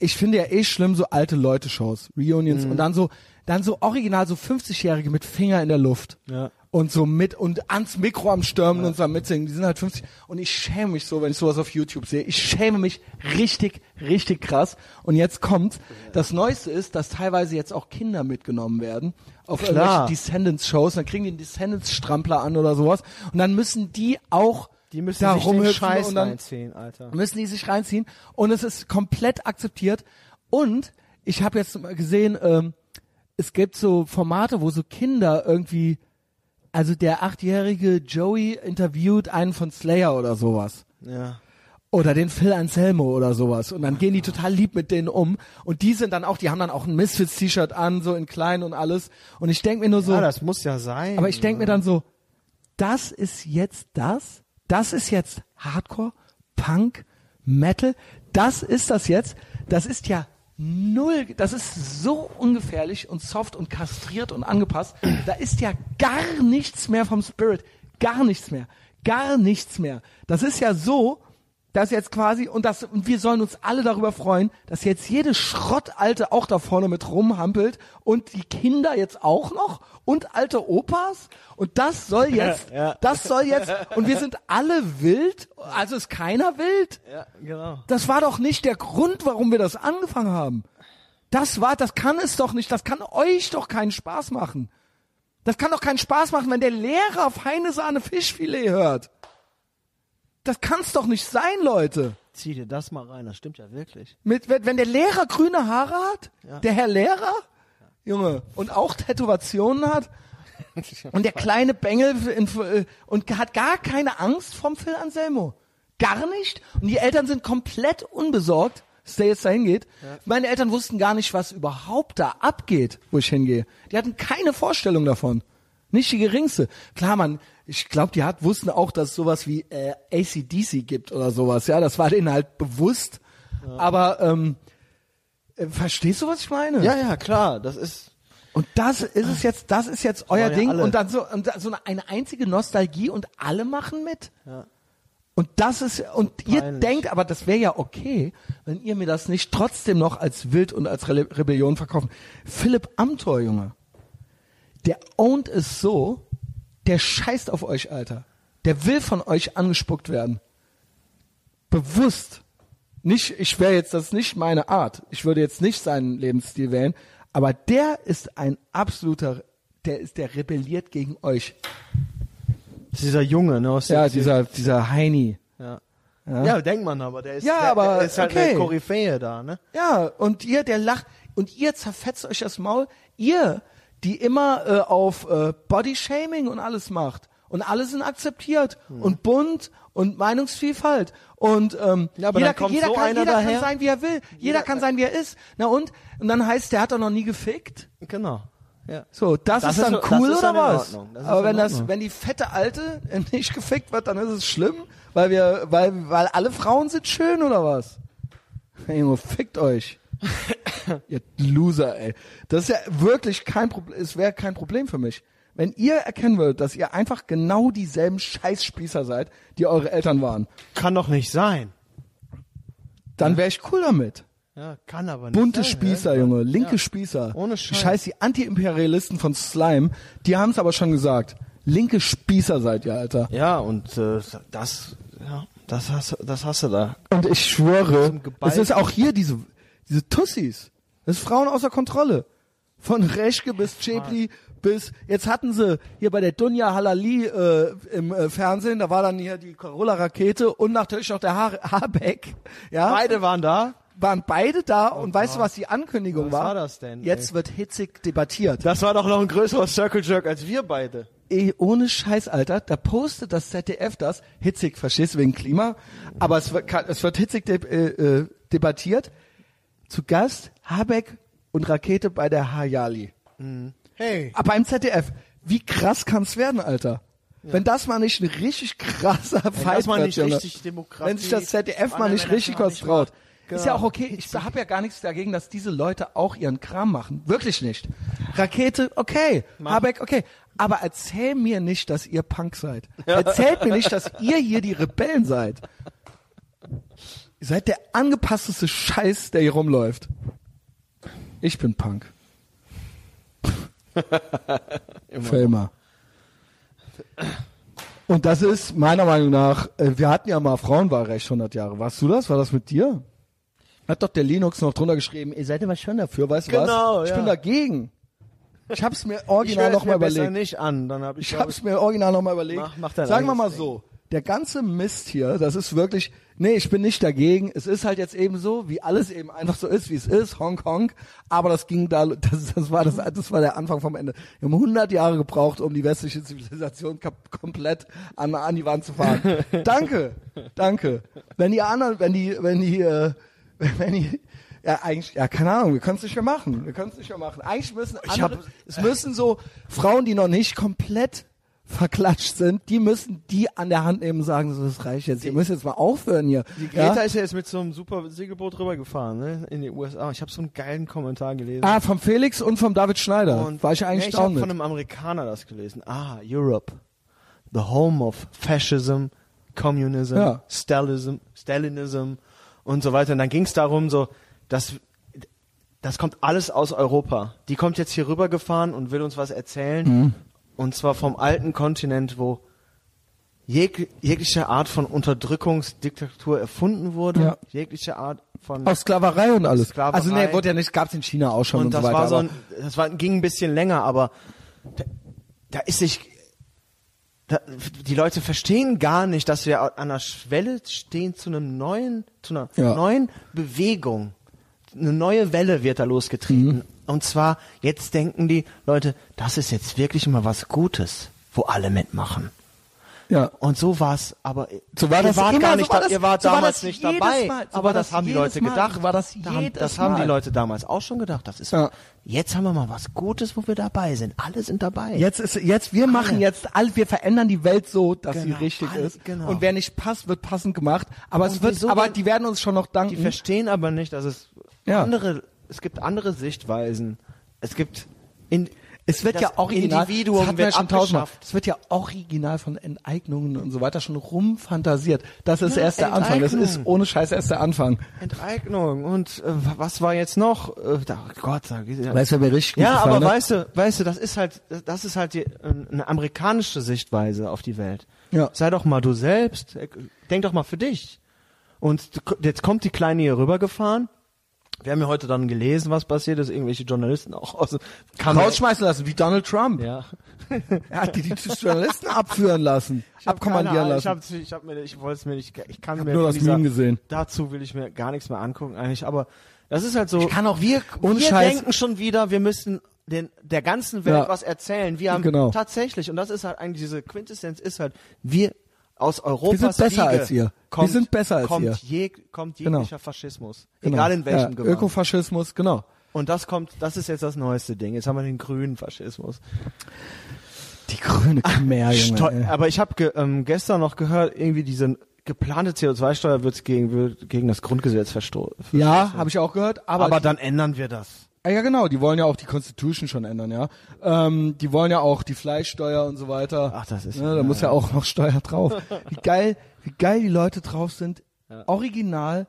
Speaker 2: ich finde ja eh schlimm, so alte Leute-Shows, Reunions und dann so, dann so original so 50-Jährige mit Finger in der Luft.
Speaker 1: Ja.
Speaker 2: Und so mit und ans Mikro am Stürmen und so am Mitsingen. Die sind halt 50. Und ich schäme mich so, wenn ich sowas auf YouTube sehe. Ich schäme mich richtig, richtig krass. Und jetzt kommt's. Das Neueste ist, dass teilweise jetzt auch Kinder mitgenommen werden auf
Speaker 1: Klar.
Speaker 2: irgendwelche Descendants-Shows. Dann kriegen die einen Descendants-Strampler an oder sowas. Und dann müssen die auch
Speaker 1: die müssen
Speaker 2: da
Speaker 1: sich den
Speaker 2: rumhüpfen
Speaker 1: Scheiß
Speaker 2: und dann
Speaker 1: reinziehen, Alter.
Speaker 2: müssen die sich reinziehen und es ist komplett akzeptiert und ich habe jetzt mal gesehen, ähm, es gibt so Formate, wo so Kinder irgendwie, also der achtjährige Joey interviewt einen von Slayer oder sowas
Speaker 1: Ja.
Speaker 2: oder den Phil Anselmo oder sowas und dann gehen die total lieb mit denen um und die sind dann auch, die haben dann auch ein Misfits-T-Shirt an, so in klein und alles und ich denk mir nur so,
Speaker 1: ja, Ah, das muss ja sein.
Speaker 2: aber ich denke mir dann so, das ist jetzt das, das ist jetzt Hardcore, Punk, Metal, das ist das jetzt, das ist ja null, das ist so ungefährlich und soft und kastriert und angepasst. Da ist ja gar nichts mehr vom Spirit. Gar nichts mehr. Gar nichts mehr. Das ist ja so, dass jetzt quasi, und das, und wir sollen uns alle darüber freuen, dass jetzt jede Schrottalte auch da vorne mit rumhampelt und die Kinder jetzt auch noch und alte Opas und das soll jetzt,
Speaker 1: Ja.
Speaker 2: das soll jetzt, und wir sind alle wild, also ist keiner wild.
Speaker 1: Ja, genau.
Speaker 2: Das war doch nicht der Grund, warum wir das angefangen haben. Das war, das kann es doch nicht, das kann euch doch keinen Spaß machen. Das kann doch keinen Spaß machen, wenn der Lehrer feine Sahne Fischfilet hört. Das kann's doch nicht sein, Leute.
Speaker 1: Zieh dir das mal rein, das stimmt ja wirklich.
Speaker 2: Mit, wenn wenn der Lehrer grüne Haare hat,
Speaker 1: Ja.
Speaker 2: der Herr Lehrer, Junge, und auch Tätowationen hat, und der kleine Bengel in, äh, und hat gar keine Angst vom Phil Anselmo. Gar nicht. Und die Eltern sind komplett unbesorgt, dass der jetzt da hingeht. Meine Eltern wussten gar nicht, was überhaupt da abgeht, wo ich hingehe. Die hatten keine Vorstellung davon. Nicht die geringste. Klar, man, ich glaube, die hat, wussten auch, dass es sowas wie äh, ACDC gibt oder sowas. Ja, das war denen halt bewusst. Aber ähm, äh, verstehst du, was ich meine?
Speaker 1: Ja, ja, klar, das ist.
Speaker 2: Und das ist es jetzt, das ist jetzt euer
Speaker 1: wollen ja
Speaker 2: Ding
Speaker 1: alle.
Speaker 2: und dann so, und da- so eine, eine einzige Nostalgie und alle machen mit. Und das ist, und ihr
Speaker 1: Peinlich.
Speaker 2: denkt, aber das wäre ja okay, wenn ihr mir das nicht trotzdem noch als wild und als Rele Rebellion verkaufen. Philipp Amthor, Junge, der ownt es so, der scheißt auf euch, Alter. Der will von euch angespuckt werden. Bewusst. Nicht, ich wäre jetzt, das ist nicht meine Art. Ich würde jetzt nicht seinen Lebensstil wählen. Aber der ist ein absoluter, der ist, der rebelliert gegen euch.
Speaker 1: Das ist dieser Junge, ne? Aus
Speaker 2: Ja,
Speaker 1: der-
Speaker 2: dieser, dieser Heini.
Speaker 1: Ja. Ja. denkt man aber, der ist,
Speaker 2: Ja,
Speaker 1: der,
Speaker 2: aber
Speaker 1: der ist halt
Speaker 2: okay.
Speaker 1: eine Koryphäe da, ne?
Speaker 2: Ja, und ihr, der lacht, und ihr zerfetzt euch das Maul, ihr, die immer äh, auf äh, Bodyshaming und alles macht. Und alle sind akzeptiert
Speaker 1: Hm.
Speaker 2: und bunt und Meinungsvielfalt. Und ähm,
Speaker 1: Ja, aber
Speaker 2: jeder,
Speaker 1: dann kommt
Speaker 2: jeder,
Speaker 1: so
Speaker 2: kann,
Speaker 1: einer
Speaker 2: jeder kann
Speaker 1: daher.
Speaker 2: sein, wie er will. Jeder, kann sein, wie er ist. Na und? Und dann heißt, der hat doch noch nie gefickt.
Speaker 1: Genau. Ja.
Speaker 2: So, das,
Speaker 1: Das
Speaker 2: ist dann
Speaker 1: ist- das
Speaker 2: cool
Speaker 1: ist
Speaker 2: oder
Speaker 1: dann in
Speaker 2: was?
Speaker 1: Ordnung. Das ist
Speaker 2: Aber wenn
Speaker 1: in
Speaker 2: das,
Speaker 1: Ordnung.
Speaker 2: wenn die fette Alte nicht gefickt wird, dann ist es schlimm, weil wir, weil, weil alle Frauen sind schön oder was? Hey, Junge, fickt euch. ihr Loser, ey. Das ist ja wirklich kein Problem, es wäre kein Problem für mich. Wenn ihr erkennen würdet, dass ihr einfach genau dieselben Scheißspießer seid, die eure Eltern waren,
Speaker 1: Kann doch nicht sein.
Speaker 2: dann wäre ich cool damit.
Speaker 1: Ja, kann aber nicht
Speaker 2: Bunte
Speaker 1: sein,
Speaker 2: Spießer,
Speaker 1: ne?
Speaker 2: Junge, linke
Speaker 1: Ja.
Speaker 2: Spießer.
Speaker 1: Ohne Scheiß.
Speaker 2: Scheiß. Scheiß, die Anti-Imperialisten von Slime, die haben es aber schon gesagt. Linke Spießer seid ihr, Alter.
Speaker 1: Ja, und äh, das, ja, das hast, das hast du da.
Speaker 2: Und ich schwöre,
Speaker 1: Zum geballten-
Speaker 2: es ist auch hier diese, diese Tussis. Das ist Frauen außer Kontrolle. Von Reschke bis Chebli bis, jetzt hatten sie hier bei der Dunja Halali äh, im äh, Fernsehen, da war dann hier die Carola-Rakete und natürlich noch der ha Habeck. Ja?
Speaker 1: Beide waren da.
Speaker 2: waren beide da und weißt du, was die Ankündigung
Speaker 1: Was
Speaker 2: war?
Speaker 1: war das denn, ey?
Speaker 2: Jetzt wird hitzig debattiert.
Speaker 1: Das war doch noch ein größerer Circle Jerk als wir beide.
Speaker 2: Ey, eh, ohne Scheiß, Alter, da postet das ZDF das, hitzig, verstehst du, wegen Klima, aber es wird, ka- es wird hitzig de äh, äh, debattiert. Zu Gast Habeck und Rakete bei der Hayali.
Speaker 1: Hey.
Speaker 2: Aber im ZDF, wie krass kann's werden, Alter? Wenn das mal nicht ein richtig krasser Fight
Speaker 1: das mal
Speaker 2: wird,
Speaker 1: nicht
Speaker 2: Junge.
Speaker 1: richtig Demokratie-
Speaker 2: Wenn sich das ZDF mal nicht
Speaker 1: Anerkennung
Speaker 2: richtig
Speaker 1: mal
Speaker 2: was
Speaker 1: nicht
Speaker 2: traut.
Speaker 1: macht.
Speaker 2: Ist ja auch
Speaker 1: Genau.
Speaker 2: okay. Ich habe ja gar nichts dagegen, dass diese Leute auch ihren Kram machen. Wirklich nicht. Rakete, okay. Habeck, okay. Aber erzähl mir nicht, dass ihr Punk seid. Erzählt mir nicht, dass ihr hier die Rebellen seid. Ihr seid der angepassteste Scheiß, der hier rumläuft. Ich bin Punk. Filmer. Und das ist meiner Meinung nach, äh, wir hatten ja mal Frauenwahlrecht 100 Jahre. Warst du das? War das mit dir? Hat doch der Linux noch drunter geschrieben, ihr seid aber schon dafür, weißt du
Speaker 1: Genau,
Speaker 2: was? Ich
Speaker 1: ja.
Speaker 2: bin dagegen. Ich hab's mir
Speaker 1: Ich
Speaker 2: original
Speaker 1: höre es
Speaker 2: nochmal
Speaker 1: mir besser
Speaker 2: Genau, überlegt.
Speaker 1: nicht an, dann habe ich,
Speaker 2: Ich
Speaker 1: glaub
Speaker 2: hab's mir original nochmal überlegt.
Speaker 1: Mach- mach dein
Speaker 2: Sagen wir
Speaker 1: eigenes
Speaker 2: mal
Speaker 1: Ding.
Speaker 2: so, der ganze Mist hier, das ist wirklich, nee, ich bin nicht dagegen. Es ist halt jetzt eben so, wie alles eben einfach so ist, wie es ist, Hongkong. Aber das ging da, das, das war das, das war der Anfang vom Ende. Wir haben 100 Jahre gebraucht, um die westliche Zivilisation kap- komplett an, an die Wand zu fahren. danke, danke. Wenn die anderen, wenn die, wenn die, äh, wenn die, ja, eigentlich, ja, keine Ahnung, wir können es nicht mehr machen. Wir können es nicht mehr machen. Eigentlich müssen andere,
Speaker 1: hab-
Speaker 2: es müssen so Frauen, die noch nicht komplett verklatscht sind, die müssen die an der Hand nehmen und sagen, so, das reicht jetzt, ihr müsst jetzt mal aufhören hier.
Speaker 1: Die
Speaker 2: ja?
Speaker 1: Greta ist ja jetzt mit so einem super Segelboot rübergefahren, ne? In die USA. Ich habe so einen geilen Kommentar gelesen.
Speaker 2: Ah, vom Felix und vom David Schneider.
Speaker 1: Und-
Speaker 2: War ich eigentlich
Speaker 1: nee, ich
Speaker 2: down
Speaker 1: habe
Speaker 2: mit.
Speaker 1: von einem Amerikaner das gelesen. Ah, Europe. The home of fascism, communism,
Speaker 2: Ja.
Speaker 1: Stalinism, Stalinism und so weiter. Und dann ging es darum, so, dass das kommt alles aus Europa. Die kommt jetzt hier rübergefahren und will uns was erzählen.
Speaker 2: Mhm.
Speaker 1: Und zwar vom alten Kontinent, wo jeg jegliche Art von Unterdrückungsdiktatur erfunden wurde,
Speaker 2: Ja.
Speaker 1: jegliche Art von
Speaker 2: Aus Sklaverei und alles.
Speaker 1: Sklaverei.
Speaker 2: Also nee, wurde ja nicht, gab's in China auch schon und,
Speaker 1: und das
Speaker 2: so weiter.
Speaker 1: war so
Speaker 2: aber-
Speaker 1: ein, das war, ging ein bisschen länger, aber da, da ist sich, da, die Leute verstehen gar nicht, dass wir an der Schwelle stehen zu einem neuen, zu einer
Speaker 2: Ja.
Speaker 1: neuen Bewegung. Eine neue Welle wird da losgetreten.
Speaker 2: Mhm.
Speaker 1: Und zwar, jetzt denken die Leute, das ist jetzt wirklich mal was Gutes, wo alle mitmachen.
Speaker 2: ja.
Speaker 1: Und so war's, aber
Speaker 2: So war
Speaker 1: ihr
Speaker 2: das
Speaker 1: wart
Speaker 2: immer,
Speaker 1: gar
Speaker 2: so
Speaker 1: nicht,
Speaker 2: war
Speaker 1: da-
Speaker 2: das-
Speaker 1: ihr wart
Speaker 2: so war
Speaker 1: damals
Speaker 2: das
Speaker 1: nicht
Speaker 2: jedes
Speaker 1: dabei,
Speaker 2: Mal, so
Speaker 1: aber
Speaker 2: war
Speaker 1: das,
Speaker 2: das
Speaker 1: haben die
Speaker 2: jedes
Speaker 1: Leute
Speaker 2: Mal,
Speaker 1: gedacht,
Speaker 2: so war das
Speaker 1: Da haben,
Speaker 2: jedes
Speaker 1: das haben die
Speaker 2: Mal.
Speaker 1: Leute damals auch schon gedacht, das ist
Speaker 2: Ja.
Speaker 1: jetzt haben wir mal was Gutes, wo wir dabei sind. Alle sind dabei.
Speaker 2: Jetzt ist jetzt wir machen jetzt all wir verändern die Welt so, dass
Speaker 1: Genau,
Speaker 2: sie richtig
Speaker 1: alle-
Speaker 2: ist
Speaker 1: genau.
Speaker 2: und wer nicht passt, wird passend gemacht, aber es
Speaker 1: Und
Speaker 2: wird
Speaker 1: wieso
Speaker 2: aber
Speaker 1: denn-
Speaker 2: die werden uns schon noch danken.
Speaker 1: die verstehen aber nicht, dass es
Speaker 2: Ja.
Speaker 1: andere es gibt andere Sichtweisen. Es gibt in
Speaker 2: es wird
Speaker 1: das
Speaker 2: ja original das
Speaker 1: Individuum
Speaker 2: hatten wir
Speaker 1: wird
Speaker 2: schon tausendmal.
Speaker 1: abgeschafft.
Speaker 2: Es wird ja original von Enteignungen und so weiter schon rumfantasiert. Das ist
Speaker 1: Ja,
Speaker 2: erst der Anfang, das ist
Speaker 1: Enteignung.
Speaker 2: ohne Scheiß erst der Anfang.
Speaker 1: Enteignung und äh, was war jetzt noch? Äh, da, Gott, da,
Speaker 2: Weißt du, wer mir richtig gut
Speaker 1: Ja,
Speaker 2: gefallen
Speaker 1: aber
Speaker 2: hat?
Speaker 1: weißt du, weißt du, das ist halt, das ist halt die, äh, eine amerikanische Sichtweise auf die Welt.
Speaker 2: Ja.
Speaker 1: Sei doch mal du selbst, äh, denk doch mal für dich. Und du- jetzt kommt die Kleine hier rübergefahren. Wir haben ja heute dann gelesen, was passiert ist, irgendwelche Journalisten auch aus kam
Speaker 2: Rausschmeißen lassen, wie Donald Trump.
Speaker 1: ja.
Speaker 2: Er hat die, die Journalisten abführen lassen,
Speaker 1: Keine
Speaker 2: abkommandieren
Speaker 1: Ahnung, Ich
Speaker 2: lassen.
Speaker 1: hab's, ich hab mir, ich wollte es mir nicht, ich kann mir
Speaker 2: nur
Speaker 1: von
Speaker 2: das
Speaker 1: dieser,
Speaker 2: Meme gesehen.
Speaker 1: Dazu will ich mir gar nichts mehr angucken eigentlich, aber das ist halt so.
Speaker 2: kann auch wir- ohne
Speaker 1: wir
Speaker 2: Scheiß-
Speaker 1: denken schon wieder, wir müssen den, der ganzen Welt
Speaker 2: Ja.
Speaker 1: was erzählen. Wir haben
Speaker 2: Genau.
Speaker 1: tatsächlich und das ist halt eigentlich diese Quintessenz ist halt wir aus Europa
Speaker 2: Wir sind besser als ihr. Wir
Speaker 1: Kommt,
Speaker 2: sind besser als
Speaker 1: kommt
Speaker 2: ihr.
Speaker 1: Jeg, kommt
Speaker 2: Genau.
Speaker 1: jeglicher Faschismus, egal in welchem
Speaker 2: ja,
Speaker 1: Gewand.
Speaker 2: Ökofaschismus, genau.
Speaker 1: und das kommt, das ist jetzt das neueste Ding. Jetzt haben wir den grünen Faschismus.
Speaker 2: Die grüne Khmer,
Speaker 1: Steu-
Speaker 2: Junge. ey.
Speaker 1: aber ich habe ge ähm, gestern noch gehört, irgendwie diese geplante CO2-Steuer wird gegen, wird gegen das Grundgesetz verstoßen.
Speaker 2: Ja, habe ich auch gehört, aber,
Speaker 1: Aber dann ändern wir das.
Speaker 2: Ah, ja genau, die wollen ja auch die Constitution schon ändern, ja. Ähm, die wollen ja auch die Fleischsteuer und so weiter.
Speaker 1: Ach, das ist
Speaker 2: ne,
Speaker 1: ja-
Speaker 2: da muss ja auch noch Steuer drauf. Wie geil, wie geil die Leute drauf sind. Original,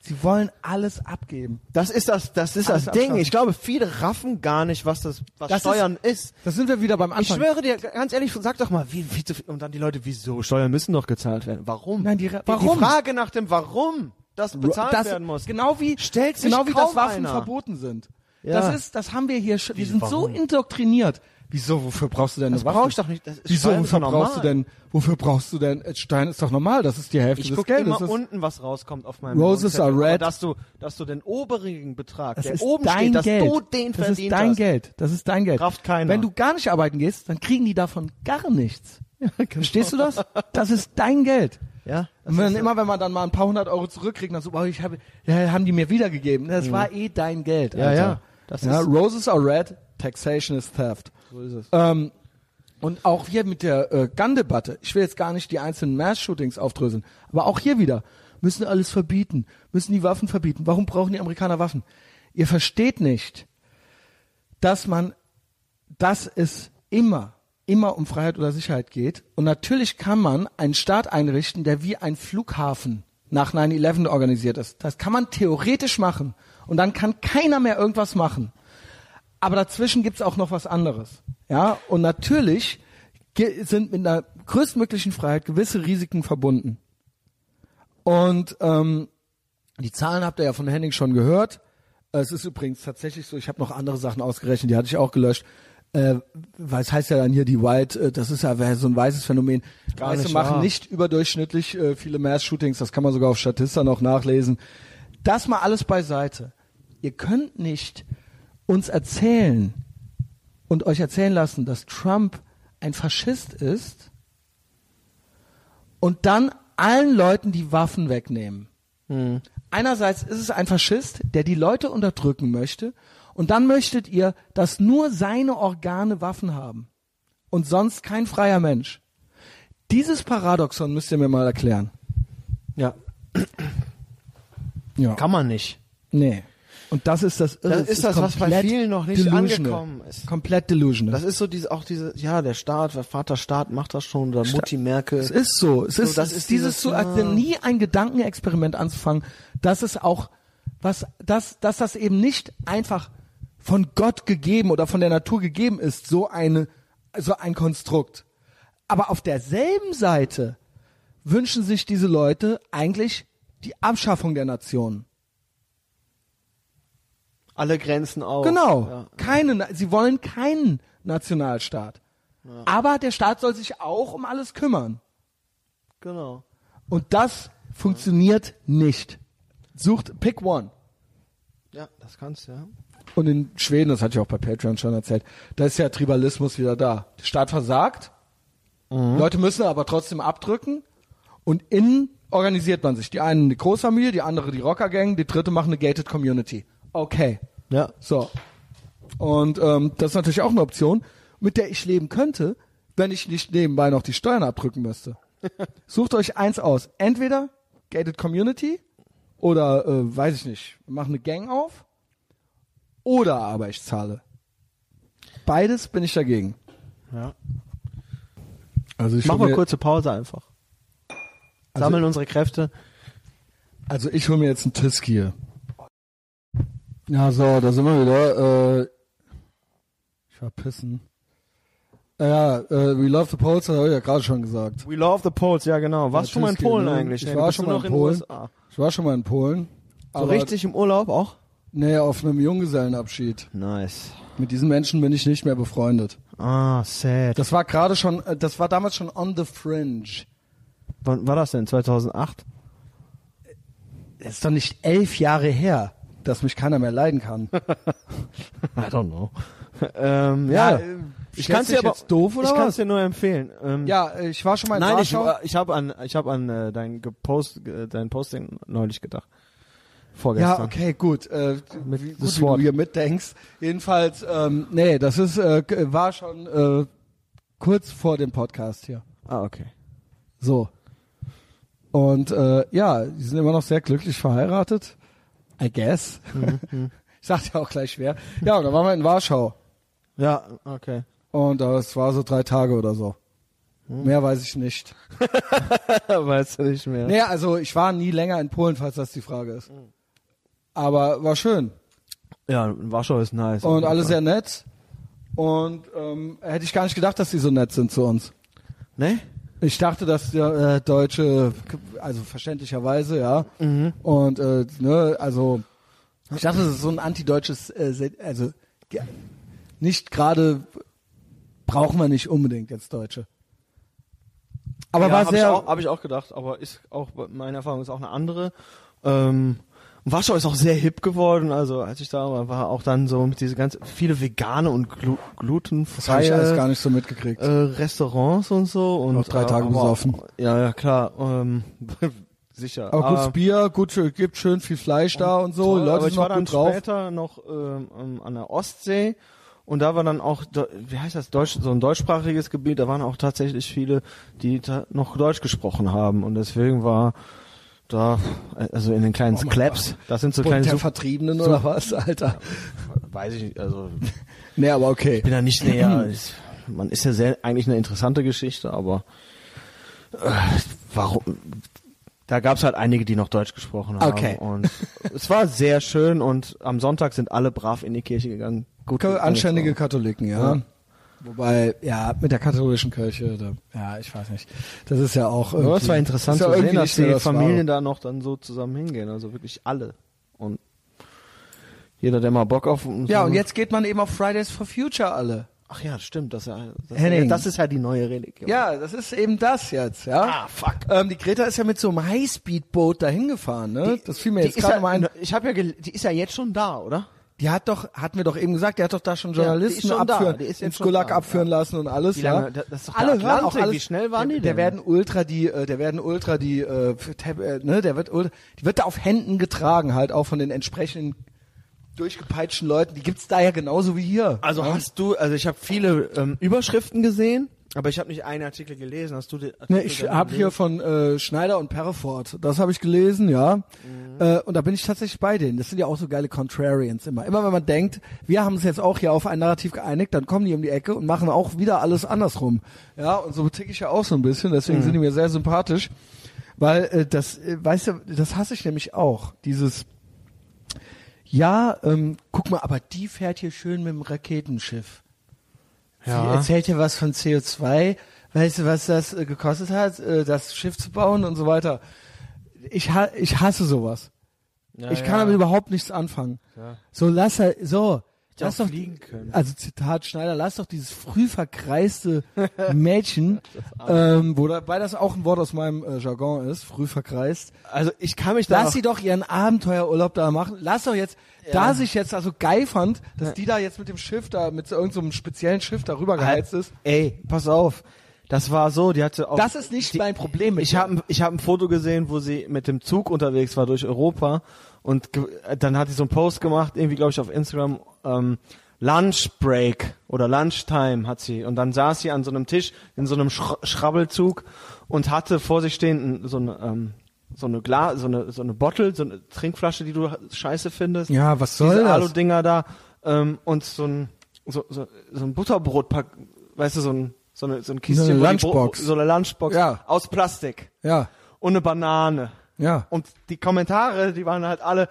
Speaker 2: sie wollen alles abgeben.
Speaker 1: Das ist das, das ist
Speaker 2: Alles
Speaker 1: das Ding.
Speaker 2: abschaffen.
Speaker 1: Ich glaube, viele raffen gar nicht, was das, was
Speaker 2: Das
Speaker 1: Steuern ist.
Speaker 2: Da sind wir wieder beim
Speaker 1: Ich
Speaker 2: Anfang.
Speaker 1: schwöre dir, ganz ehrlich, sag doch mal, wie, wie, zu- und dann die Leute, wieso? Steuern müssen doch gezahlt werden. Warum?
Speaker 2: Nein, die Re-
Speaker 1: die,
Speaker 2: warum?
Speaker 1: Die Frage nach dem Warum, das bezahlt
Speaker 2: das,
Speaker 1: werden muss.
Speaker 2: Genau wie,
Speaker 1: Stellt sich
Speaker 2: genau wie
Speaker 1: kaum
Speaker 2: das Waffen
Speaker 1: einer.
Speaker 2: verboten sind.
Speaker 1: Ja.
Speaker 2: Das ist, das haben wir hier schon, wir
Speaker 1: Wie,
Speaker 2: sind so
Speaker 1: warum?
Speaker 2: indoktriniert. Wieso, wofür brauchst du denn
Speaker 1: Das
Speaker 2: eine Waffe?
Speaker 1: brauch ich doch nicht, das ist-
Speaker 2: Wieso,
Speaker 1: Stein ist
Speaker 2: wofür
Speaker 1: doch
Speaker 2: brauchst du
Speaker 1: normal.
Speaker 2: denn, wofür brauchst du denn, äh, Stein ist doch normal, das ist die Hälfte
Speaker 1: Ich
Speaker 2: des
Speaker 1: guck
Speaker 2: Geldes.
Speaker 1: immer
Speaker 2: das,
Speaker 1: unten, was rauskommt auf meinem
Speaker 2: Roses
Speaker 1: Lohnzettel.
Speaker 2: are red.
Speaker 1: Aber dass du, dass du den oberigen Betrag,
Speaker 2: das
Speaker 1: der
Speaker 2: ist
Speaker 1: oben
Speaker 2: dein
Speaker 1: steht, dass
Speaker 2: Geld.
Speaker 1: du den
Speaker 2: das ist
Speaker 1: verdient
Speaker 2: dein
Speaker 1: hast.
Speaker 2: Geld. Das ist dein Geld.
Speaker 1: Rafft keiner.
Speaker 2: Wenn du gar nicht arbeiten gehst, dann kriegen die davon gar nichts. Verstehst du das? Das ist dein Geld.
Speaker 1: genau. Ja,
Speaker 2: Und wenn, immer wenn man dann mal ein paar hundert Euro zurückkriegt, dann so, wow, ich habe, ja, haben die mir wiedergegeben. Das war eh dein Geld.
Speaker 1: Mhm. Ja,
Speaker 2: Alter.
Speaker 1: ja. Das
Speaker 2: ja
Speaker 1: ist-
Speaker 2: Roses are red, taxation is theft. So ist
Speaker 1: Äh,
Speaker 2: es. Ähm, und auch hier mit der äh, Gun-Debatte, ich will jetzt gar nicht die einzelnen Mass-Shootings aufdröseln, aber auch hier wieder, müssen alles verbieten, müssen die Waffen verbieten. Warum brauchen die Amerikaner Waffen? Ihr versteht nicht, dass man, dass es immer, immer um Freiheit oder Sicherheit geht. Und natürlich kann man einen Staat einrichten, der wie ein Flughafen nach 9-11 organisiert ist. Das kann man theoretisch machen. Und dann kann keiner mehr irgendwas machen. Aber dazwischen gibt's auch noch was anderes. Ja, und natürlich ge- sind mit einer größtmöglichen Freiheit gewisse Risiken verbunden. Und ähm, die Zahlen habt ihr ja von Henning schon gehört. Es ist übrigens tatsächlich so, ich habe noch andere Sachen ausgerechnet, die hatte ich auch gelöscht. Äh, was heißt ja dann hier die White, äh, das ist ja wär so ein weißes Phänomen.
Speaker 1: Gar
Speaker 2: Weiße
Speaker 1: nicht
Speaker 2: machen
Speaker 1: wahr.
Speaker 2: nicht überdurchschnittlich äh, viele Mass-Shootings, das kann man sogar auf Statista noch nachlesen. Das mal alles beiseite. Ihr könnt nicht uns erzählen und euch erzählen lassen, dass Trump ein Faschist ist und dann allen Leuten die Waffen wegnehmen.
Speaker 1: Hm.
Speaker 2: Einerseits ist es ein Faschist, der die Leute unterdrücken möchte, und dann möchtet ihr, dass nur seine Organe Waffen haben. und sonst kein freier Mensch. Dieses Paradoxon müsst ihr mir mal erklären.
Speaker 1: Ja.
Speaker 2: Ja.
Speaker 1: Kann man nicht.
Speaker 2: nee. Und das ist das Irre.
Speaker 1: Das
Speaker 2: Es
Speaker 1: ist das, was bei
Speaker 2: komplett
Speaker 1: vielen noch nicht
Speaker 2: delusional.
Speaker 1: angekommen ist.
Speaker 2: Komplett delusional.
Speaker 1: Das ist so diese, auch diese, ja, der Staat, der Vater Staat macht das schon, oder Mutti Merkel.
Speaker 2: Es ist so. Es ist,
Speaker 1: das
Speaker 2: es
Speaker 1: ist
Speaker 2: ist dieses,
Speaker 1: dieses,
Speaker 2: so, also
Speaker 1: ja.
Speaker 2: nie ein Gedankenexperiment anzufangen, dass es auch, was, dass, dass das eben nicht einfach von Gott gegeben oder von der Natur gegeben ist, so eine, so ein Konstrukt. Aber auf derselben Seite wünschen sich diese Leute eigentlich die Abschaffung der Nationen.
Speaker 1: Alle Grenzen auf.
Speaker 2: Genau.
Speaker 1: Ja.
Speaker 2: Keine, Na- sie wollen keinen Nationalstaat. Aber der Staat soll sich auch um alles kümmern.
Speaker 1: Genau.
Speaker 2: Und das funktioniert nicht. Sucht Pick One.
Speaker 1: Ja, das kannst du, ja.
Speaker 2: Und in Schweden, das hatte ich auch bei Patreon schon erzählt, da ist ja Tribalismus wieder da. Der Staat versagt, Leute müssen aber trotzdem abdrücken und innen organisiert man sich. Die einen die Großfamilie, die andere die Rockergang, die dritte machen eine Gated Community. Okay.
Speaker 1: Ja.
Speaker 2: So. Und ähm, das ist natürlich auch eine Option, mit der ich leben könnte, wenn ich nicht nebenbei noch die Steuern abdrücken müsste. Sucht euch eins aus. Entweder Gated Community oder, äh, weiß ich nicht, mach eine Gang auf oder aber ich zahle. Beides bin ich dagegen.
Speaker 1: ja.
Speaker 2: Also ich
Speaker 1: Machen wir
Speaker 2: mir-
Speaker 1: kurze Pause einfach.
Speaker 2: Also-
Speaker 1: Sammeln unsere Kräfte.
Speaker 2: Also ich hole mir jetzt einen Tisk hier. Ja, so, da sind wir wieder. Äh, ich war pissen. Ja, äh, we love the Poles, das habe ich ja gerade schon gesagt.
Speaker 1: We love the Poles, ja genau. Warst
Speaker 2: Ja,
Speaker 1: du schon mal in
Speaker 2: Tschüss,
Speaker 1: Polen
Speaker 2: genau.
Speaker 1: eigentlich?
Speaker 2: Ich
Speaker 1: ey?
Speaker 2: war
Speaker 1: Bist
Speaker 2: schon
Speaker 1: du
Speaker 2: mal
Speaker 1: noch
Speaker 2: in
Speaker 1: den
Speaker 2: Polen.
Speaker 1: USA?
Speaker 2: Ich war schon mal in Polen.
Speaker 1: So
Speaker 2: aber-
Speaker 1: richtig im Urlaub auch?
Speaker 2: Nee, auf einem Junggesellenabschied.
Speaker 1: Nice.
Speaker 2: Mit diesen Menschen bin ich nicht mehr befreundet.
Speaker 1: Ah, sad.
Speaker 2: Das war gerade schon, äh, das war damals schon on the fringe.
Speaker 1: wann war das denn? 2008?
Speaker 2: Das ist doch nicht elf Jahre her, dass mich keiner mehr leiden kann.
Speaker 1: I don't know. ähm, ja,
Speaker 2: Ja,
Speaker 1: ich
Speaker 2: stellst
Speaker 1: kann es dir
Speaker 2: dich
Speaker 1: aber
Speaker 2: jetzt doof, oder
Speaker 1: ich kann's
Speaker 2: was?
Speaker 1: dir nur empfehlen. Ähm,
Speaker 2: ja, äh, ich war schon mal in
Speaker 1: Nein, ich,
Speaker 2: Warschau.
Speaker 1: äh, ich habe an ich habe an äh, dein Gepost, äh, dein Posting neulich gedacht. Vorgestern.
Speaker 2: Ja, okay, gut. Äh,
Speaker 1: Mit
Speaker 2: wie, gut,
Speaker 1: das
Speaker 2: wie du
Speaker 1: Wort.
Speaker 2: hier mitdenkst. Jedenfalls, ähm, nee, das ist äh, g- war schon äh, kurz vor dem Podcast hier.
Speaker 1: Ah, okay.
Speaker 2: So. Und äh, ja, die sind immer noch sehr glücklich verheiratet. I guess.
Speaker 1: Mhm,
Speaker 2: ich sagte ja auch gleich schwer. Ja, und da waren wir in Warschau.
Speaker 1: Ja, okay.
Speaker 2: Und das war so drei Tage oder so.
Speaker 1: Mhm.
Speaker 2: Mehr weiß ich nicht.
Speaker 1: weißt du nicht mehr.
Speaker 2: Nee, also ich war nie länger in Polen, falls das die Frage ist.
Speaker 1: Mhm.
Speaker 2: Aber war schön.
Speaker 1: Ja, Warschau ist nice.
Speaker 2: und alle sehr nett. Und ähm, hätte ich gar nicht gedacht, dass die so nett sind zu uns.
Speaker 1: Ne?
Speaker 2: Ich dachte, dass der äh, Deutsche, also verständlicherweise, ja.
Speaker 1: Mhm.
Speaker 2: Und äh, ne, also ich dachte, das ist so ein antideutsches, äh, Se- also ge- nicht gerade brauchen wir nicht unbedingt jetzt Deutsche. Aber
Speaker 1: ja,
Speaker 2: war
Speaker 1: hab ich
Speaker 2: sehr
Speaker 1: auch, hab ich auch gedacht, aber ist auch meine Erfahrung ist auch eine andere. Ähm, Warschau ist auch sehr hip geworden, also als ich da war, war auch dann so mit diese ganz viele vegane und glu
Speaker 2: das habe ich alles
Speaker 1: glutenfreie
Speaker 2: gar nicht so mitgekriegt.
Speaker 1: äh, Restaurants und so und
Speaker 2: Auch drei Tage
Speaker 1: aber-
Speaker 2: besoffen.
Speaker 1: Ja, ja, klar. Ähm, sicher. Ah.
Speaker 2: aber gutes Bier, gut, gibt schön viel Fleisch da und so,
Speaker 1: Oh, toll,
Speaker 2: die Leute
Speaker 1: aber ich
Speaker 2: sind
Speaker 1: war
Speaker 2: auch
Speaker 1: dann
Speaker 2: gut drauf.
Speaker 1: später noch ähm, ähm, an der Ostsee und da war dann auch, de- wie heißt das, Deutsch, so ein deutschsprachiges Gebiet, da waren auch tatsächlich viele, die ta noch Deutsch gesprochen haben und deswegen war da, äh, also in den kleinen
Speaker 2: Oh mein
Speaker 1: Claps, das sind so
Speaker 2: Bund
Speaker 1: kleine,
Speaker 2: der
Speaker 1: Such-
Speaker 2: Vertriebenen oder was, Alter?
Speaker 1: weiß ich, nicht, also
Speaker 2: Nee, aber okay.
Speaker 1: bin da nicht
Speaker 2: Mhm.
Speaker 1: näher, ich, man ist ja sehr, eigentlich eine interessante Geschichte, aber äh, warum, da gab's halt einige, die noch Deutsch gesprochen haben
Speaker 2: Okay.
Speaker 1: und es war sehr schön und am Sonntag sind alle brav in die Kirche gegangen. Gut,
Speaker 2: Ka- anständige
Speaker 1: angezogen.
Speaker 2: Katholiken, ja.
Speaker 1: Ja.
Speaker 2: Wobei, ja, mit der katholischen Kirche, da, ja, ich weiß nicht. Das ist ja auch irgendwie.
Speaker 1: Aber es war interessant
Speaker 2: ist ja
Speaker 1: zu
Speaker 2: irgendwie
Speaker 1: sehen, dass
Speaker 2: nicht mehr
Speaker 1: die
Speaker 2: das
Speaker 1: Familien da noch dann so zusammen hingehen, also wirklich alle und jeder, der mal Bock auf
Speaker 2: Wahre. Ja, und jetzt geht man eben auf Fridays for Future alle.
Speaker 1: ach ja, stimmt, das, ist ja- das,
Speaker 2: Henning.
Speaker 1: das ist ja die neue Religion.
Speaker 2: Ja, das ist eben das jetzt, ja.
Speaker 1: Ah, fuck.
Speaker 2: Ähm, die Greta ist ja mit so einem Highspeed-Boot dahin gefahren, ne? das fiel mir
Speaker 1: die
Speaker 2: jetzt
Speaker 1: ist
Speaker 2: gerade
Speaker 1: ja,
Speaker 2: mal ein.
Speaker 1: Ich habe ja, gel- die ist ja jetzt schon da, oder?
Speaker 2: Die hat doch, hatten wir doch eben gesagt, die hat doch da schon
Speaker 1: die
Speaker 2: Journalisten
Speaker 1: ist schon da,
Speaker 2: abführen,
Speaker 1: die ist jetzt
Speaker 2: ins
Speaker 1: schon
Speaker 2: Gulag
Speaker 1: da,
Speaker 2: abführen lassen und alles,
Speaker 1: Wie
Speaker 2: ja.
Speaker 1: lange? Das ist doch der
Speaker 2: alle hören auch
Speaker 1: Atlantik,
Speaker 2: alles.
Speaker 1: wie schnell waren
Speaker 2: der,
Speaker 1: die
Speaker 2: Der
Speaker 1: denn?
Speaker 2: werden ultra die, äh, der werden ultra die, äh, Tab, äh, ne, der wird ultra, die wird da auf Händen getragen halt auch von den entsprechenden durchgepeitschten Leuten, die gibt's da ja genauso wie hier.
Speaker 1: Also hast du, also ich habe viele ähm, Überschriften gesehen, aber ich habe nicht einen Artikel gelesen. Hast du den Artikel
Speaker 2: Ne, ich
Speaker 1: dann
Speaker 2: habe hier
Speaker 1: gelesen?
Speaker 2: von äh, Schneider und Perreford, das habe ich gelesen, ja. Äh, und da bin ich tatsächlich bei denen. Das sind ja auch so geile Contrarians immer. Immer wenn man denkt, wir haben uns jetzt auch hier auf ein Narrativ geeinigt, dann kommen die um die Ecke und machen auch wieder alles andersrum. Ja, und so tick ich ja auch so ein bisschen, deswegen sind die mir sehr sympathisch. Weil äh, das, äh, weißt du, das hasse ich nämlich auch. Dieses, ja, ähm, guck mal, aber die fährt hier schön mit dem Raketenschiff. Sie erzählt ja was von CO2. Weißt du, was das äh, gekostet hat, äh, das Schiff zu bauen und so weiter. Ich, ha ich hasse sowas.
Speaker 1: Ja,
Speaker 2: ich kann
Speaker 1: ja.
Speaker 2: damit überhaupt nichts anfangen. So, lass halt, so. Lass
Speaker 1: auch
Speaker 2: doch,
Speaker 1: fliegen können.
Speaker 2: also Zitat Schneider, lass doch dieses früh verkreiste Mädchen, ähm, wo dabei das auch ein Wort aus meinem äh, Jargon ist, früh verkreist,
Speaker 1: Also ich kann mich da
Speaker 2: Lass
Speaker 1: noch-
Speaker 2: sie doch ihren Abenteuerurlaub da machen. Lass doch jetzt, da sich jetzt also geil fand, dass die da jetzt mit dem Schiff da, mit so irgendeinem speziellen Schiff darüber geheizt ist.
Speaker 1: Ey, pass auf. Das war so, die hatte auch
Speaker 2: Das ist nicht
Speaker 1: die,
Speaker 2: mein Problem mit
Speaker 1: Ich
Speaker 2: ihr.
Speaker 1: habe ich hab ein Foto gesehen, wo sie mit dem Zug unterwegs war durch Europa und ge- äh, dann hat sie so einen Post gemacht, irgendwie glaube ich auf Instagram ähm, Lunch Break oder Lunchtime hat sie und dann saß sie an so einem Tisch in so einem Schr Schrabbelzug und hatte vor sich stehend so eine ähm, so eine Glas, so eine so eine Bottle, so eine Trinkflasche, die du scheiße findest.
Speaker 2: Ja, was
Speaker 1: diese Alu-Dinger da ähm, und so ein, so, so, so ein Butterbrotpack, weißt du, so ein, so eine, so ein Kistchen.
Speaker 2: eine
Speaker 1: wo die Bro-
Speaker 2: Lunchbox.
Speaker 1: So eine Lunchbox.
Speaker 2: Ja.
Speaker 1: Aus Plastik.
Speaker 2: Ja,
Speaker 1: Und eine Banane.
Speaker 2: ja.
Speaker 1: Und die Kommentare, die waren halt alle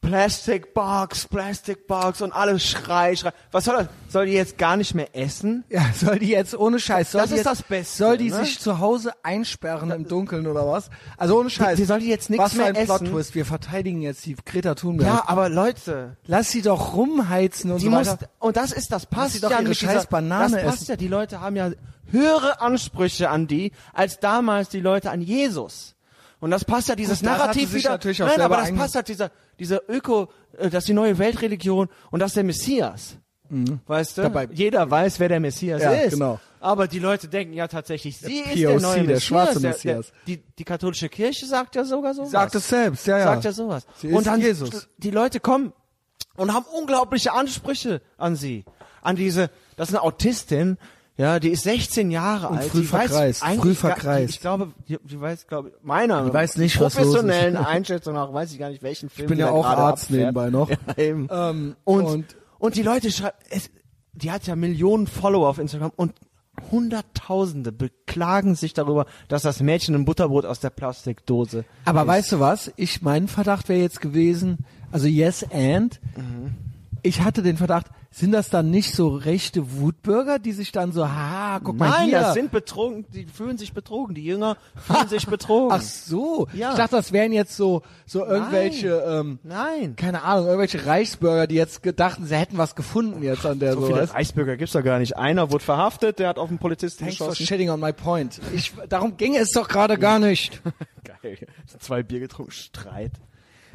Speaker 1: Plastic Box, Plastic Box und alle schrei, schrei. Was soll das? Soll die jetzt gar nicht mehr essen?
Speaker 2: Ja, soll die jetzt ohne Scheiß, soll
Speaker 1: Das
Speaker 2: die
Speaker 1: ist
Speaker 2: jetzt,
Speaker 1: das Beste,
Speaker 2: soll die
Speaker 1: ne?
Speaker 2: sich zu Hause einsperren im Dunkeln oder was? Also ohne Scheiß.
Speaker 1: die soll die jetzt nix
Speaker 2: was
Speaker 1: mehr
Speaker 2: für ein Plot
Speaker 1: essen?
Speaker 2: Twist. Wir verteidigen jetzt die Greta Thunberg.
Speaker 1: Ja, aber Leute,
Speaker 2: lass sie doch rumheizen und
Speaker 1: die
Speaker 2: so
Speaker 1: muss,
Speaker 2: weiter.
Speaker 1: und das ist, das
Speaker 2: sie
Speaker 1: passt
Speaker 2: doch
Speaker 1: ja
Speaker 2: ihre
Speaker 1: mit
Speaker 2: scheiß
Speaker 1: dieser,
Speaker 2: Banane
Speaker 1: das passt
Speaker 2: essen.
Speaker 1: ja, die Leute haben ja höhere Ansprüche an die, als damals die Leute an Jesus. Und das passt ja dieses
Speaker 2: Gut, das hat sie
Speaker 1: Narrativ
Speaker 2: sich
Speaker 1: wieder,
Speaker 2: natürlich auch
Speaker 1: nein,
Speaker 2: selber
Speaker 1: aber das
Speaker 2: einge-
Speaker 1: passt halt dieser, dieser Öko, äh, das ist die neue Weltreligion und das ist der Messias. Weißt du?
Speaker 2: Mhm. Dabei-
Speaker 1: Jeder weiß, wer der Messias
Speaker 2: Ja,
Speaker 1: ist.
Speaker 2: genau.
Speaker 1: Aber die Leute denken ja tatsächlich, sie
Speaker 2: Der
Speaker 1: ist der
Speaker 2: POC,
Speaker 1: neue
Speaker 2: der
Speaker 1: Messias.
Speaker 2: schwarze Messias.
Speaker 1: Der, die, die katholische Kirche sagt ja sogar sowas
Speaker 2: Sagt es selbst, ja, ja.
Speaker 1: sagt ja sowas.
Speaker 2: Sie
Speaker 1: und
Speaker 2: ist
Speaker 1: dann
Speaker 2: Jesus.
Speaker 1: die Leute kommen und haben unglaubliche Ansprüche an sie, an diese. Das ist eine Autistin, ja, die ist 16 Jahre alt.
Speaker 2: früh
Speaker 1: die weiß
Speaker 2: verkreist,
Speaker 1: eigentlich
Speaker 2: früh
Speaker 1: gar-
Speaker 2: verkreist.
Speaker 1: Die, ich glaube, die, die weiß, glaube ich, meiner
Speaker 2: Die weiß nicht, was los ist.
Speaker 1: professionellen Einschätzung nach weiß ich gar nicht, welchen Film.
Speaker 2: bin
Speaker 1: die
Speaker 2: ja
Speaker 1: da
Speaker 2: auch
Speaker 1: gerade
Speaker 2: Arzt
Speaker 1: abfährt.
Speaker 2: nebenbei noch.
Speaker 1: Ja, eben.
Speaker 2: Ähm,
Speaker 1: und,
Speaker 2: und-
Speaker 1: und die Leute schreiben, es, die hat ja Millionen Follower auf Instagram und Hunderttausende beklagen sich darüber, dass das Mädchen ein Butterbrot aus der Plastikdose.
Speaker 2: Aber weißt du was? Ich, mein Verdacht wäre jetzt gewesen, also yes and, ich hatte den Verdacht, sind das dann nicht so rechte Wutbürger, die sich dann so, ha, guck mal
Speaker 1: Nein,
Speaker 2: hier.
Speaker 1: das sind betrogen, die fühlen sich betrogen, die Jünger fühlen sich betrogen.
Speaker 2: Ach so.
Speaker 1: Ja.
Speaker 2: Ich dachte, das wären jetzt so, so irgendwelche, ähm,
Speaker 1: Nein.
Speaker 2: keine Ahnung, irgendwelche Reichsbürger, die jetzt gedachten, sie hätten was gefunden jetzt an der
Speaker 1: So
Speaker 2: so
Speaker 1: viele
Speaker 2: weißt du?
Speaker 1: Reichsbürger gibt's doch gar nicht. Einer wurde verhaftet, der hat auf einen Polizisten
Speaker 2: Thanks for
Speaker 1: geschossen.
Speaker 2: shitting on my point. Ich, darum ging es doch gerade gar nicht.
Speaker 1: Geil. Zwei Bier getrunken, Streit.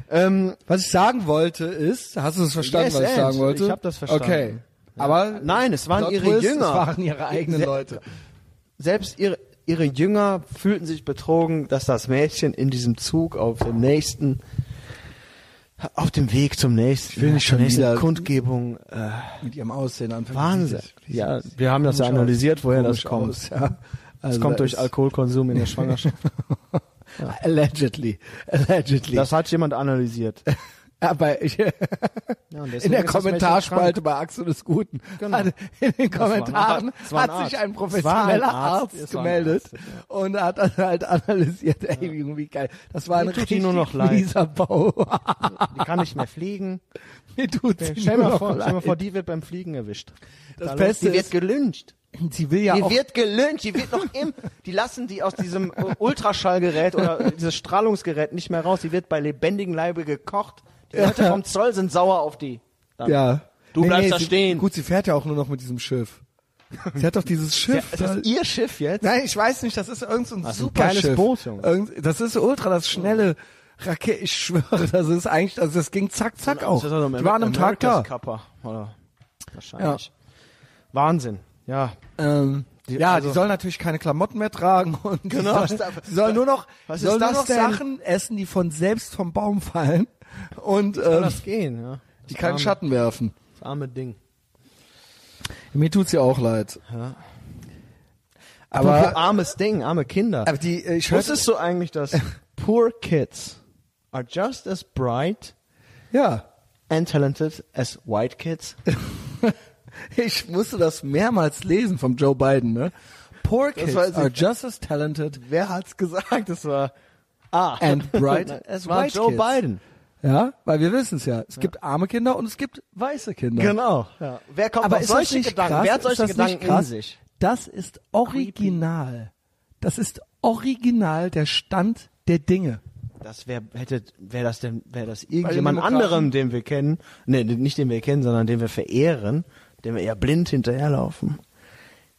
Speaker 1: Ähm,
Speaker 2: Was ich sagen wollte ist, hast du es verstanden,
Speaker 1: Yes
Speaker 2: was ich
Speaker 1: and.
Speaker 2: sagen wollte?
Speaker 1: Ich hab das verstanden.
Speaker 2: Okay. Aber
Speaker 1: Nein, es waren
Speaker 2: Plot
Speaker 1: ihre
Speaker 2: Twist,
Speaker 1: Jünger.
Speaker 2: Es waren ihre eigenen
Speaker 1: Se-
Speaker 2: Leute.
Speaker 1: Selbst ihre, ihre Jünger fühlten sich betrogen, dass das Mädchen in diesem Zug auf dem nächsten, auf dem Weg zum nächsten,
Speaker 2: will nicht schon
Speaker 1: zur nächsten
Speaker 2: wieder-
Speaker 1: Kundgebung, äh,
Speaker 2: Mit ihrem Aussehen anfangen.
Speaker 1: Wahnsinn. Ja, wir haben das ja
Speaker 2: komisch aus.
Speaker 1: analysiert, woher das
Speaker 2: Komisch
Speaker 1: kommt.
Speaker 2: aus, ja.
Speaker 1: Es
Speaker 2: Also
Speaker 1: kommt
Speaker 2: da
Speaker 1: durch
Speaker 2: ist-
Speaker 1: Alkoholkonsum in der Schwangerschaft.
Speaker 2: Allegedly. Allegedly.
Speaker 1: Das hat jemand analysiert.
Speaker 2: Aber ich,
Speaker 1: Ja, und
Speaker 2: in
Speaker 1: deswegen
Speaker 2: der
Speaker 1: ist das Mädchen
Speaker 2: Kommentarspalte bei Axel des Guten.
Speaker 1: Genau.
Speaker 2: Hat, in
Speaker 1: war
Speaker 2: den
Speaker 1: ein
Speaker 2: Kommentaren
Speaker 1: Arzt. Es war ein
Speaker 2: hat sich
Speaker 1: Arzt.
Speaker 2: ein
Speaker 1: Es
Speaker 2: professioneller
Speaker 1: war ein Arzt.
Speaker 2: Arzt,
Speaker 1: Es war ein
Speaker 2: gemeldet
Speaker 1: Arzt,
Speaker 2: und hat dann halt analysiert, ey, irgendwie geil. Das war ein
Speaker 1: Mir tut die
Speaker 2: richtig
Speaker 1: nur noch leid.
Speaker 2: mieser Bau.
Speaker 1: Die kann nicht mehr fliegen.
Speaker 2: Mir tut's
Speaker 1: Stell
Speaker 2: nur
Speaker 1: mal
Speaker 2: noch
Speaker 1: vor, stell mal
Speaker 2: leid.
Speaker 1: vor, die wird beim Fliegen erwischt.
Speaker 2: Das
Speaker 1: läuft-
Speaker 2: Beste
Speaker 1: die wird
Speaker 2: ist-
Speaker 1: gelünscht.
Speaker 2: Sie will ja
Speaker 1: Die
Speaker 2: auch
Speaker 1: wird gelünscht, die wird noch im, die lassen die aus diesem äh, Ultraschallgerät oder äh, dieses Strahlungsgerät nicht mehr raus, die wird bei lebendigem Leibe gekocht. Die Leute vom Zoll sind sauer auf die. Dann.
Speaker 2: Ja.
Speaker 1: Du bleibst da
Speaker 2: sie,
Speaker 1: stehen.
Speaker 2: Gut, sie fährt ja auch nur noch mit diesem Schiff. Sie hat doch dieses
Speaker 1: Ja,
Speaker 2: Schiff.
Speaker 1: ist
Speaker 2: da-
Speaker 1: das ihr Schiff jetzt?
Speaker 2: Nein, ich weiß nicht, das ist irgend so ein
Speaker 1: Das ist ein
Speaker 2: super
Speaker 1: geiles
Speaker 2: Schiff.
Speaker 1: Boot, Junge.
Speaker 2: Irgend, das ist ultra das schnelle Rakete, ich schwöre, das ist eigentlich, also das ging zack, zack auch. Die
Speaker 1: Das ist also ein
Speaker 2: war an einem Tag da.
Speaker 1: America's Cupper, oder? Wahrscheinlich. Wahnsinn. Ja.
Speaker 2: Ähm,
Speaker 1: Die-
Speaker 2: ja,
Speaker 1: also-
Speaker 2: die sollen natürlich keine Klamotten mehr tragen und
Speaker 1: Genau.
Speaker 2: sie sollen, sie sollen nur noch,
Speaker 1: Was
Speaker 2: sie sollen
Speaker 1: ist
Speaker 2: nur noch
Speaker 1: das denn?
Speaker 2: Sachen essen, die von selbst vom Baum fallen. Und ähm,
Speaker 1: gehen, ja.
Speaker 2: die keinen
Speaker 1: arme-
Speaker 2: Schatten werfen.
Speaker 1: Das arme Ding.
Speaker 2: Mir tut's ja auch leid.
Speaker 1: Ja.
Speaker 2: Aber,
Speaker 1: Apropos armes Ding, arme Kinder.
Speaker 2: aber die, äh, ich hörte,
Speaker 1: Wusstest du eigentlich, dass poor kids are just as bright
Speaker 2: ja,
Speaker 1: and talented as white kids?
Speaker 2: ich musste das mehrmals lesen vom Joe Biden, ne? Poor kids
Speaker 1: war-
Speaker 2: are just as talented.
Speaker 1: Wer hat's gesagt? Das war ah
Speaker 2: And bright
Speaker 1: Es
Speaker 2: as
Speaker 1: war
Speaker 2: white
Speaker 1: Joe
Speaker 2: kids.
Speaker 1: Biden.
Speaker 2: Ja, weil wir wissen es ja. Es gibt arme Kinder und es gibt weiße Kinder.
Speaker 1: Genau. Ja. Wer kommt
Speaker 2: Aber
Speaker 1: auf
Speaker 2: ist das
Speaker 1: solche
Speaker 2: nicht
Speaker 1: Gedanken?
Speaker 2: krass?
Speaker 1: Wer hat
Speaker 2: ist
Speaker 1: solche
Speaker 2: das
Speaker 1: Gedanken
Speaker 2: nicht krass?
Speaker 1: in sich?
Speaker 2: Das ist original. Das ist original der Stand der Dinge.
Speaker 1: Das wäre hätte wäre das denn wäre das irgendjemand
Speaker 2: Demokraten?
Speaker 1: anderem, den wir kennen, nee, nicht den wir kennen, sondern den wir verehren, dem wir eher blind hinterherlaufen.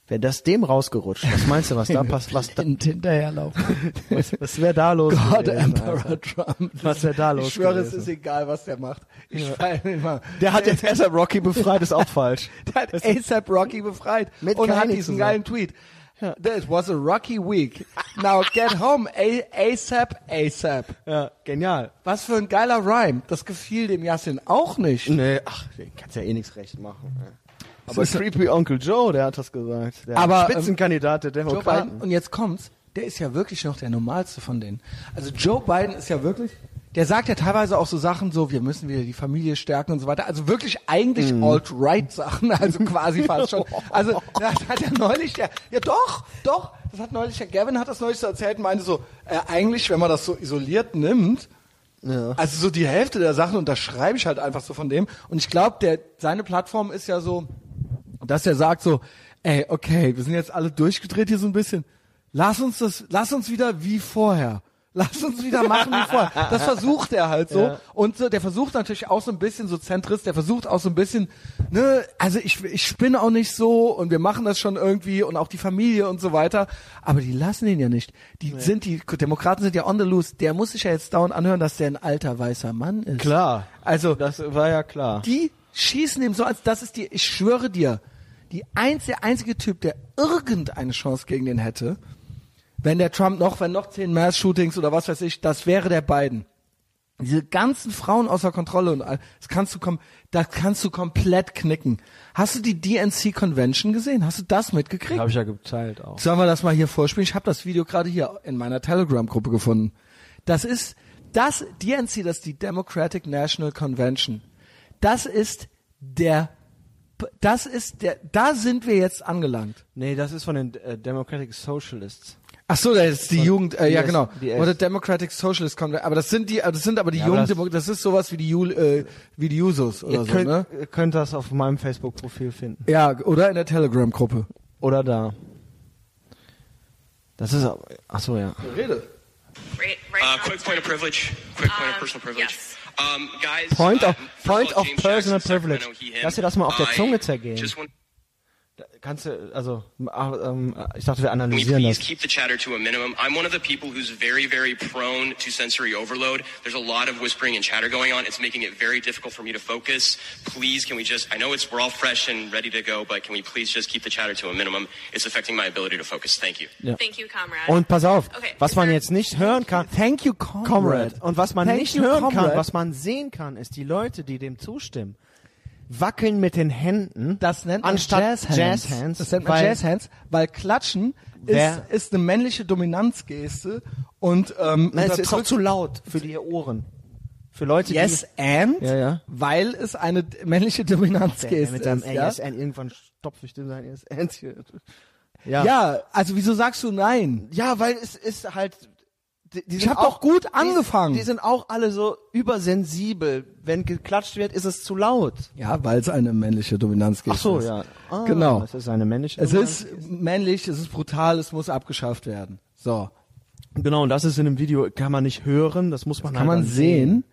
Speaker 1: Wäre das dem rausgerutscht? Was meinst du, was da passt? Was da,
Speaker 2: hinterherlaufen.
Speaker 1: was, was wäre da los?
Speaker 2: God,
Speaker 1: gewesen,
Speaker 2: Emperor
Speaker 1: Alter?
Speaker 2: Trump.
Speaker 1: Was wär da los
Speaker 2: Ich schwöre, es
Speaker 1: gewesen?
Speaker 2: ist egal, was der macht. Ich fall immer.
Speaker 1: Der hat jetzt ASAP Rocky befreit, ist auch falsch.
Speaker 2: Der hat ASAP Rocky befreit
Speaker 1: Mit
Speaker 2: und hat
Speaker 1: Kanye
Speaker 2: diesen
Speaker 1: zusammen.
Speaker 2: geilen Tweet. That was a rocky week. Now get home A- ASAP ASAP.
Speaker 1: Ja, genial.
Speaker 2: Was für ein geiler Rhyme. Das gefiel dem Yassin auch nicht.
Speaker 1: Nee, ach, den kannst ja eh nichts recht machen. Aber
Speaker 2: ist-
Speaker 1: Creepy Onkel Joe, der hat das gesagt. Der
Speaker 2: Aber,
Speaker 1: Spitzenkandidat der
Speaker 2: Joe
Speaker 1: Demokraten.
Speaker 2: Biden, und jetzt kommt's, der ist ja wirklich noch der normalste von denen. Also Joe Biden ist ja wirklich, der sagt ja teilweise auch so Sachen so, wir müssen wieder die Familie stärken und so weiter. Also wirklich eigentlich Alt-Right-Sachen, also quasi fast schon. Also das hat ja neulich der, ja doch, doch, das hat neulich der Gavin hat das neulich so erzählt und meinte so, äh, eigentlich, wenn man das so isoliert nimmt, also so die Hälfte der Sachen unterschreibe ich halt einfach so von dem. Und ich glaube, der seine Plattform ist ja so, dass er sagt so, ey, okay, wir sind jetzt alle durchgedreht hier so ein bisschen. Lass uns das, lass uns wieder wie vorher. Lass uns wieder machen wie vorher. Das versucht er halt so. Und so, der versucht natürlich auch so ein bisschen so Zentrist, der versucht auch so ein bisschen, ne, also ich, ich spinne auch nicht so und wir machen das schon irgendwie und auch die Familie und so weiter. Aber die lassen ihn ja nicht. Die sind, die Demokraten sind ja on the loose. Der muss sich ja jetzt dauernd anhören, dass der ein alter weißer Mann ist.
Speaker 1: Klar.
Speaker 2: Also,
Speaker 1: Das war ja klar.
Speaker 2: die schießen ihm so, als das ist die, ich schwöre dir, die einz, der einzige Typ, der irgendeine Chance gegen den hätte, wenn der Trump noch, wenn noch zehn Mass-Shootings oder was weiß ich, das wäre der Biden. Diese ganzen Frauen außer Kontrolle und all, das kannst du kom das kannst du komplett knicken. Hast du die DNC Convention gesehen? Hast du das mitgekriegt?
Speaker 1: Habe ich ja geteilt auch.
Speaker 2: Sollen wir das mal hier vorspielen? Ich habe das Video gerade hier in meiner Telegram-Gruppe gefunden. Das ist das DNC, das ist die Democratic National Convention. Das ist der, das ist der, da sind wir jetzt angelangt.
Speaker 1: Nee, das ist von den äh, Democratic Socialists.
Speaker 2: Ach so, das ist die Jugend, äh, ja
Speaker 1: DS,
Speaker 2: genau,
Speaker 1: DS.
Speaker 2: oder Democratic Socialist Convention. Aber das sind die, aber das sind aber die
Speaker 1: Ja, aber
Speaker 2: Jugend,
Speaker 1: das-
Speaker 2: das, ist sowas wie die, Jul, äh, wie die Jusos oder
Speaker 1: Ihr
Speaker 2: so,
Speaker 1: könnt,
Speaker 2: ne?
Speaker 1: ihr könnt das auf meinem Facebook-Profil finden.
Speaker 2: Ja, oder in der Telegram-Gruppe.
Speaker 1: Oder da. Das ist aber. Achso, ja.
Speaker 5: Äh,
Speaker 6: Right, right
Speaker 5: Uh,
Speaker 6: now,
Speaker 5: quick
Speaker 6: it's
Speaker 5: point of
Speaker 6: right-
Speaker 5: privilege. Quick point of
Speaker 6: Um,
Speaker 5: personal privilege.
Speaker 6: yes.
Speaker 5: Um, guys.
Speaker 1: Point
Speaker 5: uh,
Speaker 1: of- point
Speaker 5: first all,
Speaker 1: of
Speaker 5: James
Speaker 1: personal
Speaker 5: Jackson, Sacramento,
Speaker 1: privilege.
Speaker 5: he, him.
Speaker 1: Lass dir das mal auf der
Speaker 5: I
Speaker 1: Zunge zergehen.
Speaker 5: just want-
Speaker 1: Kannst du, also, ah, ähm, ich dachte, wir
Speaker 5: Can we
Speaker 1: analysieren
Speaker 5: please
Speaker 1: das.
Speaker 5: keep the chatter to a minimum? I'm one of the people who's very, very prone to sensory overload. There's a lot of whispering and chatter going on. It's making it very difficult for me to focus. Please, can we just? I know it's we're all fresh and ready to go, but can we please just keep the chatter to a minimum? It's affecting my ability to focus. Thank you.
Speaker 6: Thank you, comrade.
Speaker 1: Und pass auf,
Speaker 6: Okay,
Speaker 1: was man
Speaker 6: sir.
Speaker 1: jetzt nicht hören kann.
Speaker 2: Thank you, Comrade.
Speaker 1: Comrade. Und was man
Speaker 2: Thank
Speaker 1: nicht
Speaker 2: you,
Speaker 1: hören
Speaker 2: Comrade.
Speaker 1: kann, was man sehen kann, ist die Leute, die dem zustimmen, wackeln mit den Händen.
Speaker 2: Das nennt man
Speaker 1: anstatt
Speaker 2: Jazz Hands.
Speaker 1: Jazzhands,
Speaker 2: Das nennt man
Speaker 1: weil-
Speaker 2: Jazz Hands, weil Klatschen ist,
Speaker 1: Wer-
Speaker 2: ist eine männliche Dominanzgeste und ähm,
Speaker 1: Nein, es ist auch
Speaker 2: unterdrückt-
Speaker 1: zu laut für die Ohren. Für Leute,
Speaker 2: Yes and,
Speaker 1: Ja, ja.
Speaker 2: weil es eine d- männliche
Speaker 1: die
Speaker 2: Dominanzgeste
Speaker 1: mit seinem
Speaker 2: ist. Ja?
Speaker 1: ASN irgendwann stopfe ich dem sein ASN. hier. Ja.
Speaker 2: ja, also wieso sagst du nein?
Speaker 1: Ja, weil es ist halt. Die, die
Speaker 2: Ich
Speaker 1: sind
Speaker 2: hab doch gut
Speaker 1: die-
Speaker 2: angefangen.
Speaker 1: Die, sind auch alle so übersensibel. Wenn geklatscht wird, ist es zu laut.
Speaker 2: Ja, weil es eine männliche Dominanzgeste ist.
Speaker 1: Ah,
Speaker 2: genau.
Speaker 1: Es ist eine männliche.
Speaker 2: Es ist männlich, es ist brutal, es muss abgeschafft werden. So.
Speaker 1: genau. Und das ist in dem Video kann man nicht hören. Das muss man halt
Speaker 2: Kann man sehen.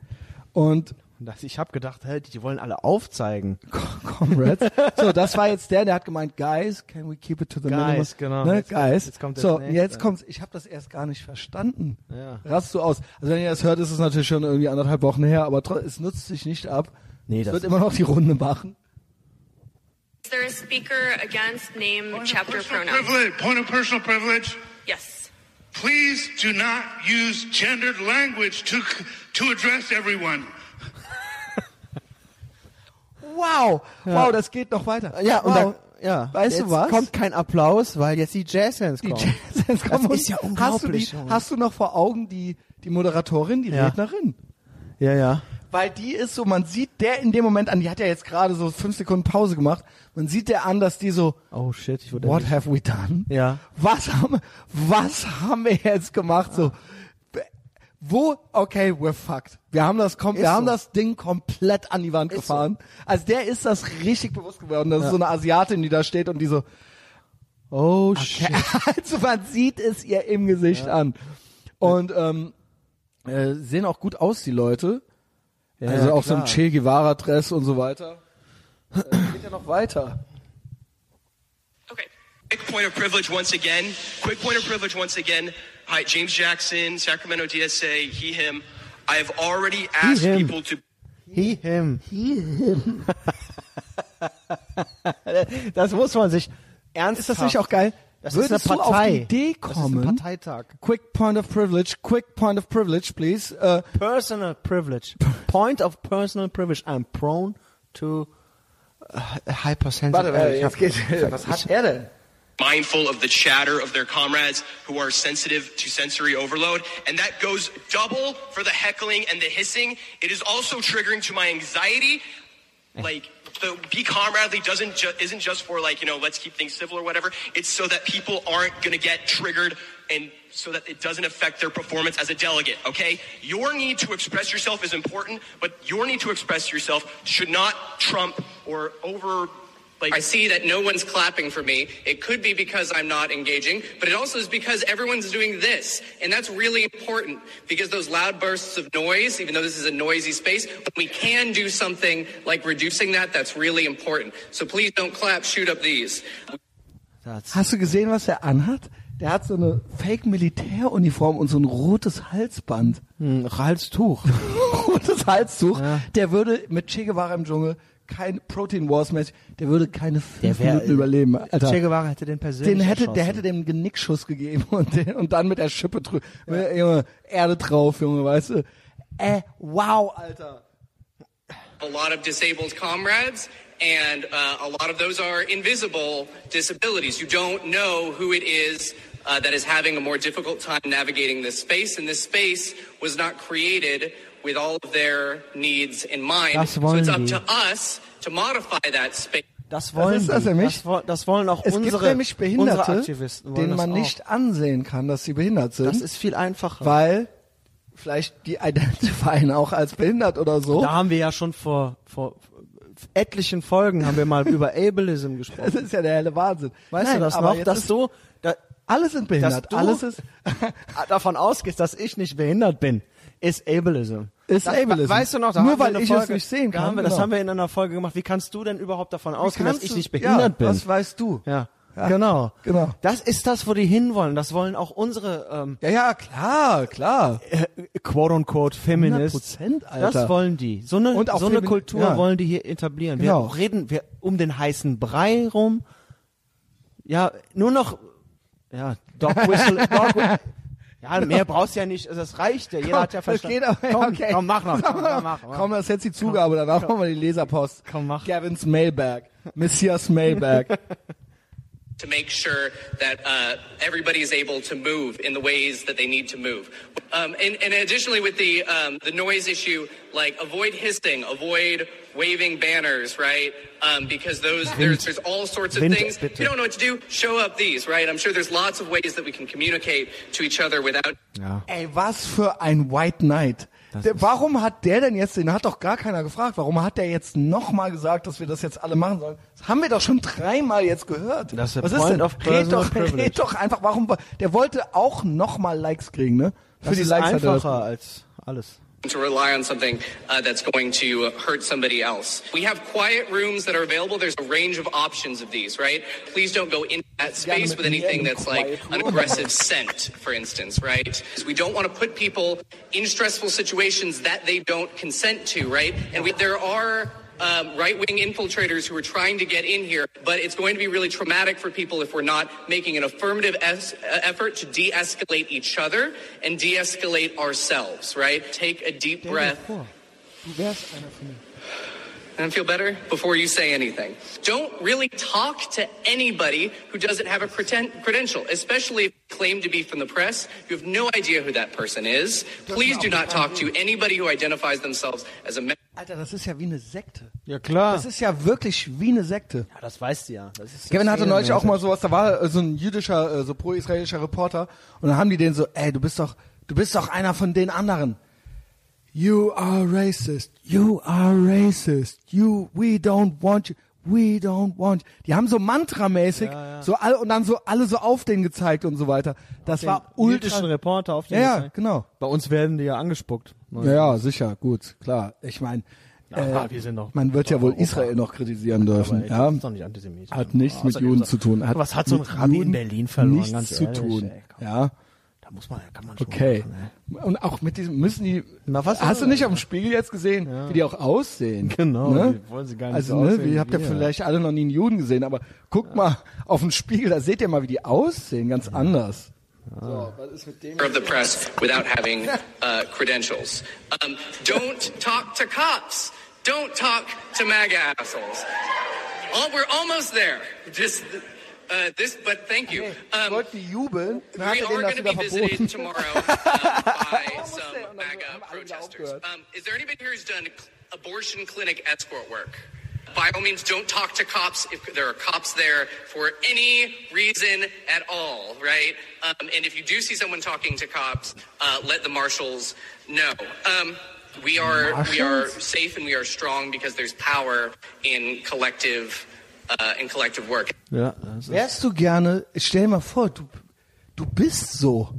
Speaker 2: Und
Speaker 1: Das, ich habe gedacht, hey, die, die wollen alle aufzeigen.
Speaker 2: Comrades. So, das war jetzt der, der hat gemeint, Guys, can we keep it to the
Speaker 1: Guys,
Speaker 2: minimum?
Speaker 1: genau.
Speaker 2: Ne,
Speaker 1: Jetzt-
Speaker 2: guys.
Speaker 1: jetzt kommt das
Speaker 2: so,
Speaker 1: nächste.
Speaker 2: jetzt kommt's. Ich habe das erst gar nicht verstanden.
Speaker 1: Ja.
Speaker 2: Rast du aus. Also wenn ihr das hört, ist es natürlich schon irgendwie anderthalb Wochen her, aber tro- es nutzt sich nicht ab.
Speaker 1: Nee,
Speaker 2: es
Speaker 1: das-
Speaker 2: wird immer noch die Runde machen.
Speaker 6: Is there a speaker against name, chapter,
Speaker 7: Personal
Speaker 6: pronoun?
Speaker 7: Privilege, point of personal privilege.
Speaker 6: Yes.
Speaker 7: Please do not use gendered language to to address everyone.
Speaker 2: wow, wow, das geht noch weiter.
Speaker 1: Ja, und
Speaker 2: wow.
Speaker 1: dann, ja.
Speaker 2: Weißt
Speaker 1: jetzt
Speaker 2: du was?
Speaker 1: kommt kein Applaus, weil jetzt die Jazzhands
Speaker 2: die
Speaker 1: kommen.
Speaker 2: Jetsons
Speaker 1: Das
Speaker 2: kommen
Speaker 1: ist
Speaker 2: und
Speaker 1: ja
Speaker 2: hast du, die,
Speaker 1: unglaublich, Junge.
Speaker 2: hast du noch vor Augen die, die Moderatorin, die
Speaker 1: Ja.
Speaker 2: Rednerin?
Speaker 1: ja, ja.
Speaker 2: Weil die ist so, man sieht der in dem Moment an, die hat ja jetzt gerade so fünf Sekunden Pause gemacht, man sieht der an, dass die so,
Speaker 1: Oh shit, ich wurde
Speaker 2: what have we done?
Speaker 1: Ja.
Speaker 2: Was haben, was haben wir jetzt gemacht? So, wo, okay, we're fucked. Wir haben das, kom wir
Speaker 1: Ist
Speaker 2: haben
Speaker 1: so.
Speaker 2: das Ding komplett an die Wand
Speaker 1: Ist
Speaker 2: gefahren. Also der ist das richtig bewusst geworden. Das ist so eine Asiatin, die da steht und die so,
Speaker 1: Oh shit.
Speaker 2: also man sieht es ihr im Gesicht an. Und ähm, äh, sehen auch gut aus, die Leute. also
Speaker 1: ja,
Speaker 2: auch so ein
Speaker 1: klar.
Speaker 2: Che Guevara-Dress und so weiter. Äh, geht ja noch weiter.
Speaker 6: Okay.
Speaker 5: Quick point of privilege once again. Quick point of privilege once again. Hi, James Jackson, Sacramento DSA, he, him. I've already asked
Speaker 1: him.
Speaker 5: people to
Speaker 1: He, him. He, him. das muss man sich ernsthaft.
Speaker 2: Ist das nicht auch geil?
Speaker 1: Das
Speaker 2: Würdest
Speaker 1: ist eine
Speaker 2: du auf
Speaker 1: Partei.
Speaker 2: die Idee
Speaker 1: Das ist ein
Speaker 2: kommen?
Speaker 1: Parteitag.
Speaker 2: Quick point of privilege, quick point of privilege, please. Äh,
Speaker 1: Personal privilege. Point of personal privilege. I'm prone to uh, hypersensitive.
Speaker 2: äh,
Speaker 1: Ich hab-
Speaker 2: Was hat er denn?
Speaker 5: mindful of the chatter of their comrades who are sensitive to sensory overload. And that goes double for the heckling and the hissing. It is also triggering to my anxiety. Like, the be comradely doesn't ju- isn't just for like you know let's keep things civil or whatever. It's so that people aren't gonna get triggered and so that it doesn't affect their performance as a delegate. Okay, your need to express yourself is important, but your need to express yourself should not trump or over like
Speaker 8: I see that no one's clapping for me. It could be because I'm not engaging, but it also is because everyone's doing this. And that's really important because those loud bursts of noise, even though this is a noisy space, we can do something like reducing that. That's really important. So please don't clap, shoot up these.
Speaker 2: Hast du gesehen, was er anhat? Der hat so eine Fake-Militäruniform und so ein rotes Halsband.
Speaker 1: Hm, Halstuch.
Speaker 2: rotes Halstuch,
Speaker 1: Ja.
Speaker 2: der würde mit Che Guevara im Dschungel kein Protein Wars Match, der würde keine fünf
Speaker 1: wär-
Speaker 2: Minuten überleben, Alter.
Speaker 1: Che Guevara hätte den persönlich
Speaker 2: den hätte,
Speaker 1: erschossen.
Speaker 2: der hätte dem einen Genickschuss gegeben und, den, und dann mit der Schippe drü mit- Junge, Erde drauf, Junge, weißt du? Äh, wow, Alter.
Speaker 8: a lot of disabled comrades, and uh, a lot of those are invisible disabilities. You don't know who it is uh, that is having a more difficult time navigating this space, and this space was not created with all of their needs in mind.
Speaker 1: That's
Speaker 8: So it's up
Speaker 1: Volney.
Speaker 8: to us to modify that space.
Speaker 1: Das wollen
Speaker 2: ist das
Speaker 1: die.
Speaker 2: für mich?
Speaker 1: Das, wo- das wollen auch
Speaker 2: Es
Speaker 1: unsere,
Speaker 2: gibt nämlich
Speaker 1: unsere
Speaker 2: Behinderte,
Speaker 1: Aktivisten. wollen
Speaker 2: denen
Speaker 1: das
Speaker 2: man
Speaker 1: auch.
Speaker 2: nicht ansehen kann, dass sie behindert sind.
Speaker 1: Das ist viel einfacher.
Speaker 2: weil vielleicht die identifizieren auch als behindert oder so.
Speaker 1: da haben wir ja schon vor, vor etlichen Folgen haben wir mal über Ableism gesprochen.
Speaker 2: das ist ja der helle Wahnsinn.
Speaker 1: Weißt
Speaker 2: Nein,
Speaker 1: du das
Speaker 2: aber
Speaker 1: noch?
Speaker 2: jetzt
Speaker 1: Dass
Speaker 2: ist-
Speaker 1: du da,
Speaker 2: Alles sind behindert.
Speaker 1: du-
Speaker 2: Alles ist.
Speaker 1: davon ausgehst, dass ich nicht behindert bin, ist Ableism.
Speaker 2: Ist
Speaker 1: das,
Speaker 2: Ableism.
Speaker 1: Weißt du noch, da
Speaker 2: Nur
Speaker 1: haben wir
Speaker 2: weil
Speaker 1: eine
Speaker 2: ich es
Speaker 1: Folge,
Speaker 2: nicht sehen
Speaker 1: da
Speaker 2: kann,
Speaker 1: Haben wir, Das
Speaker 2: genau.
Speaker 1: haben wir in einer Folge gemacht. Wie kannst du denn überhaupt davon ausgehen, dass
Speaker 2: kannst
Speaker 1: ich
Speaker 2: du-
Speaker 1: nicht
Speaker 2: ja,
Speaker 1: behindert bin?
Speaker 2: was weißt du?
Speaker 1: Ja.
Speaker 2: Ja.
Speaker 1: Genau.
Speaker 2: Genau.
Speaker 1: Das ist das, wo die hinwollen. Das wollen auch unsere ähm,
Speaker 2: Ja, ja, klar, klar.
Speaker 1: quote unquote Feminists.
Speaker 2: 100%, Alter.
Speaker 1: Das wollen die. So eine,
Speaker 2: Und auch
Speaker 1: so eine
Speaker 2: Femi-
Speaker 1: Kultur
Speaker 2: ja.
Speaker 1: wollen die hier etablieren.
Speaker 2: Genau.
Speaker 1: Wir reden wir um den heißen Brei rum. Ja, nur noch ja, Dog Whistle. Dog Whi- ja, mehr brauchst du ja nicht. Das reicht ja. Jeder hat ja
Speaker 2: das
Speaker 1: verstanden.
Speaker 2: geht aber,
Speaker 1: komm,
Speaker 2: okay.
Speaker 1: komm, mach noch. Komm, mach,
Speaker 2: Komm,
Speaker 1: mach.
Speaker 2: komm, das ist jetzt die Zugabe, danach machen wir die Leserpost.
Speaker 1: Komm, mach.
Speaker 2: Gavins Mailbag. Messias Mailbag.
Speaker 8: to make sure that uh, everybody is able to move in the ways that they need to move. Um, and, and additionally, with the um, the noise issue, like avoid hissing, avoid waving banners, right? Um, because those there's, there's all sorts of
Speaker 1: Wind,
Speaker 8: things.
Speaker 1: bitte.
Speaker 8: If you don't know what to do, show up these, right? I'm sure there's lots of ways that we can communicate to each other without.
Speaker 2: Ey, was für ein White Knight. Der, warum hat der denn jetzt, den hat doch gar keiner gefragt, warum hat der jetzt nochmal gesagt, dass wir das jetzt alle machen sollen? Das haben wir doch schon dreimal jetzt gehört.
Speaker 1: Das ist der
Speaker 2: Was
Speaker 1: Point
Speaker 2: denn?
Speaker 1: of
Speaker 2: red,
Speaker 1: personal
Speaker 2: doch,
Speaker 1: privilege.
Speaker 2: red doch einfach, warum, der wollte auch nochmal Likes kriegen, ne? Für
Speaker 1: Das
Speaker 2: die
Speaker 1: ist
Speaker 2: Likes hat er das
Speaker 1: einfacher als alles.
Speaker 8: to rely on something uh, that's going to hurt somebody else. We have quiet rooms that are available. There's a range of options of these, right? Please don't go into that space with anything that's like an aggressive scent, for instance, right? 'Cause we don't want to put people in stressful situations that they don't consent to, right? And we, there are um, right wing infiltrators who are trying to get in here, but it's going to be really traumatic for people if we're not making an affirmative es- uh, effort to de escalate each other and de escalate ourselves, right? Take a deep breath.
Speaker 2: Du wärst einer von mir.
Speaker 8: and feel better before you say anything. Don't really talk to anybody who doesn't have a pretend credential, especially if they claim to be from the press. You have no idea who that person is. Please do not talk to anybody who identifies themselves as a member.
Speaker 2: Alter, das ist ja wie eine Sekte.
Speaker 1: Ja, klar.
Speaker 2: Das ist ja wirklich wie eine Sekte.
Speaker 1: Ja, das weißt du ja. Das ist
Speaker 2: Kevin hatte neulich auch mal sowas, da war äh, so ein jüdischer, äh, so pro-israelischer Reporter und dann haben die den so, ey, du bist doch, du bist doch einer von den anderen. You are racist, you are racist, you, we don't want you, we don't want you. Die haben so mantramäßig, so alle, und dann so alle so auf den gezeigt und so weiter. Das war
Speaker 1: ultischen
Speaker 2: ultra.
Speaker 1: Reporter auf
Speaker 2: Ja,
Speaker 1: jeden
Speaker 2: ja,
Speaker 1: Fall.
Speaker 2: genau.
Speaker 1: Bei uns werden die ja angespuckt.
Speaker 2: Ja, ja, sicher, gut, klar. Ich meine,
Speaker 1: Aha,
Speaker 2: äh,
Speaker 1: wir sind doch-
Speaker 2: man wird ja
Speaker 1: doch
Speaker 2: wohl
Speaker 1: Europa.
Speaker 2: Israel noch kritisieren dürfen.
Speaker 1: das
Speaker 2: Ja,
Speaker 1: ist doch nicht antisemitisch.
Speaker 2: hat nichts mit
Speaker 1: Außerdem
Speaker 2: Juden
Speaker 1: so-
Speaker 2: zu tun. Hat
Speaker 1: Was hat so ein
Speaker 2: mit
Speaker 1: Rabbi in
Speaker 2: Juden
Speaker 1: Berlin verloren?
Speaker 2: Nichts
Speaker 1: ganz
Speaker 2: zu
Speaker 1: ehrlich,
Speaker 2: tun.
Speaker 1: Ey, komm,
Speaker 2: ja,
Speaker 1: Da muss man, kann man schon
Speaker 2: okay.
Speaker 1: Machen,
Speaker 2: Und auch mit diesem müssen die.
Speaker 1: Na, was
Speaker 2: hast
Speaker 1: soll
Speaker 2: du nicht
Speaker 1: das?
Speaker 2: auf dem Spiegel jetzt gesehen, wie die auch aussehen?
Speaker 1: Genau,
Speaker 2: Ne?
Speaker 1: die wollen sie gar nicht
Speaker 2: Also,
Speaker 1: so
Speaker 2: ne,
Speaker 1: aussehen
Speaker 2: wie
Speaker 1: wie
Speaker 2: habt ihr
Speaker 1: wir.
Speaker 2: vielleicht alle noch nie einen Juden gesehen, aber guckt mal auf den Spiegel, da seht ihr mal, wie die aussehen, ganz anders.
Speaker 8: of the press without having uh, credentials. Um, don't talk to cops. Don't talk to MAGA assholes. All, we're almost there. Just uh, this, but thank you. Um,
Speaker 2: die jubeln,
Speaker 8: we are going to be visited tomorrow um, by some MAGA protesters. Um, is there anybody here who's done cl- abortion clinic escort work? By all means, don't talk to cops if there are cops there for any reason at all, right? Um, and if you do see someone talking to cops, uh, let the marshals know. Um, we are we are safe and we are strong because there's power in collective uh, in collective work.
Speaker 1: Ja,
Speaker 8: Uh,
Speaker 1: das ist
Speaker 2: Wärst du gerne, stell dir mal vor, du, du bist so.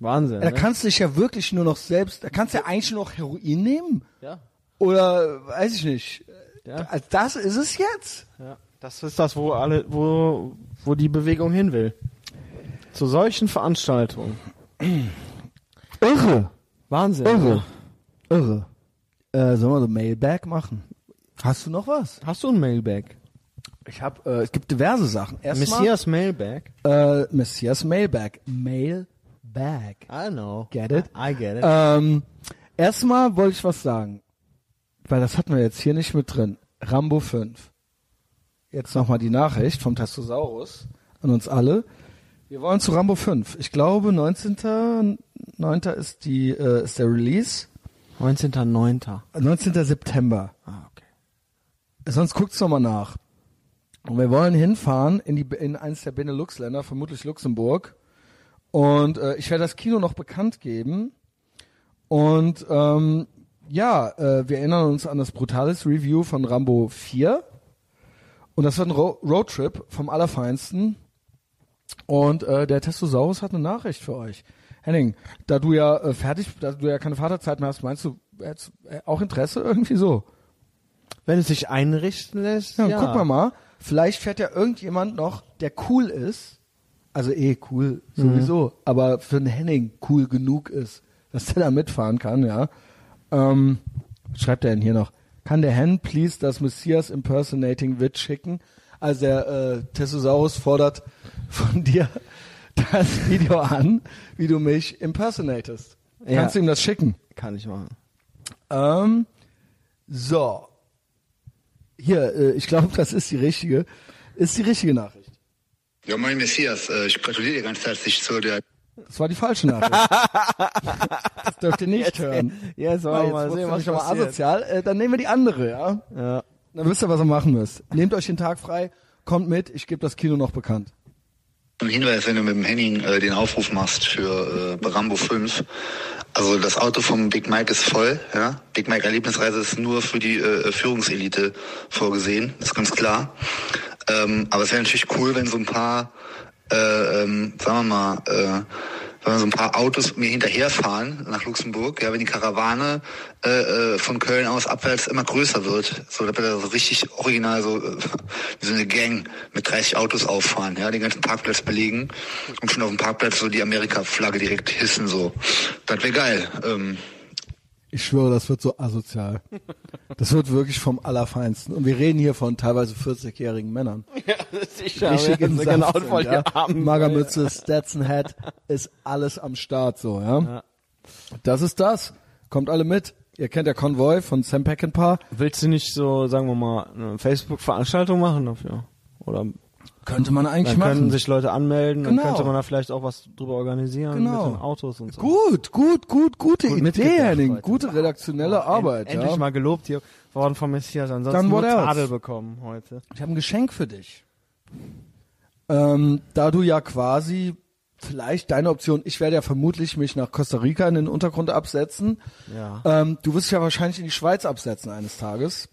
Speaker 1: Wahnsinn.
Speaker 2: Da
Speaker 1: ne?
Speaker 2: kannst du dich ja wirklich nur noch selbst, da kannst du ja eigentlich nur noch Heroin nehmen.
Speaker 1: Ja.
Speaker 2: Oder, weiß ich nicht.
Speaker 1: Ja.
Speaker 2: Also das ist es jetzt.
Speaker 1: Ja, das ist das, wo alle, wo, wo die Bewegung hin will. Zu solchen Veranstaltungen.
Speaker 2: Irre.
Speaker 1: Wahnsinn.
Speaker 2: Irre. Irre. Äh, sollen wir so Mailbag machen? Hast du noch was?
Speaker 1: Hast du ein Mailbag?
Speaker 2: Ich hab, äh, es gibt diverse Sachen. Erstmal,
Speaker 1: Messias Mailbag?
Speaker 2: äh, Messias Mailbag. Mailbag.
Speaker 1: I know.
Speaker 2: Get it?
Speaker 1: I get it. Äh.
Speaker 2: Ähm, erstmal wollte ich was sagen, weil das hatten wir jetzt hier nicht mit drin. Rambo 5. Jetzt nochmal die Nachricht vom Tassosaurus an uns alle. Wir wollen zu Rambo 5. Ich glaube, 19.9. ist die äh, ist der Release.
Speaker 1: 19.09.
Speaker 2: 19. September.
Speaker 1: Ah, okay.
Speaker 2: Sonst guckt's nochmal nach. Und wir wollen hinfahren in, die, in eines der Benelux-Länder, vermutlich Luxemburg. Und äh, ich werde das Kino noch bekannt geben. Und ähm, ja, äh, wir erinnern uns an das brutales Review von Rambo 4. Und das wird ein Ro Roadtrip vom Allerfeinsten. Und äh, der Testosaurus hat eine Nachricht für euch. Henning, da du ja äh, fertig, da du ja keine Vaterzeit mehr hast, meinst du, hättest äh, auch Interesse irgendwie so?
Speaker 1: Wenn es sich einrichten lässt,
Speaker 2: Ja,
Speaker 1: ja.
Speaker 2: und gucken wir mal. Vielleicht fährt ja irgendjemand noch, der cool ist. Also eh cool sowieso, aber für einen Henning cool genug ist, dass der da mitfahren kann, ja. Ähm, was schreibt er denn hier noch? Kann der Hen please das Messias Impersonating Witch schicken? Also der äh, Tessosaurus fordert von dir das Video an, wie du mich impersonatest.
Speaker 1: Ja.
Speaker 2: Kannst du ihm das schicken?
Speaker 1: Kann ich machen.
Speaker 2: Ähm, so. Hier, äh, ich glaube, das ist die richtige. Ist die richtige Nachricht.
Speaker 9: Ja, moin Messias, äh, ich gratuliere dir ganz herzlich zu der
Speaker 2: Das war die falsche Nachricht. das dürft ihr nicht hören.
Speaker 1: Jetzt
Speaker 2: Weil
Speaker 1: wollen wir mal
Speaker 2: wurd's
Speaker 1: sehen, was
Speaker 2: nämlich schon mal
Speaker 1: passiert.
Speaker 2: asozial. Äh, dann nehmen wir die andere, ja?
Speaker 1: Ja.
Speaker 2: Dann wisst ihr, was ihr machen müsst. Nehmt euch den Tag frei, kommt mit, ich gebe das Kino noch bekannt.
Speaker 9: Ein Hinweis, wenn du mit dem Henning äh, den Aufruf machst für äh, Rambo 5. Also das Auto vom Big Mike ist voll. Ja? Big Mike Erlebnisreise ist nur für die äh, Führungselite vorgesehen, ist ganz klar. Ähm, aber es wäre natürlich cool, wenn so ein paar, äh, ähm, sagen wir mal, äh, wenn so ein paar Autos mir hinterherfahren nach Luxemburg, ja, wenn die Karawane äh, äh, von Köln aus abwärts immer größer wird, so dass wir da so richtig original so, äh, wie so eine Gang mit 30 Autos auffahren, ja, den ganzen Parkplatz belegen und schon auf dem Parkplatz so die Amerika-Flagge direkt hissen, so. Das wäre geil. Ähm,
Speaker 2: Ich schwöre, das wird so asozial. Das wird wirklich vom Allerfeinsten. Und wir reden hier von teilweise 40-jährigen Männern.
Speaker 1: Sicher.
Speaker 2: richtig im Saft
Speaker 1: genau
Speaker 2: sind,
Speaker 1: voll
Speaker 2: ja.
Speaker 1: die Armen.
Speaker 2: Magermütze, Stetson Hat, ist alles am Start so, ja. Das ist das. Kommt alle mit. Ihr kennt ja Convoy von Sam Peckinpah.
Speaker 1: Willst du nicht so, sagen wir mal, eine Facebook-Veranstaltung machen dafür? Oder
Speaker 2: Könnte man eigentlich
Speaker 1: dann können
Speaker 2: machen.
Speaker 1: sich Leute anmelden,
Speaker 2: Genau.
Speaker 1: dann könnte man da vielleicht auch was drüber organisieren
Speaker 2: Genau.
Speaker 1: mit den Autos und so.
Speaker 2: gut, gut, gut, gute Idee,
Speaker 1: mitgedacht,
Speaker 2: Henning.
Speaker 1: Leute.
Speaker 2: Gute redaktionelle Arbeit.
Speaker 1: Endlich
Speaker 2: ja.
Speaker 1: mal gelobt hier worden vom Messias, ansonsten
Speaker 2: Dann
Speaker 1: nur
Speaker 2: what else?
Speaker 1: Tadel bekommen heute.
Speaker 2: Ich habe ein Geschenk für dich. Ähm, da du ja quasi vielleicht deine Option, ich werde ja vermutlich mich nach Costa Rica in den Untergrund absetzen.
Speaker 1: Ja.
Speaker 2: Ähm, du wirst dich ja wahrscheinlich in die Schweiz absetzen eines Tages.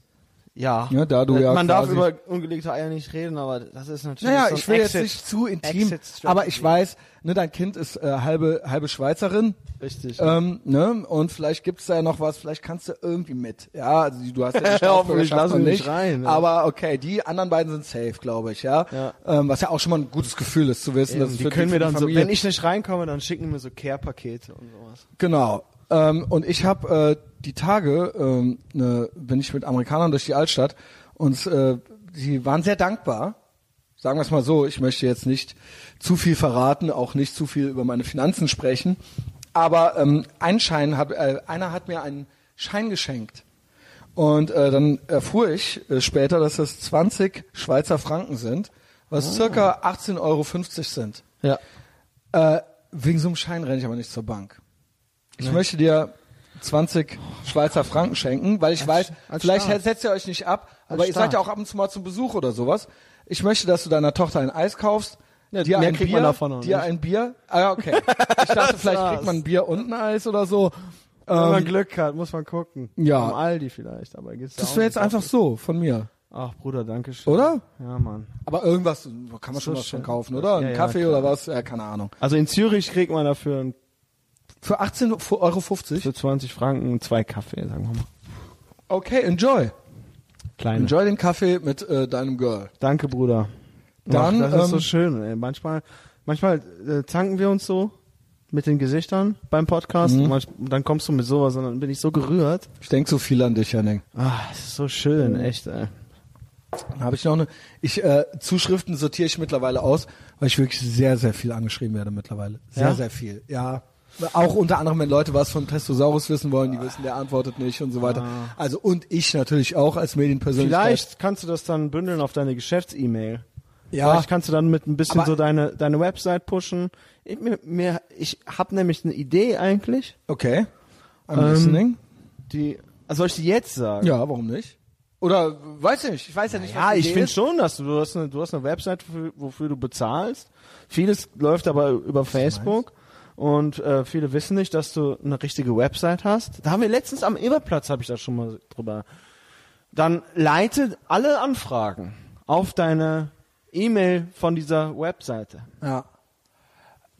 Speaker 1: Ja. Äh,
Speaker 2: Ja, da du ja
Speaker 1: Man darf
Speaker 2: quasi-
Speaker 1: über ungelegte Eier nicht reden, aber das ist natürlich
Speaker 2: Naja,
Speaker 1: so ein
Speaker 2: ich will
Speaker 1: Exit-
Speaker 2: jetzt nicht zu intim,
Speaker 1: Exit-Strategy.
Speaker 2: aber ich weiß, ne, dein Kind ist äh, halbe, halbe Schweizerin.
Speaker 1: Richtig.
Speaker 2: Ähm, ne? Und vielleicht gibt's da ja noch was, vielleicht kannst du irgendwie mit. Ja, also die- du hast ja die
Speaker 1: Hoffentlich
Speaker 2: Staatsbürgerschaft noch
Speaker 1: lassen die
Speaker 2: nicht.
Speaker 1: mich rein, ja.
Speaker 2: Aber okay, die anderen beiden sind safe, glaube ich, ja.
Speaker 1: Ja.
Speaker 2: Ähm, was ja auch schon mal ein gutes Gefühl ist zu wissen, dass
Speaker 1: Eben,
Speaker 2: es
Speaker 1: die
Speaker 2: für
Speaker 1: können
Speaker 2: die,
Speaker 1: mir
Speaker 2: für die
Speaker 1: dann so,
Speaker 2: Familie-
Speaker 1: wenn ich nicht reinkomme, dann schicken die mir so Care-Pakete und sowas.
Speaker 2: Genau. Ähm, und ich habe äh, die Tage, ähm, ne, bin ich mit Amerikanern durch die Altstadt und äh, sie waren sehr dankbar. Sagen wir es mal so, ich möchte jetzt nicht zu viel verraten, auch nicht zu viel über meine Finanzen sprechen. Aber ähm, einen Schein hab, äh, einer hat mir einen Schein geschenkt. Und äh, dann erfuhr ich äh, später, dass es 20 Schweizer Franken sind, was circa 18,50 Euro sind.
Speaker 1: Ja.
Speaker 2: Äh, wegen so einem Schein renne ich aber nicht zur Bank. Ich möchte dir 20 Schweizer Franken schenken, weil ich weiß,
Speaker 1: als
Speaker 2: vielleicht
Speaker 1: Staat.
Speaker 2: setzt ihr euch nicht ab, aber ihr
Speaker 1: Staat.
Speaker 2: seid ja auch ab und zu mal zum Besuch oder sowas. Ich möchte, dass du deiner Tochter ein Eis kaufst,
Speaker 1: Ja,
Speaker 2: dir,
Speaker 1: mehr
Speaker 2: ein
Speaker 1: kriegt
Speaker 2: Bier,
Speaker 1: man davon auch
Speaker 2: dir
Speaker 1: nicht.
Speaker 2: ein Bier. Ah ja, okay. Ich dachte, vielleicht kriegt man ein Bier und ein Eis oder so.
Speaker 1: Wenn man
Speaker 2: Ähm,
Speaker 1: Glück hat, muss man gucken.
Speaker 2: ja.
Speaker 1: Am Aldi vielleicht, aber gibt's da
Speaker 2: das
Speaker 1: auch
Speaker 2: wäre jetzt
Speaker 1: nicht.
Speaker 2: einfach so von mir,
Speaker 1: Ach, Bruder, danke schön.
Speaker 2: oder?
Speaker 1: Ja, Mann.
Speaker 2: Aber irgendwas kann man schon was
Speaker 1: schön.
Speaker 2: schon kaufen, oder? Ein
Speaker 1: Ja, ja,
Speaker 2: Kaffee
Speaker 1: klar.
Speaker 2: oder was? Ja, keine Ahnung.
Speaker 1: Also in Zürich kriegt man dafür ein-
Speaker 2: Für 18,50 Euro.
Speaker 1: für 20 Franken zwei Kaffee, sagen wir mal.
Speaker 2: Okay, enjoy.
Speaker 1: Kleine.
Speaker 2: Enjoy den Kaffee mit äh, deinem Girl.
Speaker 1: Danke, Bruder.
Speaker 2: Dann,
Speaker 1: Ach, das ist so
Speaker 2: ähm,
Speaker 1: schön. Ey. Manchmal, manchmal äh, zanken wir uns so mit den Gesichtern beim Podcast.
Speaker 2: Mhm.
Speaker 1: Und manch- und dann kommst du mit sowas und dann bin ich so gerührt.
Speaker 2: Ich denk so viel an dich, Henning.
Speaker 1: Ah, es ist so schön,
Speaker 2: Mhm.
Speaker 1: echt. Ey.
Speaker 2: Habe ich noch eine? Ich äh, Zuschriften sortiere ich mittlerweile aus, weil ich wirklich sehr, sehr viel angeschrieben werde mittlerweile. Sehr,
Speaker 1: Ja?
Speaker 2: sehr viel. Ja. Auch unter anderem, wenn Leute was vom Testosaurus wissen wollen, die wissen, der antwortet nicht und so weiter. Also und ich natürlich auch als Medienpersönlichkeit.
Speaker 1: Ah. Vielleicht kannst du das dann bündeln auf deine Geschäfts-E-Mail.
Speaker 2: Ja.
Speaker 1: Vielleicht kannst du dann mit ein bisschen
Speaker 2: Aber-
Speaker 1: so deine deine Website pushen. Ich, mir, mir, ich habe nämlich eine Idee eigentlich,
Speaker 2: Okay. I'm
Speaker 1: Ähm,
Speaker 2: listening.
Speaker 1: die also soll ich die jetzt sagen?
Speaker 2: Ja, warum nicht? Oder weiß ich nicht. Ich weiß ja nicht,
Speaker 1: Ja,
Speaker 2: was die
Speaker 1: ich
Speaker 2: Idee
Speaker 1: finde
Speaker 2: ist.
Speaker 1: schon, dass du, du hast eine, du hast eine Website, wofür, wofür du bezahlst. Vieles läuft aber über Facebook und äh, viele wissen nicht, dass du eine richtige Website hast. Da haben wir letztens am Eberplatz habe ich da schon mal drüber. Dann leite alle Anfragen auf deine E-Mail von dieser Webseite.
Speaker 2: Ja.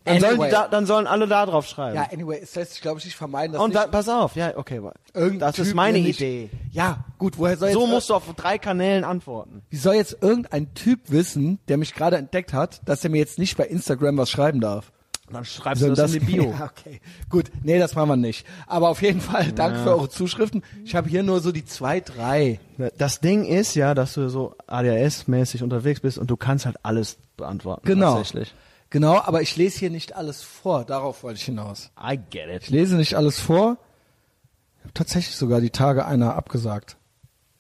Speaker 1: Dann, sollen,
Speaker 2: Anyway.
Speaker 1: die da, dann sollen alle da drauf schreiben.
Speaker 2: Ja, anyway, es lässt sich, glaube ich, nicht vermeiden, dass
Speaker 1: und
Speaker 2: nicht
Speaker 1: da, pass auf, ja, okay, wa-
Speaker 2: irgendein
Speaker 1: das ist
Speaker 2: Typ
Speaker 1: meine
Speaker 2: mir nicht-
Speaker 1: Idee.
Speaker 2: Ja, gut, woher soll
Speaker 1: So
Speaker 2: jetzt
Speaker 1: musst du auf drei Kanälen antworten.
Speaker 2: Wie soll jetzt irgendein Typ wissen, der mich gerade entdeckt hat, dass er mir jetzt nicht bei Instagram was schreiben darf?
Speaker 1: Dann schreibst
Speaker 2: Sondern
Speaker 1: du das in die Bio.
Speaker 2: Ja, okay, gut. Nee, das machen wir nicht. Aber auf jeden Fall, danke für eure Zuschriften. Ich habe hier nur so die zwei, drei.
Speaker 1: Ne, Das Ding ist ja, dass du so ADHS-mäßig unterwegs bist und du kannst halt alles beantworten.
Speaker 2: Genau.
Speaker 1: Tatsächlich.
Speaker 2: Genau, aber ich lese hier nicht alles vor. Darauf wollte ich hinaus.
Speaker 1: I get it.
Speaker 2: Ich lese nicht alles vor. Ich habe tatsächlich sogar die Tage einer abgesagt,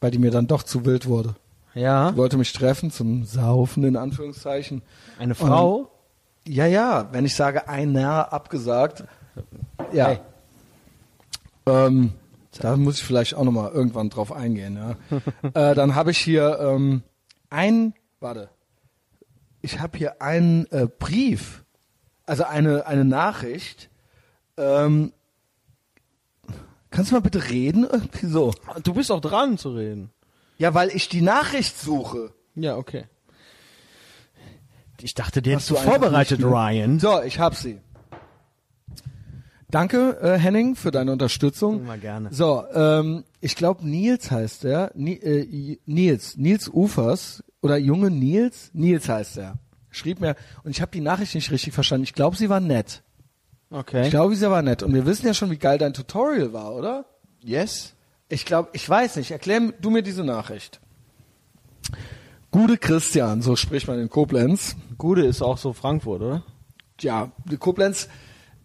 Speaker 2: weil die mir dann doch zu wild wurde.
Speaker 1: Ja.
Speaker 2: Die wollte mich treffen zum Saufen in Anführungszeichen.
Speaker 1: Eine Frau?
Speaker 2: Und- ja, ja, wenn ich sage einer abgesagt. Ja.
Speaker 1: Hey.
Speaker 2: Ähm, da muss ich vielleicht auch nochmal irgendwann drauf eingehen. Ja. äh, dann habe ich hier ähm, ein, warte, ich habe hier einen äh, Brief, also eine, eine Nachricht. Ähm, kannst du mal bitte reden? Irgendwie so.
Speaker 1: Du bist auch dran zu reden.
Speaker 2: Ja, weil ich die Nachricht suche.
Speaker 1: Ja, okay. Ich dachte, dir
Speaker 2: Hast du einfach nicht mehr- So, ich hab sie. Danke, äh, Henning, für deine Unterstützung.
Speaker 1: Immer gerne.
Speaker 2: So, ähm, ich glaube, Nils heißt er. Ni äh, I- Nils. Nils Ufers. Oder junge Nils. Nils heißt er. Schrieb mir, und ich habe die Nachricht nicht richtig verstanden. Ich glaube, sie war nett. Ich
Speaker 1: Okay.
Speaker 2: glaube, sie war nett. Und wir wissen ja schon, wie geil dein Tutorial war, oder?
Speaker 1: Yes.
Speaker 2: Ich glaube, ich weiß nicht. Erklär du mir diese Nachricht. Gute Christian, so spricht man in Koblenz.
Speaker 1: Gude ist auch so Frankfurt, oder?
Speaker 2: ja, die Koblenz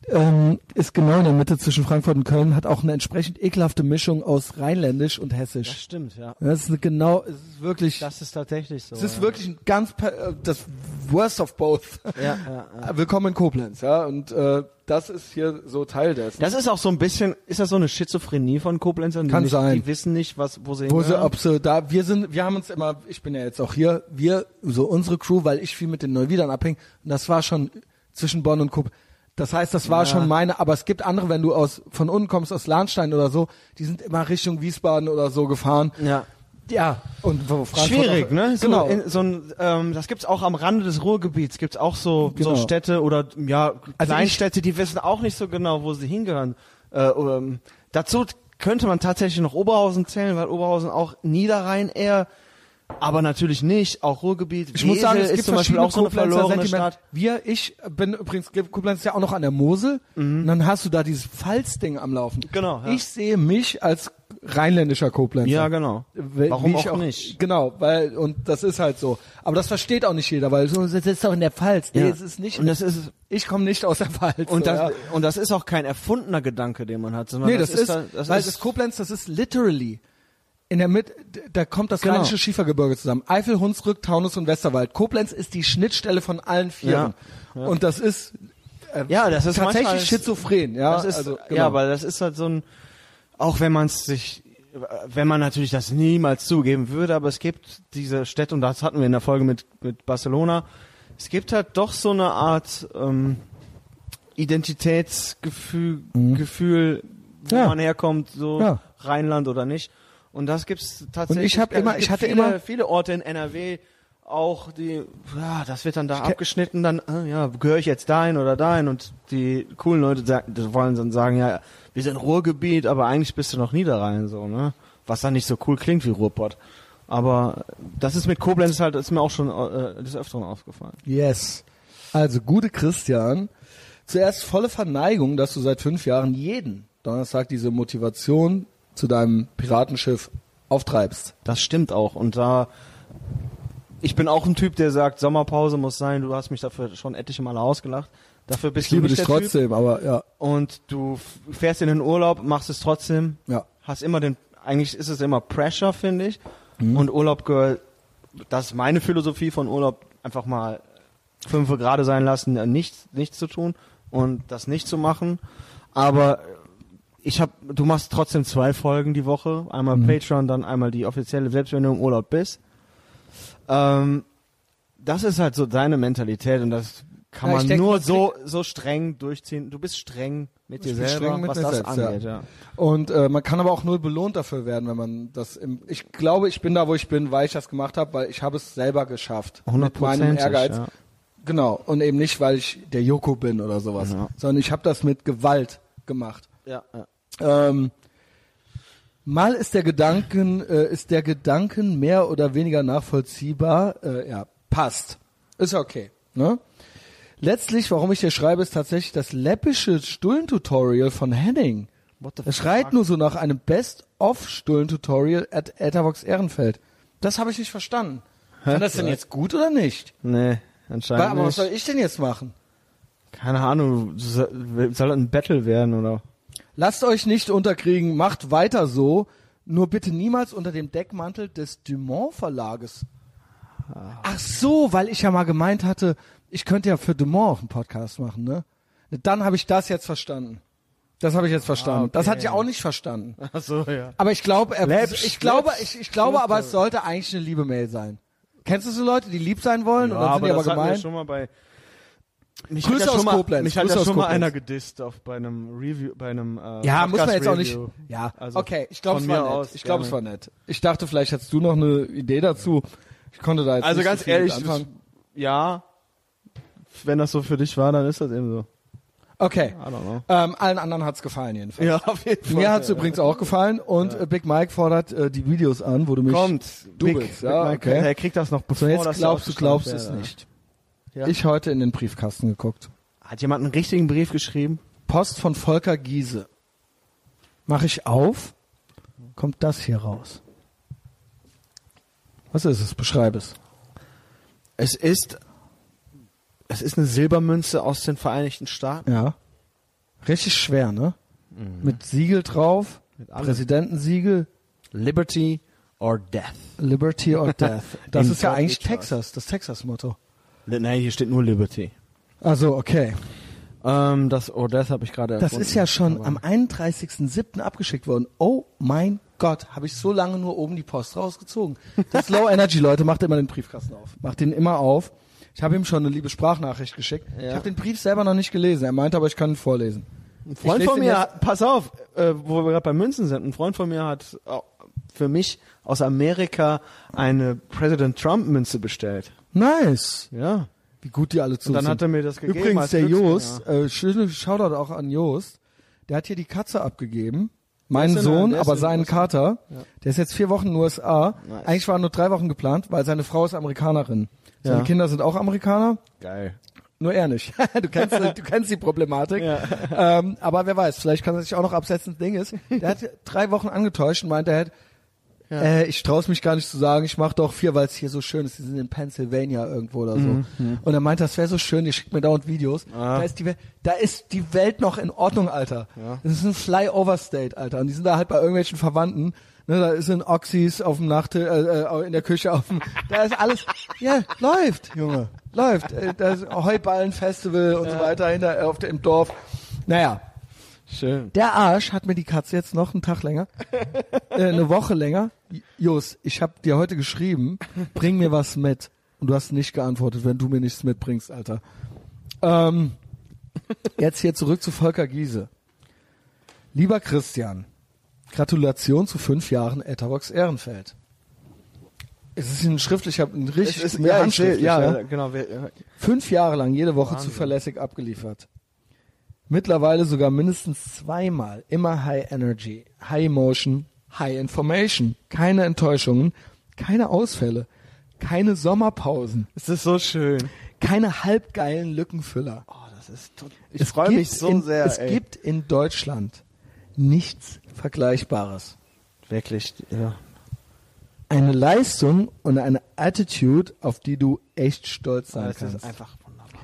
Speaker 2: ähm, ist genau in der Mitte zwischen Frankfurt und Köln, hat auch eine entsprechend ekelhafte Mischung aus Rheinländisch und
Speaker 1: Das
Speaker 2: Hessisch.
Speaker 1: stimmt, ja.
Speaker 2: Das ist genau, es ist wirklich,
Speaker 1: Das ist tatsächlich so.
Speaker 2: es ist
Speaker 1: ja.
Speaker 2: wirklich ein ganz, per- äh, das Worst of both.
Speaker 1: Ja, ja,
Speaker 2: Willkommen in Koblenz, ja, und äh, das ist hier so Teil des.
Speaker 1: Das ist auch so ein bisschen, ist das so eine Schizophrenie von Koblenzern? Die
Speaker 2: Kann
Speaker 1: nicht,
Speaker 2: sein.
Speaker 1: Die wissen nicht, was, wo sie
Speaker 2: Wo sie,
Speaker 1: hingehören?
Speaker 2: ob sie da, wir sind, wir haben uns immer, ich bin ja jetzt auch hier, wir, so unsere Crew, weil ich viel mit den Neuwiedern abhänge, und das war schon zwischen Bonn und Kup. Das heißt, das war schon meine, aber es gibt andere, wenn du aus, von unten kommst, aus Lahnstein oder so, die sind immer Richtung Wiesbaden oder so gefahren.
Speaker 1: Ja.
Speaker 2: Ja, und wo Frankfurt
Speaker 1: Schwierig,
Speaker 2: auch-
Speaker 1: ne? So,
Speaker 2: Genau.
Speaker 1: In, so ein, ähm, das gibt's auch am Rande des Ruhrgebiets. Gibt's auch so,
Speaker 2: Genau.
Speaker 1: so Städte oder ja
Speaker 2: Also
Speaker 1: Kleinstädte, die wissen auch nicht so genau, wo sie hingehören. Äh, ähm, dazu könnte man tatsächlich noch Oberhausen zählen, weil Oberhausen auch Niederrhein eher, aber natürlich nicht. Auch Ruhrgebiet.
Speaker 2: ich muss sagen, es
Speaker 1: Wesel
Speaker 2: gibt
Speaker 1: ist zum Beispiel
Speaker 2: verschiedene
Speaker 1: auch so eine
Speaker 2: Koblenzer
Speaker 1: verlorene
Speaker 2: Sentiment.
Speaker 1: Stadt.
Speaker 2: Wir, ich bin übrigens, Koblenz ist ja auch noch an der Mosel. Und dann hast du da dieses Pfalz-Ding am Laufen.
Speaker 1: Mhm. Genau, ja.
Speaker 2: Ich sehe mich als rheinländischer Koblenzer.
Speaker 1: Ja, genau.
Speaker 2: Wel-
Speaker 1: Warum
Speaker 2: wie ich
Speaker 1: auch nicht?
Speaker 2: Genau, weil, und das ist halt so. Aber das versteht auch nicht jeder, weil so, das ist doch in der Pfalz. Nee,
Speaker 1: Ja.
Speaker 2: es ist nicht.
Speaker 1: Und das ist
Speaker 2: ich komme nicht aus der Pfalz.
Speaker 1: und das
Speaker 2: ja.
Speaker 1: und das ist auch kein erfundener Gedanke, den man hat, sondern
Speaker 2: Nee, das, ist,
Speaker 1: da- das
Speaker 2: weil
Speaker 1: ist
Speaker 2: das Koblenz, das ist literally in der Mitte, da kommt das
Speaker 1: Genau.
Speaker 2: rheinische Schiefergebirge zusammen. Eifel, Hunsrück, Taunus und Westerwald. Koblenz ist die Schnittstelle von allen vieren. Und das ist äh,
Speaker 1: Ja, das ist manchmal-
Speaker 2: tatsächlich schizophren. Ja,
Speaker 1: das ist,
Speaker 2: also,
Speaker 1: ja, aber das ist halt so ein, auch wenn man es sich, wenn man natürlich das niemals zugeben würde, aber es gibt diese Städte, und das hatten wir in der Folge mit, mit Barcelona, es gibt halt doch so eine Art ähm, Identitätsgefühl, Gefühl, wo
Speaker 2: Mhm. Ja.
Speaker 1: man herkommt, so
Speaker 2: Ja.
Speaker 1: Rheinland oder nicht. Und das gibt's tatsächlich.
Speaker 2: Und ich hab
Speaker 1: also
Speaker 2: immer-
Speaker 1: es gibt
Speaker 2: ich hatte
Speaker 1: viele,
Speaker 2: immer-
Speaker 1: viele Orte in NRW auch die, ja, das wird dann da abgeschnitten, dann, ah, ja, gehöre ich jetzt dahin oder dahin und die coolen Leute sagen, das wollen dann sagen, ja, wir sind Ruhrgebiet, aber eigentlich bist du noch Niederrhein, so, ne? Was dann nicht so cool klingt wie Ruhrpott. Aber das ist mit Koblenz halt, ist mir auch schon äh, des Öfteren aufgefallen.
Speaker 2: Yes. Also, gute Christian, zuerst volle Verneigung, dass du seit fünf Jahren jeden Donnerstag diese Motivation zu deinem Piratenschiff auftreibst.
Speaker 1: Das stimmt auch. Und da, ich bin auch ein Typ, der sagt, Sommerpause muss sein, du hast mich dafür schon etliche Male ausgelacht. Dafür bist
Speaker 2: Ich liebe
Speaker 1: du nicht
Speaker 2: dich
Speaker 1: der Typ.
Speaker 2: trotzdem, aber ja.
Speaker 1: und du f- fährst in den Urlaub, machst es trotzdem.
Speaker 2: Ja.
Speaker 1: Hast immer den, eigentlich ist es immer Pressure, finde ich. Und Urlaub gehört, das ist meine Philosophie von Urlaub, einfach mal fünf gerade sein lassen, äh, nichts, nichts zu tun und das nicht zu machen. Aber äh, ich hab, du machst trotzdem zwei Folgen die Woche. Einmal Patreon, dann einmal die offizielle, selbst wenn du im Urlaub bist. Ähm, das ist halt so deine Mentalität und das kann
Speaker 2: Ja, ich
Speaker 1: man
Speaker 2: denk,
Speaker 1: nur
Speaker 2: das
Speaker 1: so, so streng durchziehen. Du bist streng mit dir
Speaker 2: Ich bin
Speaker 1: selber,
Speaker 2: streng mit
Speaker 1: was
Speaker 2: mir
Speaker 1: das
Speaker 2: selbst,
Speaker 1: angeht. Ja.
Speaker 2: Und äh, man kann aber auch null belohnt dafür werden, wenn man das im Ich glaube, ich bin da, wo ich bin, weil ich das gemacht habe, weil ich habe es selber geschafft. Mit meinem
Speaker 1: Hundertprozentig,
Speaker 2: Ehrgeiz.
Speaker 1: ja.
Speaker 2: Genau. Und eben nicht, weil ich der Joko bin oder sowas.
Speaker 1: Ja.
Speaker 2: Sondern ich habe das mit Gewalt gemacht.
Speaker 1: Ja, ja.
Speaker 2: Ähm, mal ist der Gedanken, äh, ist der Gedanken mehr oder weniger nachvollziehbar. Äh, ja, passt. Ist okay. Ne? Letztlich, warum ich dir schreibe, ist tatsächlich das läppische Stullen-Tutorial von Henning.
Speaker 1: What the
Speaker 2: Es schreit nur so nach einem Best-of-Stullen-Tutorial at Etherbox Ehrenfeld. Das habe ich nicht verstanden. War das denn jetzt gut oder nicht?
Speaker 1: Nee,
Speaker 2: Wa-
Speaker 1: anscheinend
Speaker 2: Aber was
Speaker 1: nicht.
Speaker 2: soll ich denn jetzt machen?
Speaker 1: Keine Ahnung, soll, soll das ein Battle werden oder?
Speaker 2: Lasst euch nicht unterkriegen, macht weiter so, nur bitte niemals unter dem Deckmantel des Dumont Verlages. Ach so, weil ich ja mal gemeint hatte, ich könnte ja für Dumont auch einen Podcast machen, ne? Dann habe ich das jetzt verstanden. Das habe ich jetzt verstanden. Das hatte ich auch nicht verstanden.
Speaker 1: Ach so, ja.
Speaker 2: Aber ich glaube, er-
Speaker 1: Labs-
Speaker 2: ich glaube,
Speaker 1: Labs-
Speaker 2: ich, ich glaube, aber es sollte eigentlich eine liebe Mail sein. Kennst du so Leute, die lieb sein wollen und dann sind
Speaker 1: aber
Speaker 2: die aber
Speaker 1: das hatten wir
Speaker 2: gemein?
Speaker 1: schon mal bei mich
Speaker 2: Grüße
Speaker 1: hat ja
Speaker 2: aus
Speaker 1: schon mal,
Speaker 2: Koblenz,
Speaker 1: Mich hat
Speaker 2: Grüße
Speaker 1: ja
Speaker 2: aus
Speaker 1: schon mal
Speaker 2: Koblenz.
Speaker 1: einer gedisst auf bei einem Review, bei einem äh,
Speaker 2: Ja, muss man jetzt auch nicht.
Speaker 1: Podcast-Review.
Speaker 2: Ja,
Speaker 1: Also
Speaker 2: okay, ich glaube,
Speaker 1: von
Speaker 2: es
Speaker 1: mir
Speaker 2: war nett.
Speaker 1: aus
Speaker 2: ich glaube, es war
Speaker 1: gerne.
Speaker 2: nett. Ich dachte, vielleicht hattest du noch eine Idee dazu. Ich konnte da jetzt
Speaker 1: Also
Speaker 2: nicht
Speaker 1: ganz
Speaker 2: so viel
Speaker 1: ehrlich,
Speaker 2: mit
Speaker 1: das,
Speaker 2: anfangen.
Speaker 1: ja, wenn das so für dich war, dann ist das eben so.
Speaker 2: Okay.
Speaker 1: I don't know.
Speaker 2: Ähm, allen anderen hat's gefallen jedenfalls.
Speaker 1: auf jeden
Speaker 2: Mir hat's übrigens auch gefallen und äh, Big Mike fordert äh, die Videos an, wo du mich
Speaker 1: Kommt,
Speaker 2: du
Speaker 1: Big,
Speaker 2: bist, ja,
Speaker 1: Big Mike,
Speaker 2: okay.
Speaker 1: Er kriegt das noch bevor
Speaker 2: So jetzt
Speaker 1: das
Speaker 2: glaubst du, glaubst
Speaker 1: ausgestrahlt
Speaker 2: es
Speaker 1: wird,
Speaker 2: nicht.
Speaker 1: Ja.
Speaker 2: Ich heute in den Briefkasten geguckt.
Speaker 1: ja. Hat jemand einen richtigen Brief geschrieben?
Speaker 2: Post von Volker Giese. Mache ich auf, kommt das hier raus. Was ist es? Beschreib es.
Speaker 1: Es ist es ist eine Silbermünze aus den Vereinigten Staaten.
Speaker 2: Ja. Richtig schwer, ne? Mit Siegel drauf,
Speaker 1: Mhm. allem.
Speaker 2: Präsidentensiegel,
Speaker 1: Liberty or Death.
Speaker 2: Liberty or Death. Das
Speaker 1: In
Speaker 2: ist ja
Speaker 1: Fort
Speaker 2: eigentlich
Speaker 1: Detroit.
Speaker 2: Texas, das Texas-Motto.
Speaker 1: Ne, Nein, hier steht nur Liberty.
Speaker 2: Also, okay.
Speaker 1: Ähm, das or Death habe ich gerade
Speaker 2: Das
Speaker 1: erfunden.
Speaker 2: ist ja schon
Speaker 1: Aber-
Speaker 2: am 31.07. abgeschickt worden. Oh mein Gott, habe ich so lange nur oben die Post rausgezogen. Das Low Energy, Leute, macht immer den Briefkasten auf. Macht den immer auf. Ich habe ihm schon eine liebe Sprachnachricht geschickt. Ich habe den Brief selber noch nicht gelesen. Er meinte aber, ich kann ihn vorlesen.
Speaker 1: Ein Freund
Speaker 2: Ich lese
Speaker 1: von
Speaker 2: den
Speaker 1: mir,
Speaker 2: jetzt-
Speaker 1: hat- pass auf, äh, wo wir gerade bei Münzen sind, ein Freund von mir hat äh, für mich aus Amerika eine President Trump Münze bestellt.
Speaker 2: Nice.
Speaker 1: Ja.
Speaker 2: Wie gut die alle zu
Speaker 1: dann
Speaker 2: sind.
Speaker 1: hat er mir das gegeben
Speaker 2: Übrigens,
Speaker 1: als
Speaker 2: der
Speaker 1: Glücksbringer.
Speaker 2: Jost, äh, schöne Shoutout auch an Jost, der hat hier die Katze abgegeben. Mein
Speaker 1: Der ist in der-
Speaker 2: Sohn,
Speaker 1: der ist
Speaker 2: aber
Speaker 1: in
Speaker 2: seinen
Speaker 1: USA.
Speaker 2: Kater, der ist jetzt vier Wochen in den USA. Eigentlich waren nur drei Wochen geplant, weil seine Frau ist Amerikanerin. Seine
Speaker 1: Ja.
Speaker 2: Kinder sind auch Amerikaner,
Speaker 1: Geil.
Speaker 2: nur er nicht. du, kennst, du kennst die Problematik. Ähm, aber wer weiß, vielleicht kann er sich auch noch absetzen. Das Ding ist, der hat drei Wochen angetäuscht und meinte, er hätte äh, ich traue es mich gar nicht zu sagen, ich mache doch vier, weil es hier so schön ist. Die sind in Pennsylvania irgendwo oder so. Und er meint, das wäre so schön, ihr schickt mir dauernd Videos. Da, ist die Welt, da ist die Welt noch in Ordnung, Alter. Das ist ein Flyover-State, Alter. Und die sind da halt bei irgendwelchen Verwandten. Ne, da ist ein Oxys auf dem Nachtisch, äh, äh, in der Küche auf dem, da ist alles, ja, läuft, Junge, läuft. Äh, da ist Heuballen-Festival und so weiter hinter, äh, auf dem, im Dorf. Naja,
Speaker 1: Schön.
Speaker 2: der Arsch hat mir die Katze jetzt noch einen Tag länger, äh, eine Woche länger. Jos, ich habe dir heute geschrieben, bring mir was mit. Und du hast nicht geantwortet, wenn du mir nichts mitbringst, Alter. Ähm, jetzt hier zurück zu Volker Giese. Lieber Christian, Gratulation zu fünf Jahren Etherbox Ehrenfeld. Es ist ein schriftlicher, ein richtig
Speaker 1: ja, ich seh-
Speaker 2: handschriftlich,
Speaker 1: ja,
Speaker 2: ja.
Speaker 1: ja, genau. Wir, ja.
Speaker 2: Fünf Jahre lang jede Woche zuverlässig abgeliefert. Mittlerweile sogar mindestens zweimal. Immer High Energy, High Emotion, High Information. Keine Enttäuschungen, keine Ausfälle, keine Sommerpausen,
Speaker 1: Es ist so schön.
Speaker 2: keine halbgeilen Lückenfüller.
Speaker 1: Oh, das ist tot ich
Speaker 2: Es
Speaker 1: freue
Speaker 2: gibt
Speaker 1: mich so
Speaker 2: in,
Speaker 1: sehr.
Speaker 2: Es
Speaker 1: ey.
Speaker 2: gibt in Deutschland nichts Vergleichbares.
Speaker 1: wirklich, ja.
Speaker 2: Eine Leistung und eine Attitude, auf die du echt stolz sein
Speaker 1: Das
Speaker 2: kannst.
Speaker 1: ist einfach wunderbar.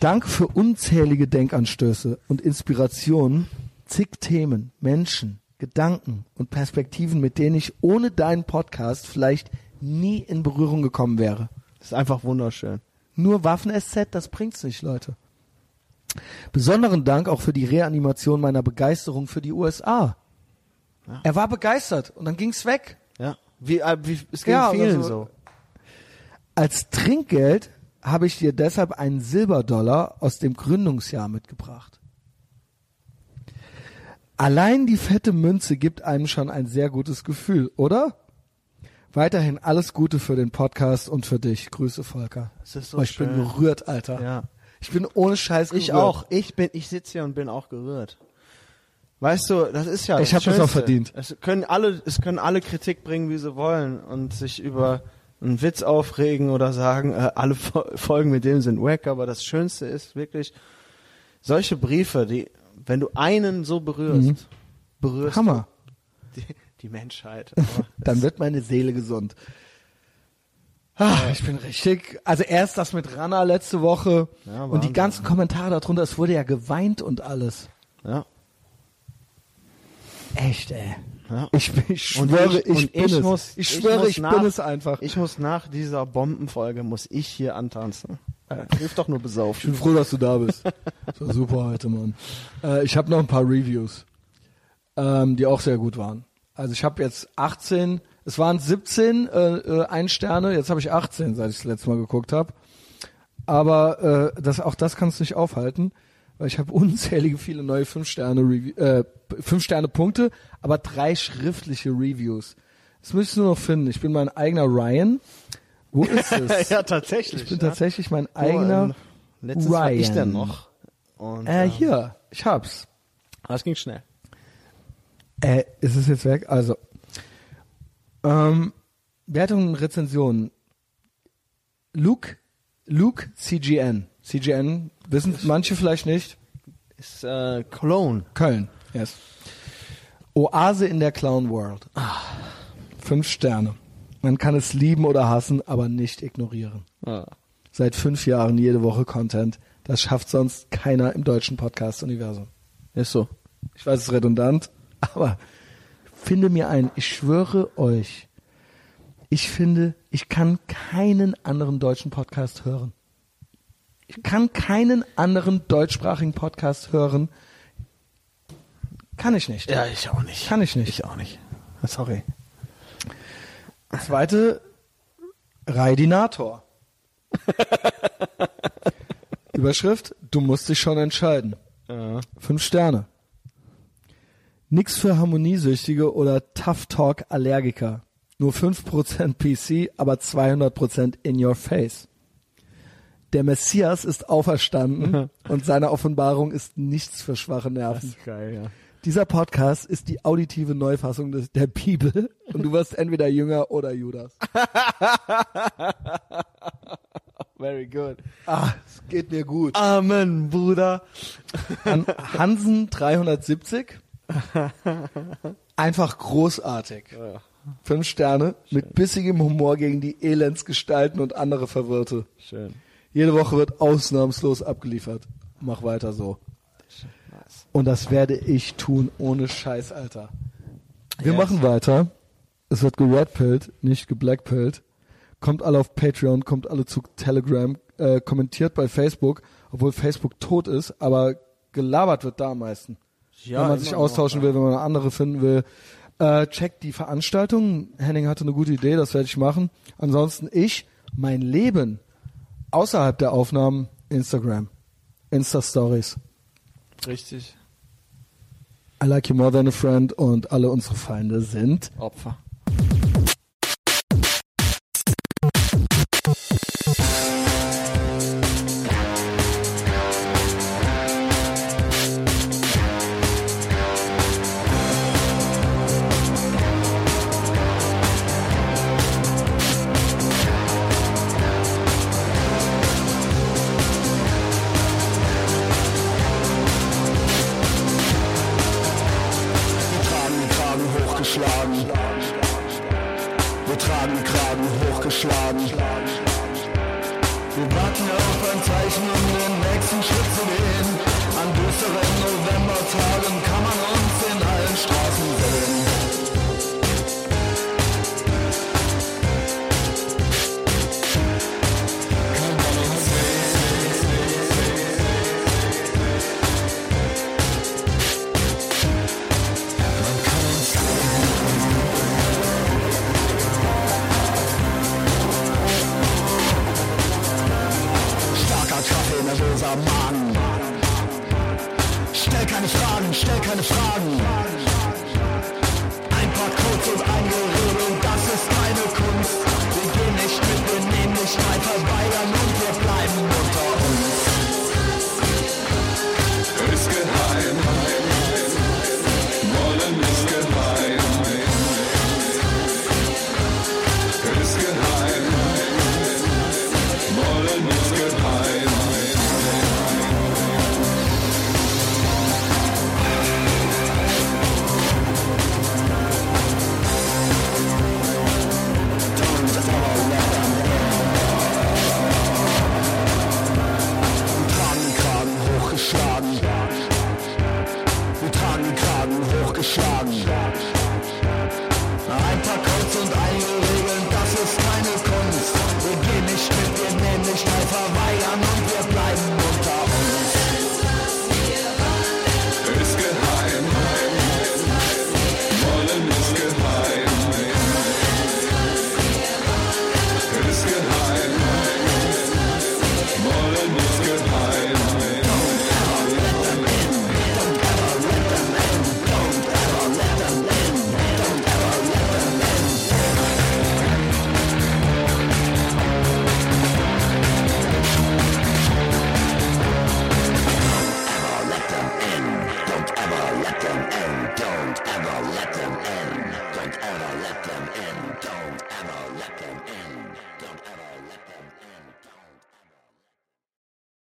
Speaker 2: Danke für unzählige Denkanstöße und Inspirationen, zig Themen, Menschen, Gedanken und Perspektiven, mit denen ich ohne deinen Podcast vielleicht nie in Berührung gekommen wäre.
Speaker 1: Das ist einfach wunderschön.
Speaker 2: Nur Waffen-SZ, das bringt's nicht, Leute. Besonderen Dank auch für die Reanimation meiner Begeisterung für die USA. Er war begeistert und dann ging's weg.
Speaker 1: Ja. Wie, äh, wie es geht
Speaker 2: Ja,
Speaker 1: vielen
Speaker 2: also-
Speaker 1: so.
Speaker 2: Als Trinkgeld habe ich dir deshalb einen Silberdollar aus dem Gründungsjahr mitgebracht. Allein die fette Münze gibt einem schon ein sehr gutes Gefühl, oder? Weiterhin alles Gute für den Podcast und für dich. Grüße, Volker.
Speaker 1: Es ist so
Speaker 2: Boah, ich bin
Speaker 1: schön.
Speaker 2: gerührt, Alter.
Speaker 1: Ja.
Speaker 2: Ich bin ohne Scheiß gerührt.
Speaker 1: Ich auch. Ich bin, ich sitze hier und bin auch gerührt. Weißt du, das ist ja.
Speaker 2: Ich
Speaker 1: das
Speaker 2: hab das auch
Speaker 1: Schönste.
Speaker 2: verdient.
Speaker 1: Es können alle, es können alle Kritik bringen, wie sie wollen und sich über einen Witz aufregen oder sagen, äh, alle Fo- Folgen mit dem sind wack. Aber das Schönste ist wirklich solche Briefe, die, wenn du einen so berührst, berührst
Speaker 2: Mhm. Hammer.
Speaker 1: du die, die Menschheit. Aber
Speaker 2: Dann wird meine Seele gesund. Ah, ich bin richtig. Also erst das mit Rana letzte Woche
Speaker 1: Ja,
Speaker 2: und die
Speaker 1: Wahnsinn.
Speaker 2: ganzen Kommentare darunter. Es wurde ja geweint und alles.
Speaker 1: ja.
Speaker 2: Echt, ey.
Speaker 1: Ja.
Speaker 2: Ich, bin- ich
Speaker 1: Und
Speaker 2: schwöre, ich,
Speaker 1: und
Speaker 2: bin es.
Speaker 1: muss-
Speaker 2: ich schwöre,
Speaker 1: muss
Speaker 2: ich,
Speaker 1: nach-
Speaker 2: bin es einfach.
Speaker 1: Ich muss nach dieser Bombenfolge muss ich hier antanzen. Äh, Hilft doch nur
Speaker 2: Ich bin
Speaker 1: besaufen.
Speaker 2: froh, dass du da bist. Das war super heute, Mann. Äh, ich habe noch ein paar Reviews, ähm, die auch sehr gut waren. Also ich habe jetzt 18, es waren 17 äh, äh, ein Sterne, jetzt habe ich 18, seit ich das letzte Mal geguckt habe. Aber äh, das, auch das kannst du nicht aufhalten, weil ich habe unzählige viele neue 5-Sterne-Punkte, äh, fünf Sterne Punkte, aber drei schriftliche Reviews. Das müsste ich nur noch finden. Ich bin mein eigener Ryan. Wo ist es?
Speaker 1: ja, tatsächlich.
Speaker 2: ich bin
Speaker 1: ja.
Speaker 2: tatsächlich mein
Speaker 1: So, ähm,
Speaker 2: eigener...
Speaker 1: Letztens war ich
Speaker 2: Ryan.
Speaker 1: dann noch. Und,
Speaker 2: Äh,
Speaker 1: ähm,
Speaker 2: hier, ich hab's.
Speaker 1: Das ging schnell.
Speaker 2: Äh, ist es jetzt weg? Also, ähm, Wertungen und Rezensionen. Luke, Luke CGN. CGN, wissen manche vielleicht nicht.
Speaker 1: Ist äh, Cologne.
Speaker 2: Köln. Yes. Oase in der Clown World. Ah, fünf Sterne. Man kann es lieben oder hassen, aber nicht ignorieren. Seit fünf Jahren jede Woche Content. Das schafft sonst keiner im deutschen Podcast-Universum. Ist so. Ich weiß, es ist redundant, aber finde mir ein. Ich schwöre euch, ich finde, ich kann keinen anderen deutschen Podcast hören. Ich kann keinen anderen deutschsprachigen Podcast hören. Kann ich nicht.
Speaker 10: Ja, ich auch nicht.
Speaker 2: Kann ich nicht.
Speaker 10: Ich auch nicht. Sorry.
Speaker 2: Zweite, Raidinator. Überschrift, du musst dich schon entscheiden. Fünf Sterne. Nix für Harmoniesüchtige oder Tough Talk Allergiker. Nur 5% PC, aber 200% in your face. Der Messias ist auferstanden und seine Offenbarung ist nichts für schwache Nerven.
Speaker 1: Geil, ja.
Speaker 2: Dieser Podcast ist die auditive Neufassung des, der Bibel und du wirst entweder Jünger oder Judas.
Speaker 1: Very good.
Speaker 2: Ah, es geht mir gut.
Speaker 1: Amen, Bruder.
Speaker 2: An Hansen 370. Einfach großartig. Fünf Sterne mit bissigem Humor gegen die Elendsgestalten und andere Verwirrte.
Speaker 1: Schön.
Speaker 2: Jede Woche wird ausnahmslos abgeliefert. Mach weiter so. Ah. Und das werde ich tun, ohne Scheiß, Alter. Wir machen weiter. Es wird geredpillt, nicht geblackpillt. Kommt alle auf Patreon, kommt alle zu Telegram, äh, kommentiert bei Facebook, obwohl Facebook tot ist, aber gelabert wird da am meisten. wenn man sich austauschen will, wenn man andere finden will. Äh, checkt die Veranstaltung. Henning hatte eine gute Idee, das werde ich machen. Ansonsten ich, mein Leben außerhalb der Aufnahmen, Instagram, Insta-Stories.
Speaker 1: Richtig.
Speaker 2: I like you more than a friend und alle unsere Feinde sind.
Speaker 1: Opfer.
Speaker 11: Wir tragen den Kragen hochgeschlagen. Wir tragen den Kragen hochgeschlagen. Wir warten auf ein Zeichen, um den nächsten Schritt zu gehen. An düsteren Novembertagen kann man uns in allen Straßen sehen. Kann man uns Starker Kaffee, nervöser Magen. Stell keine Fragen, stell keine Fragen.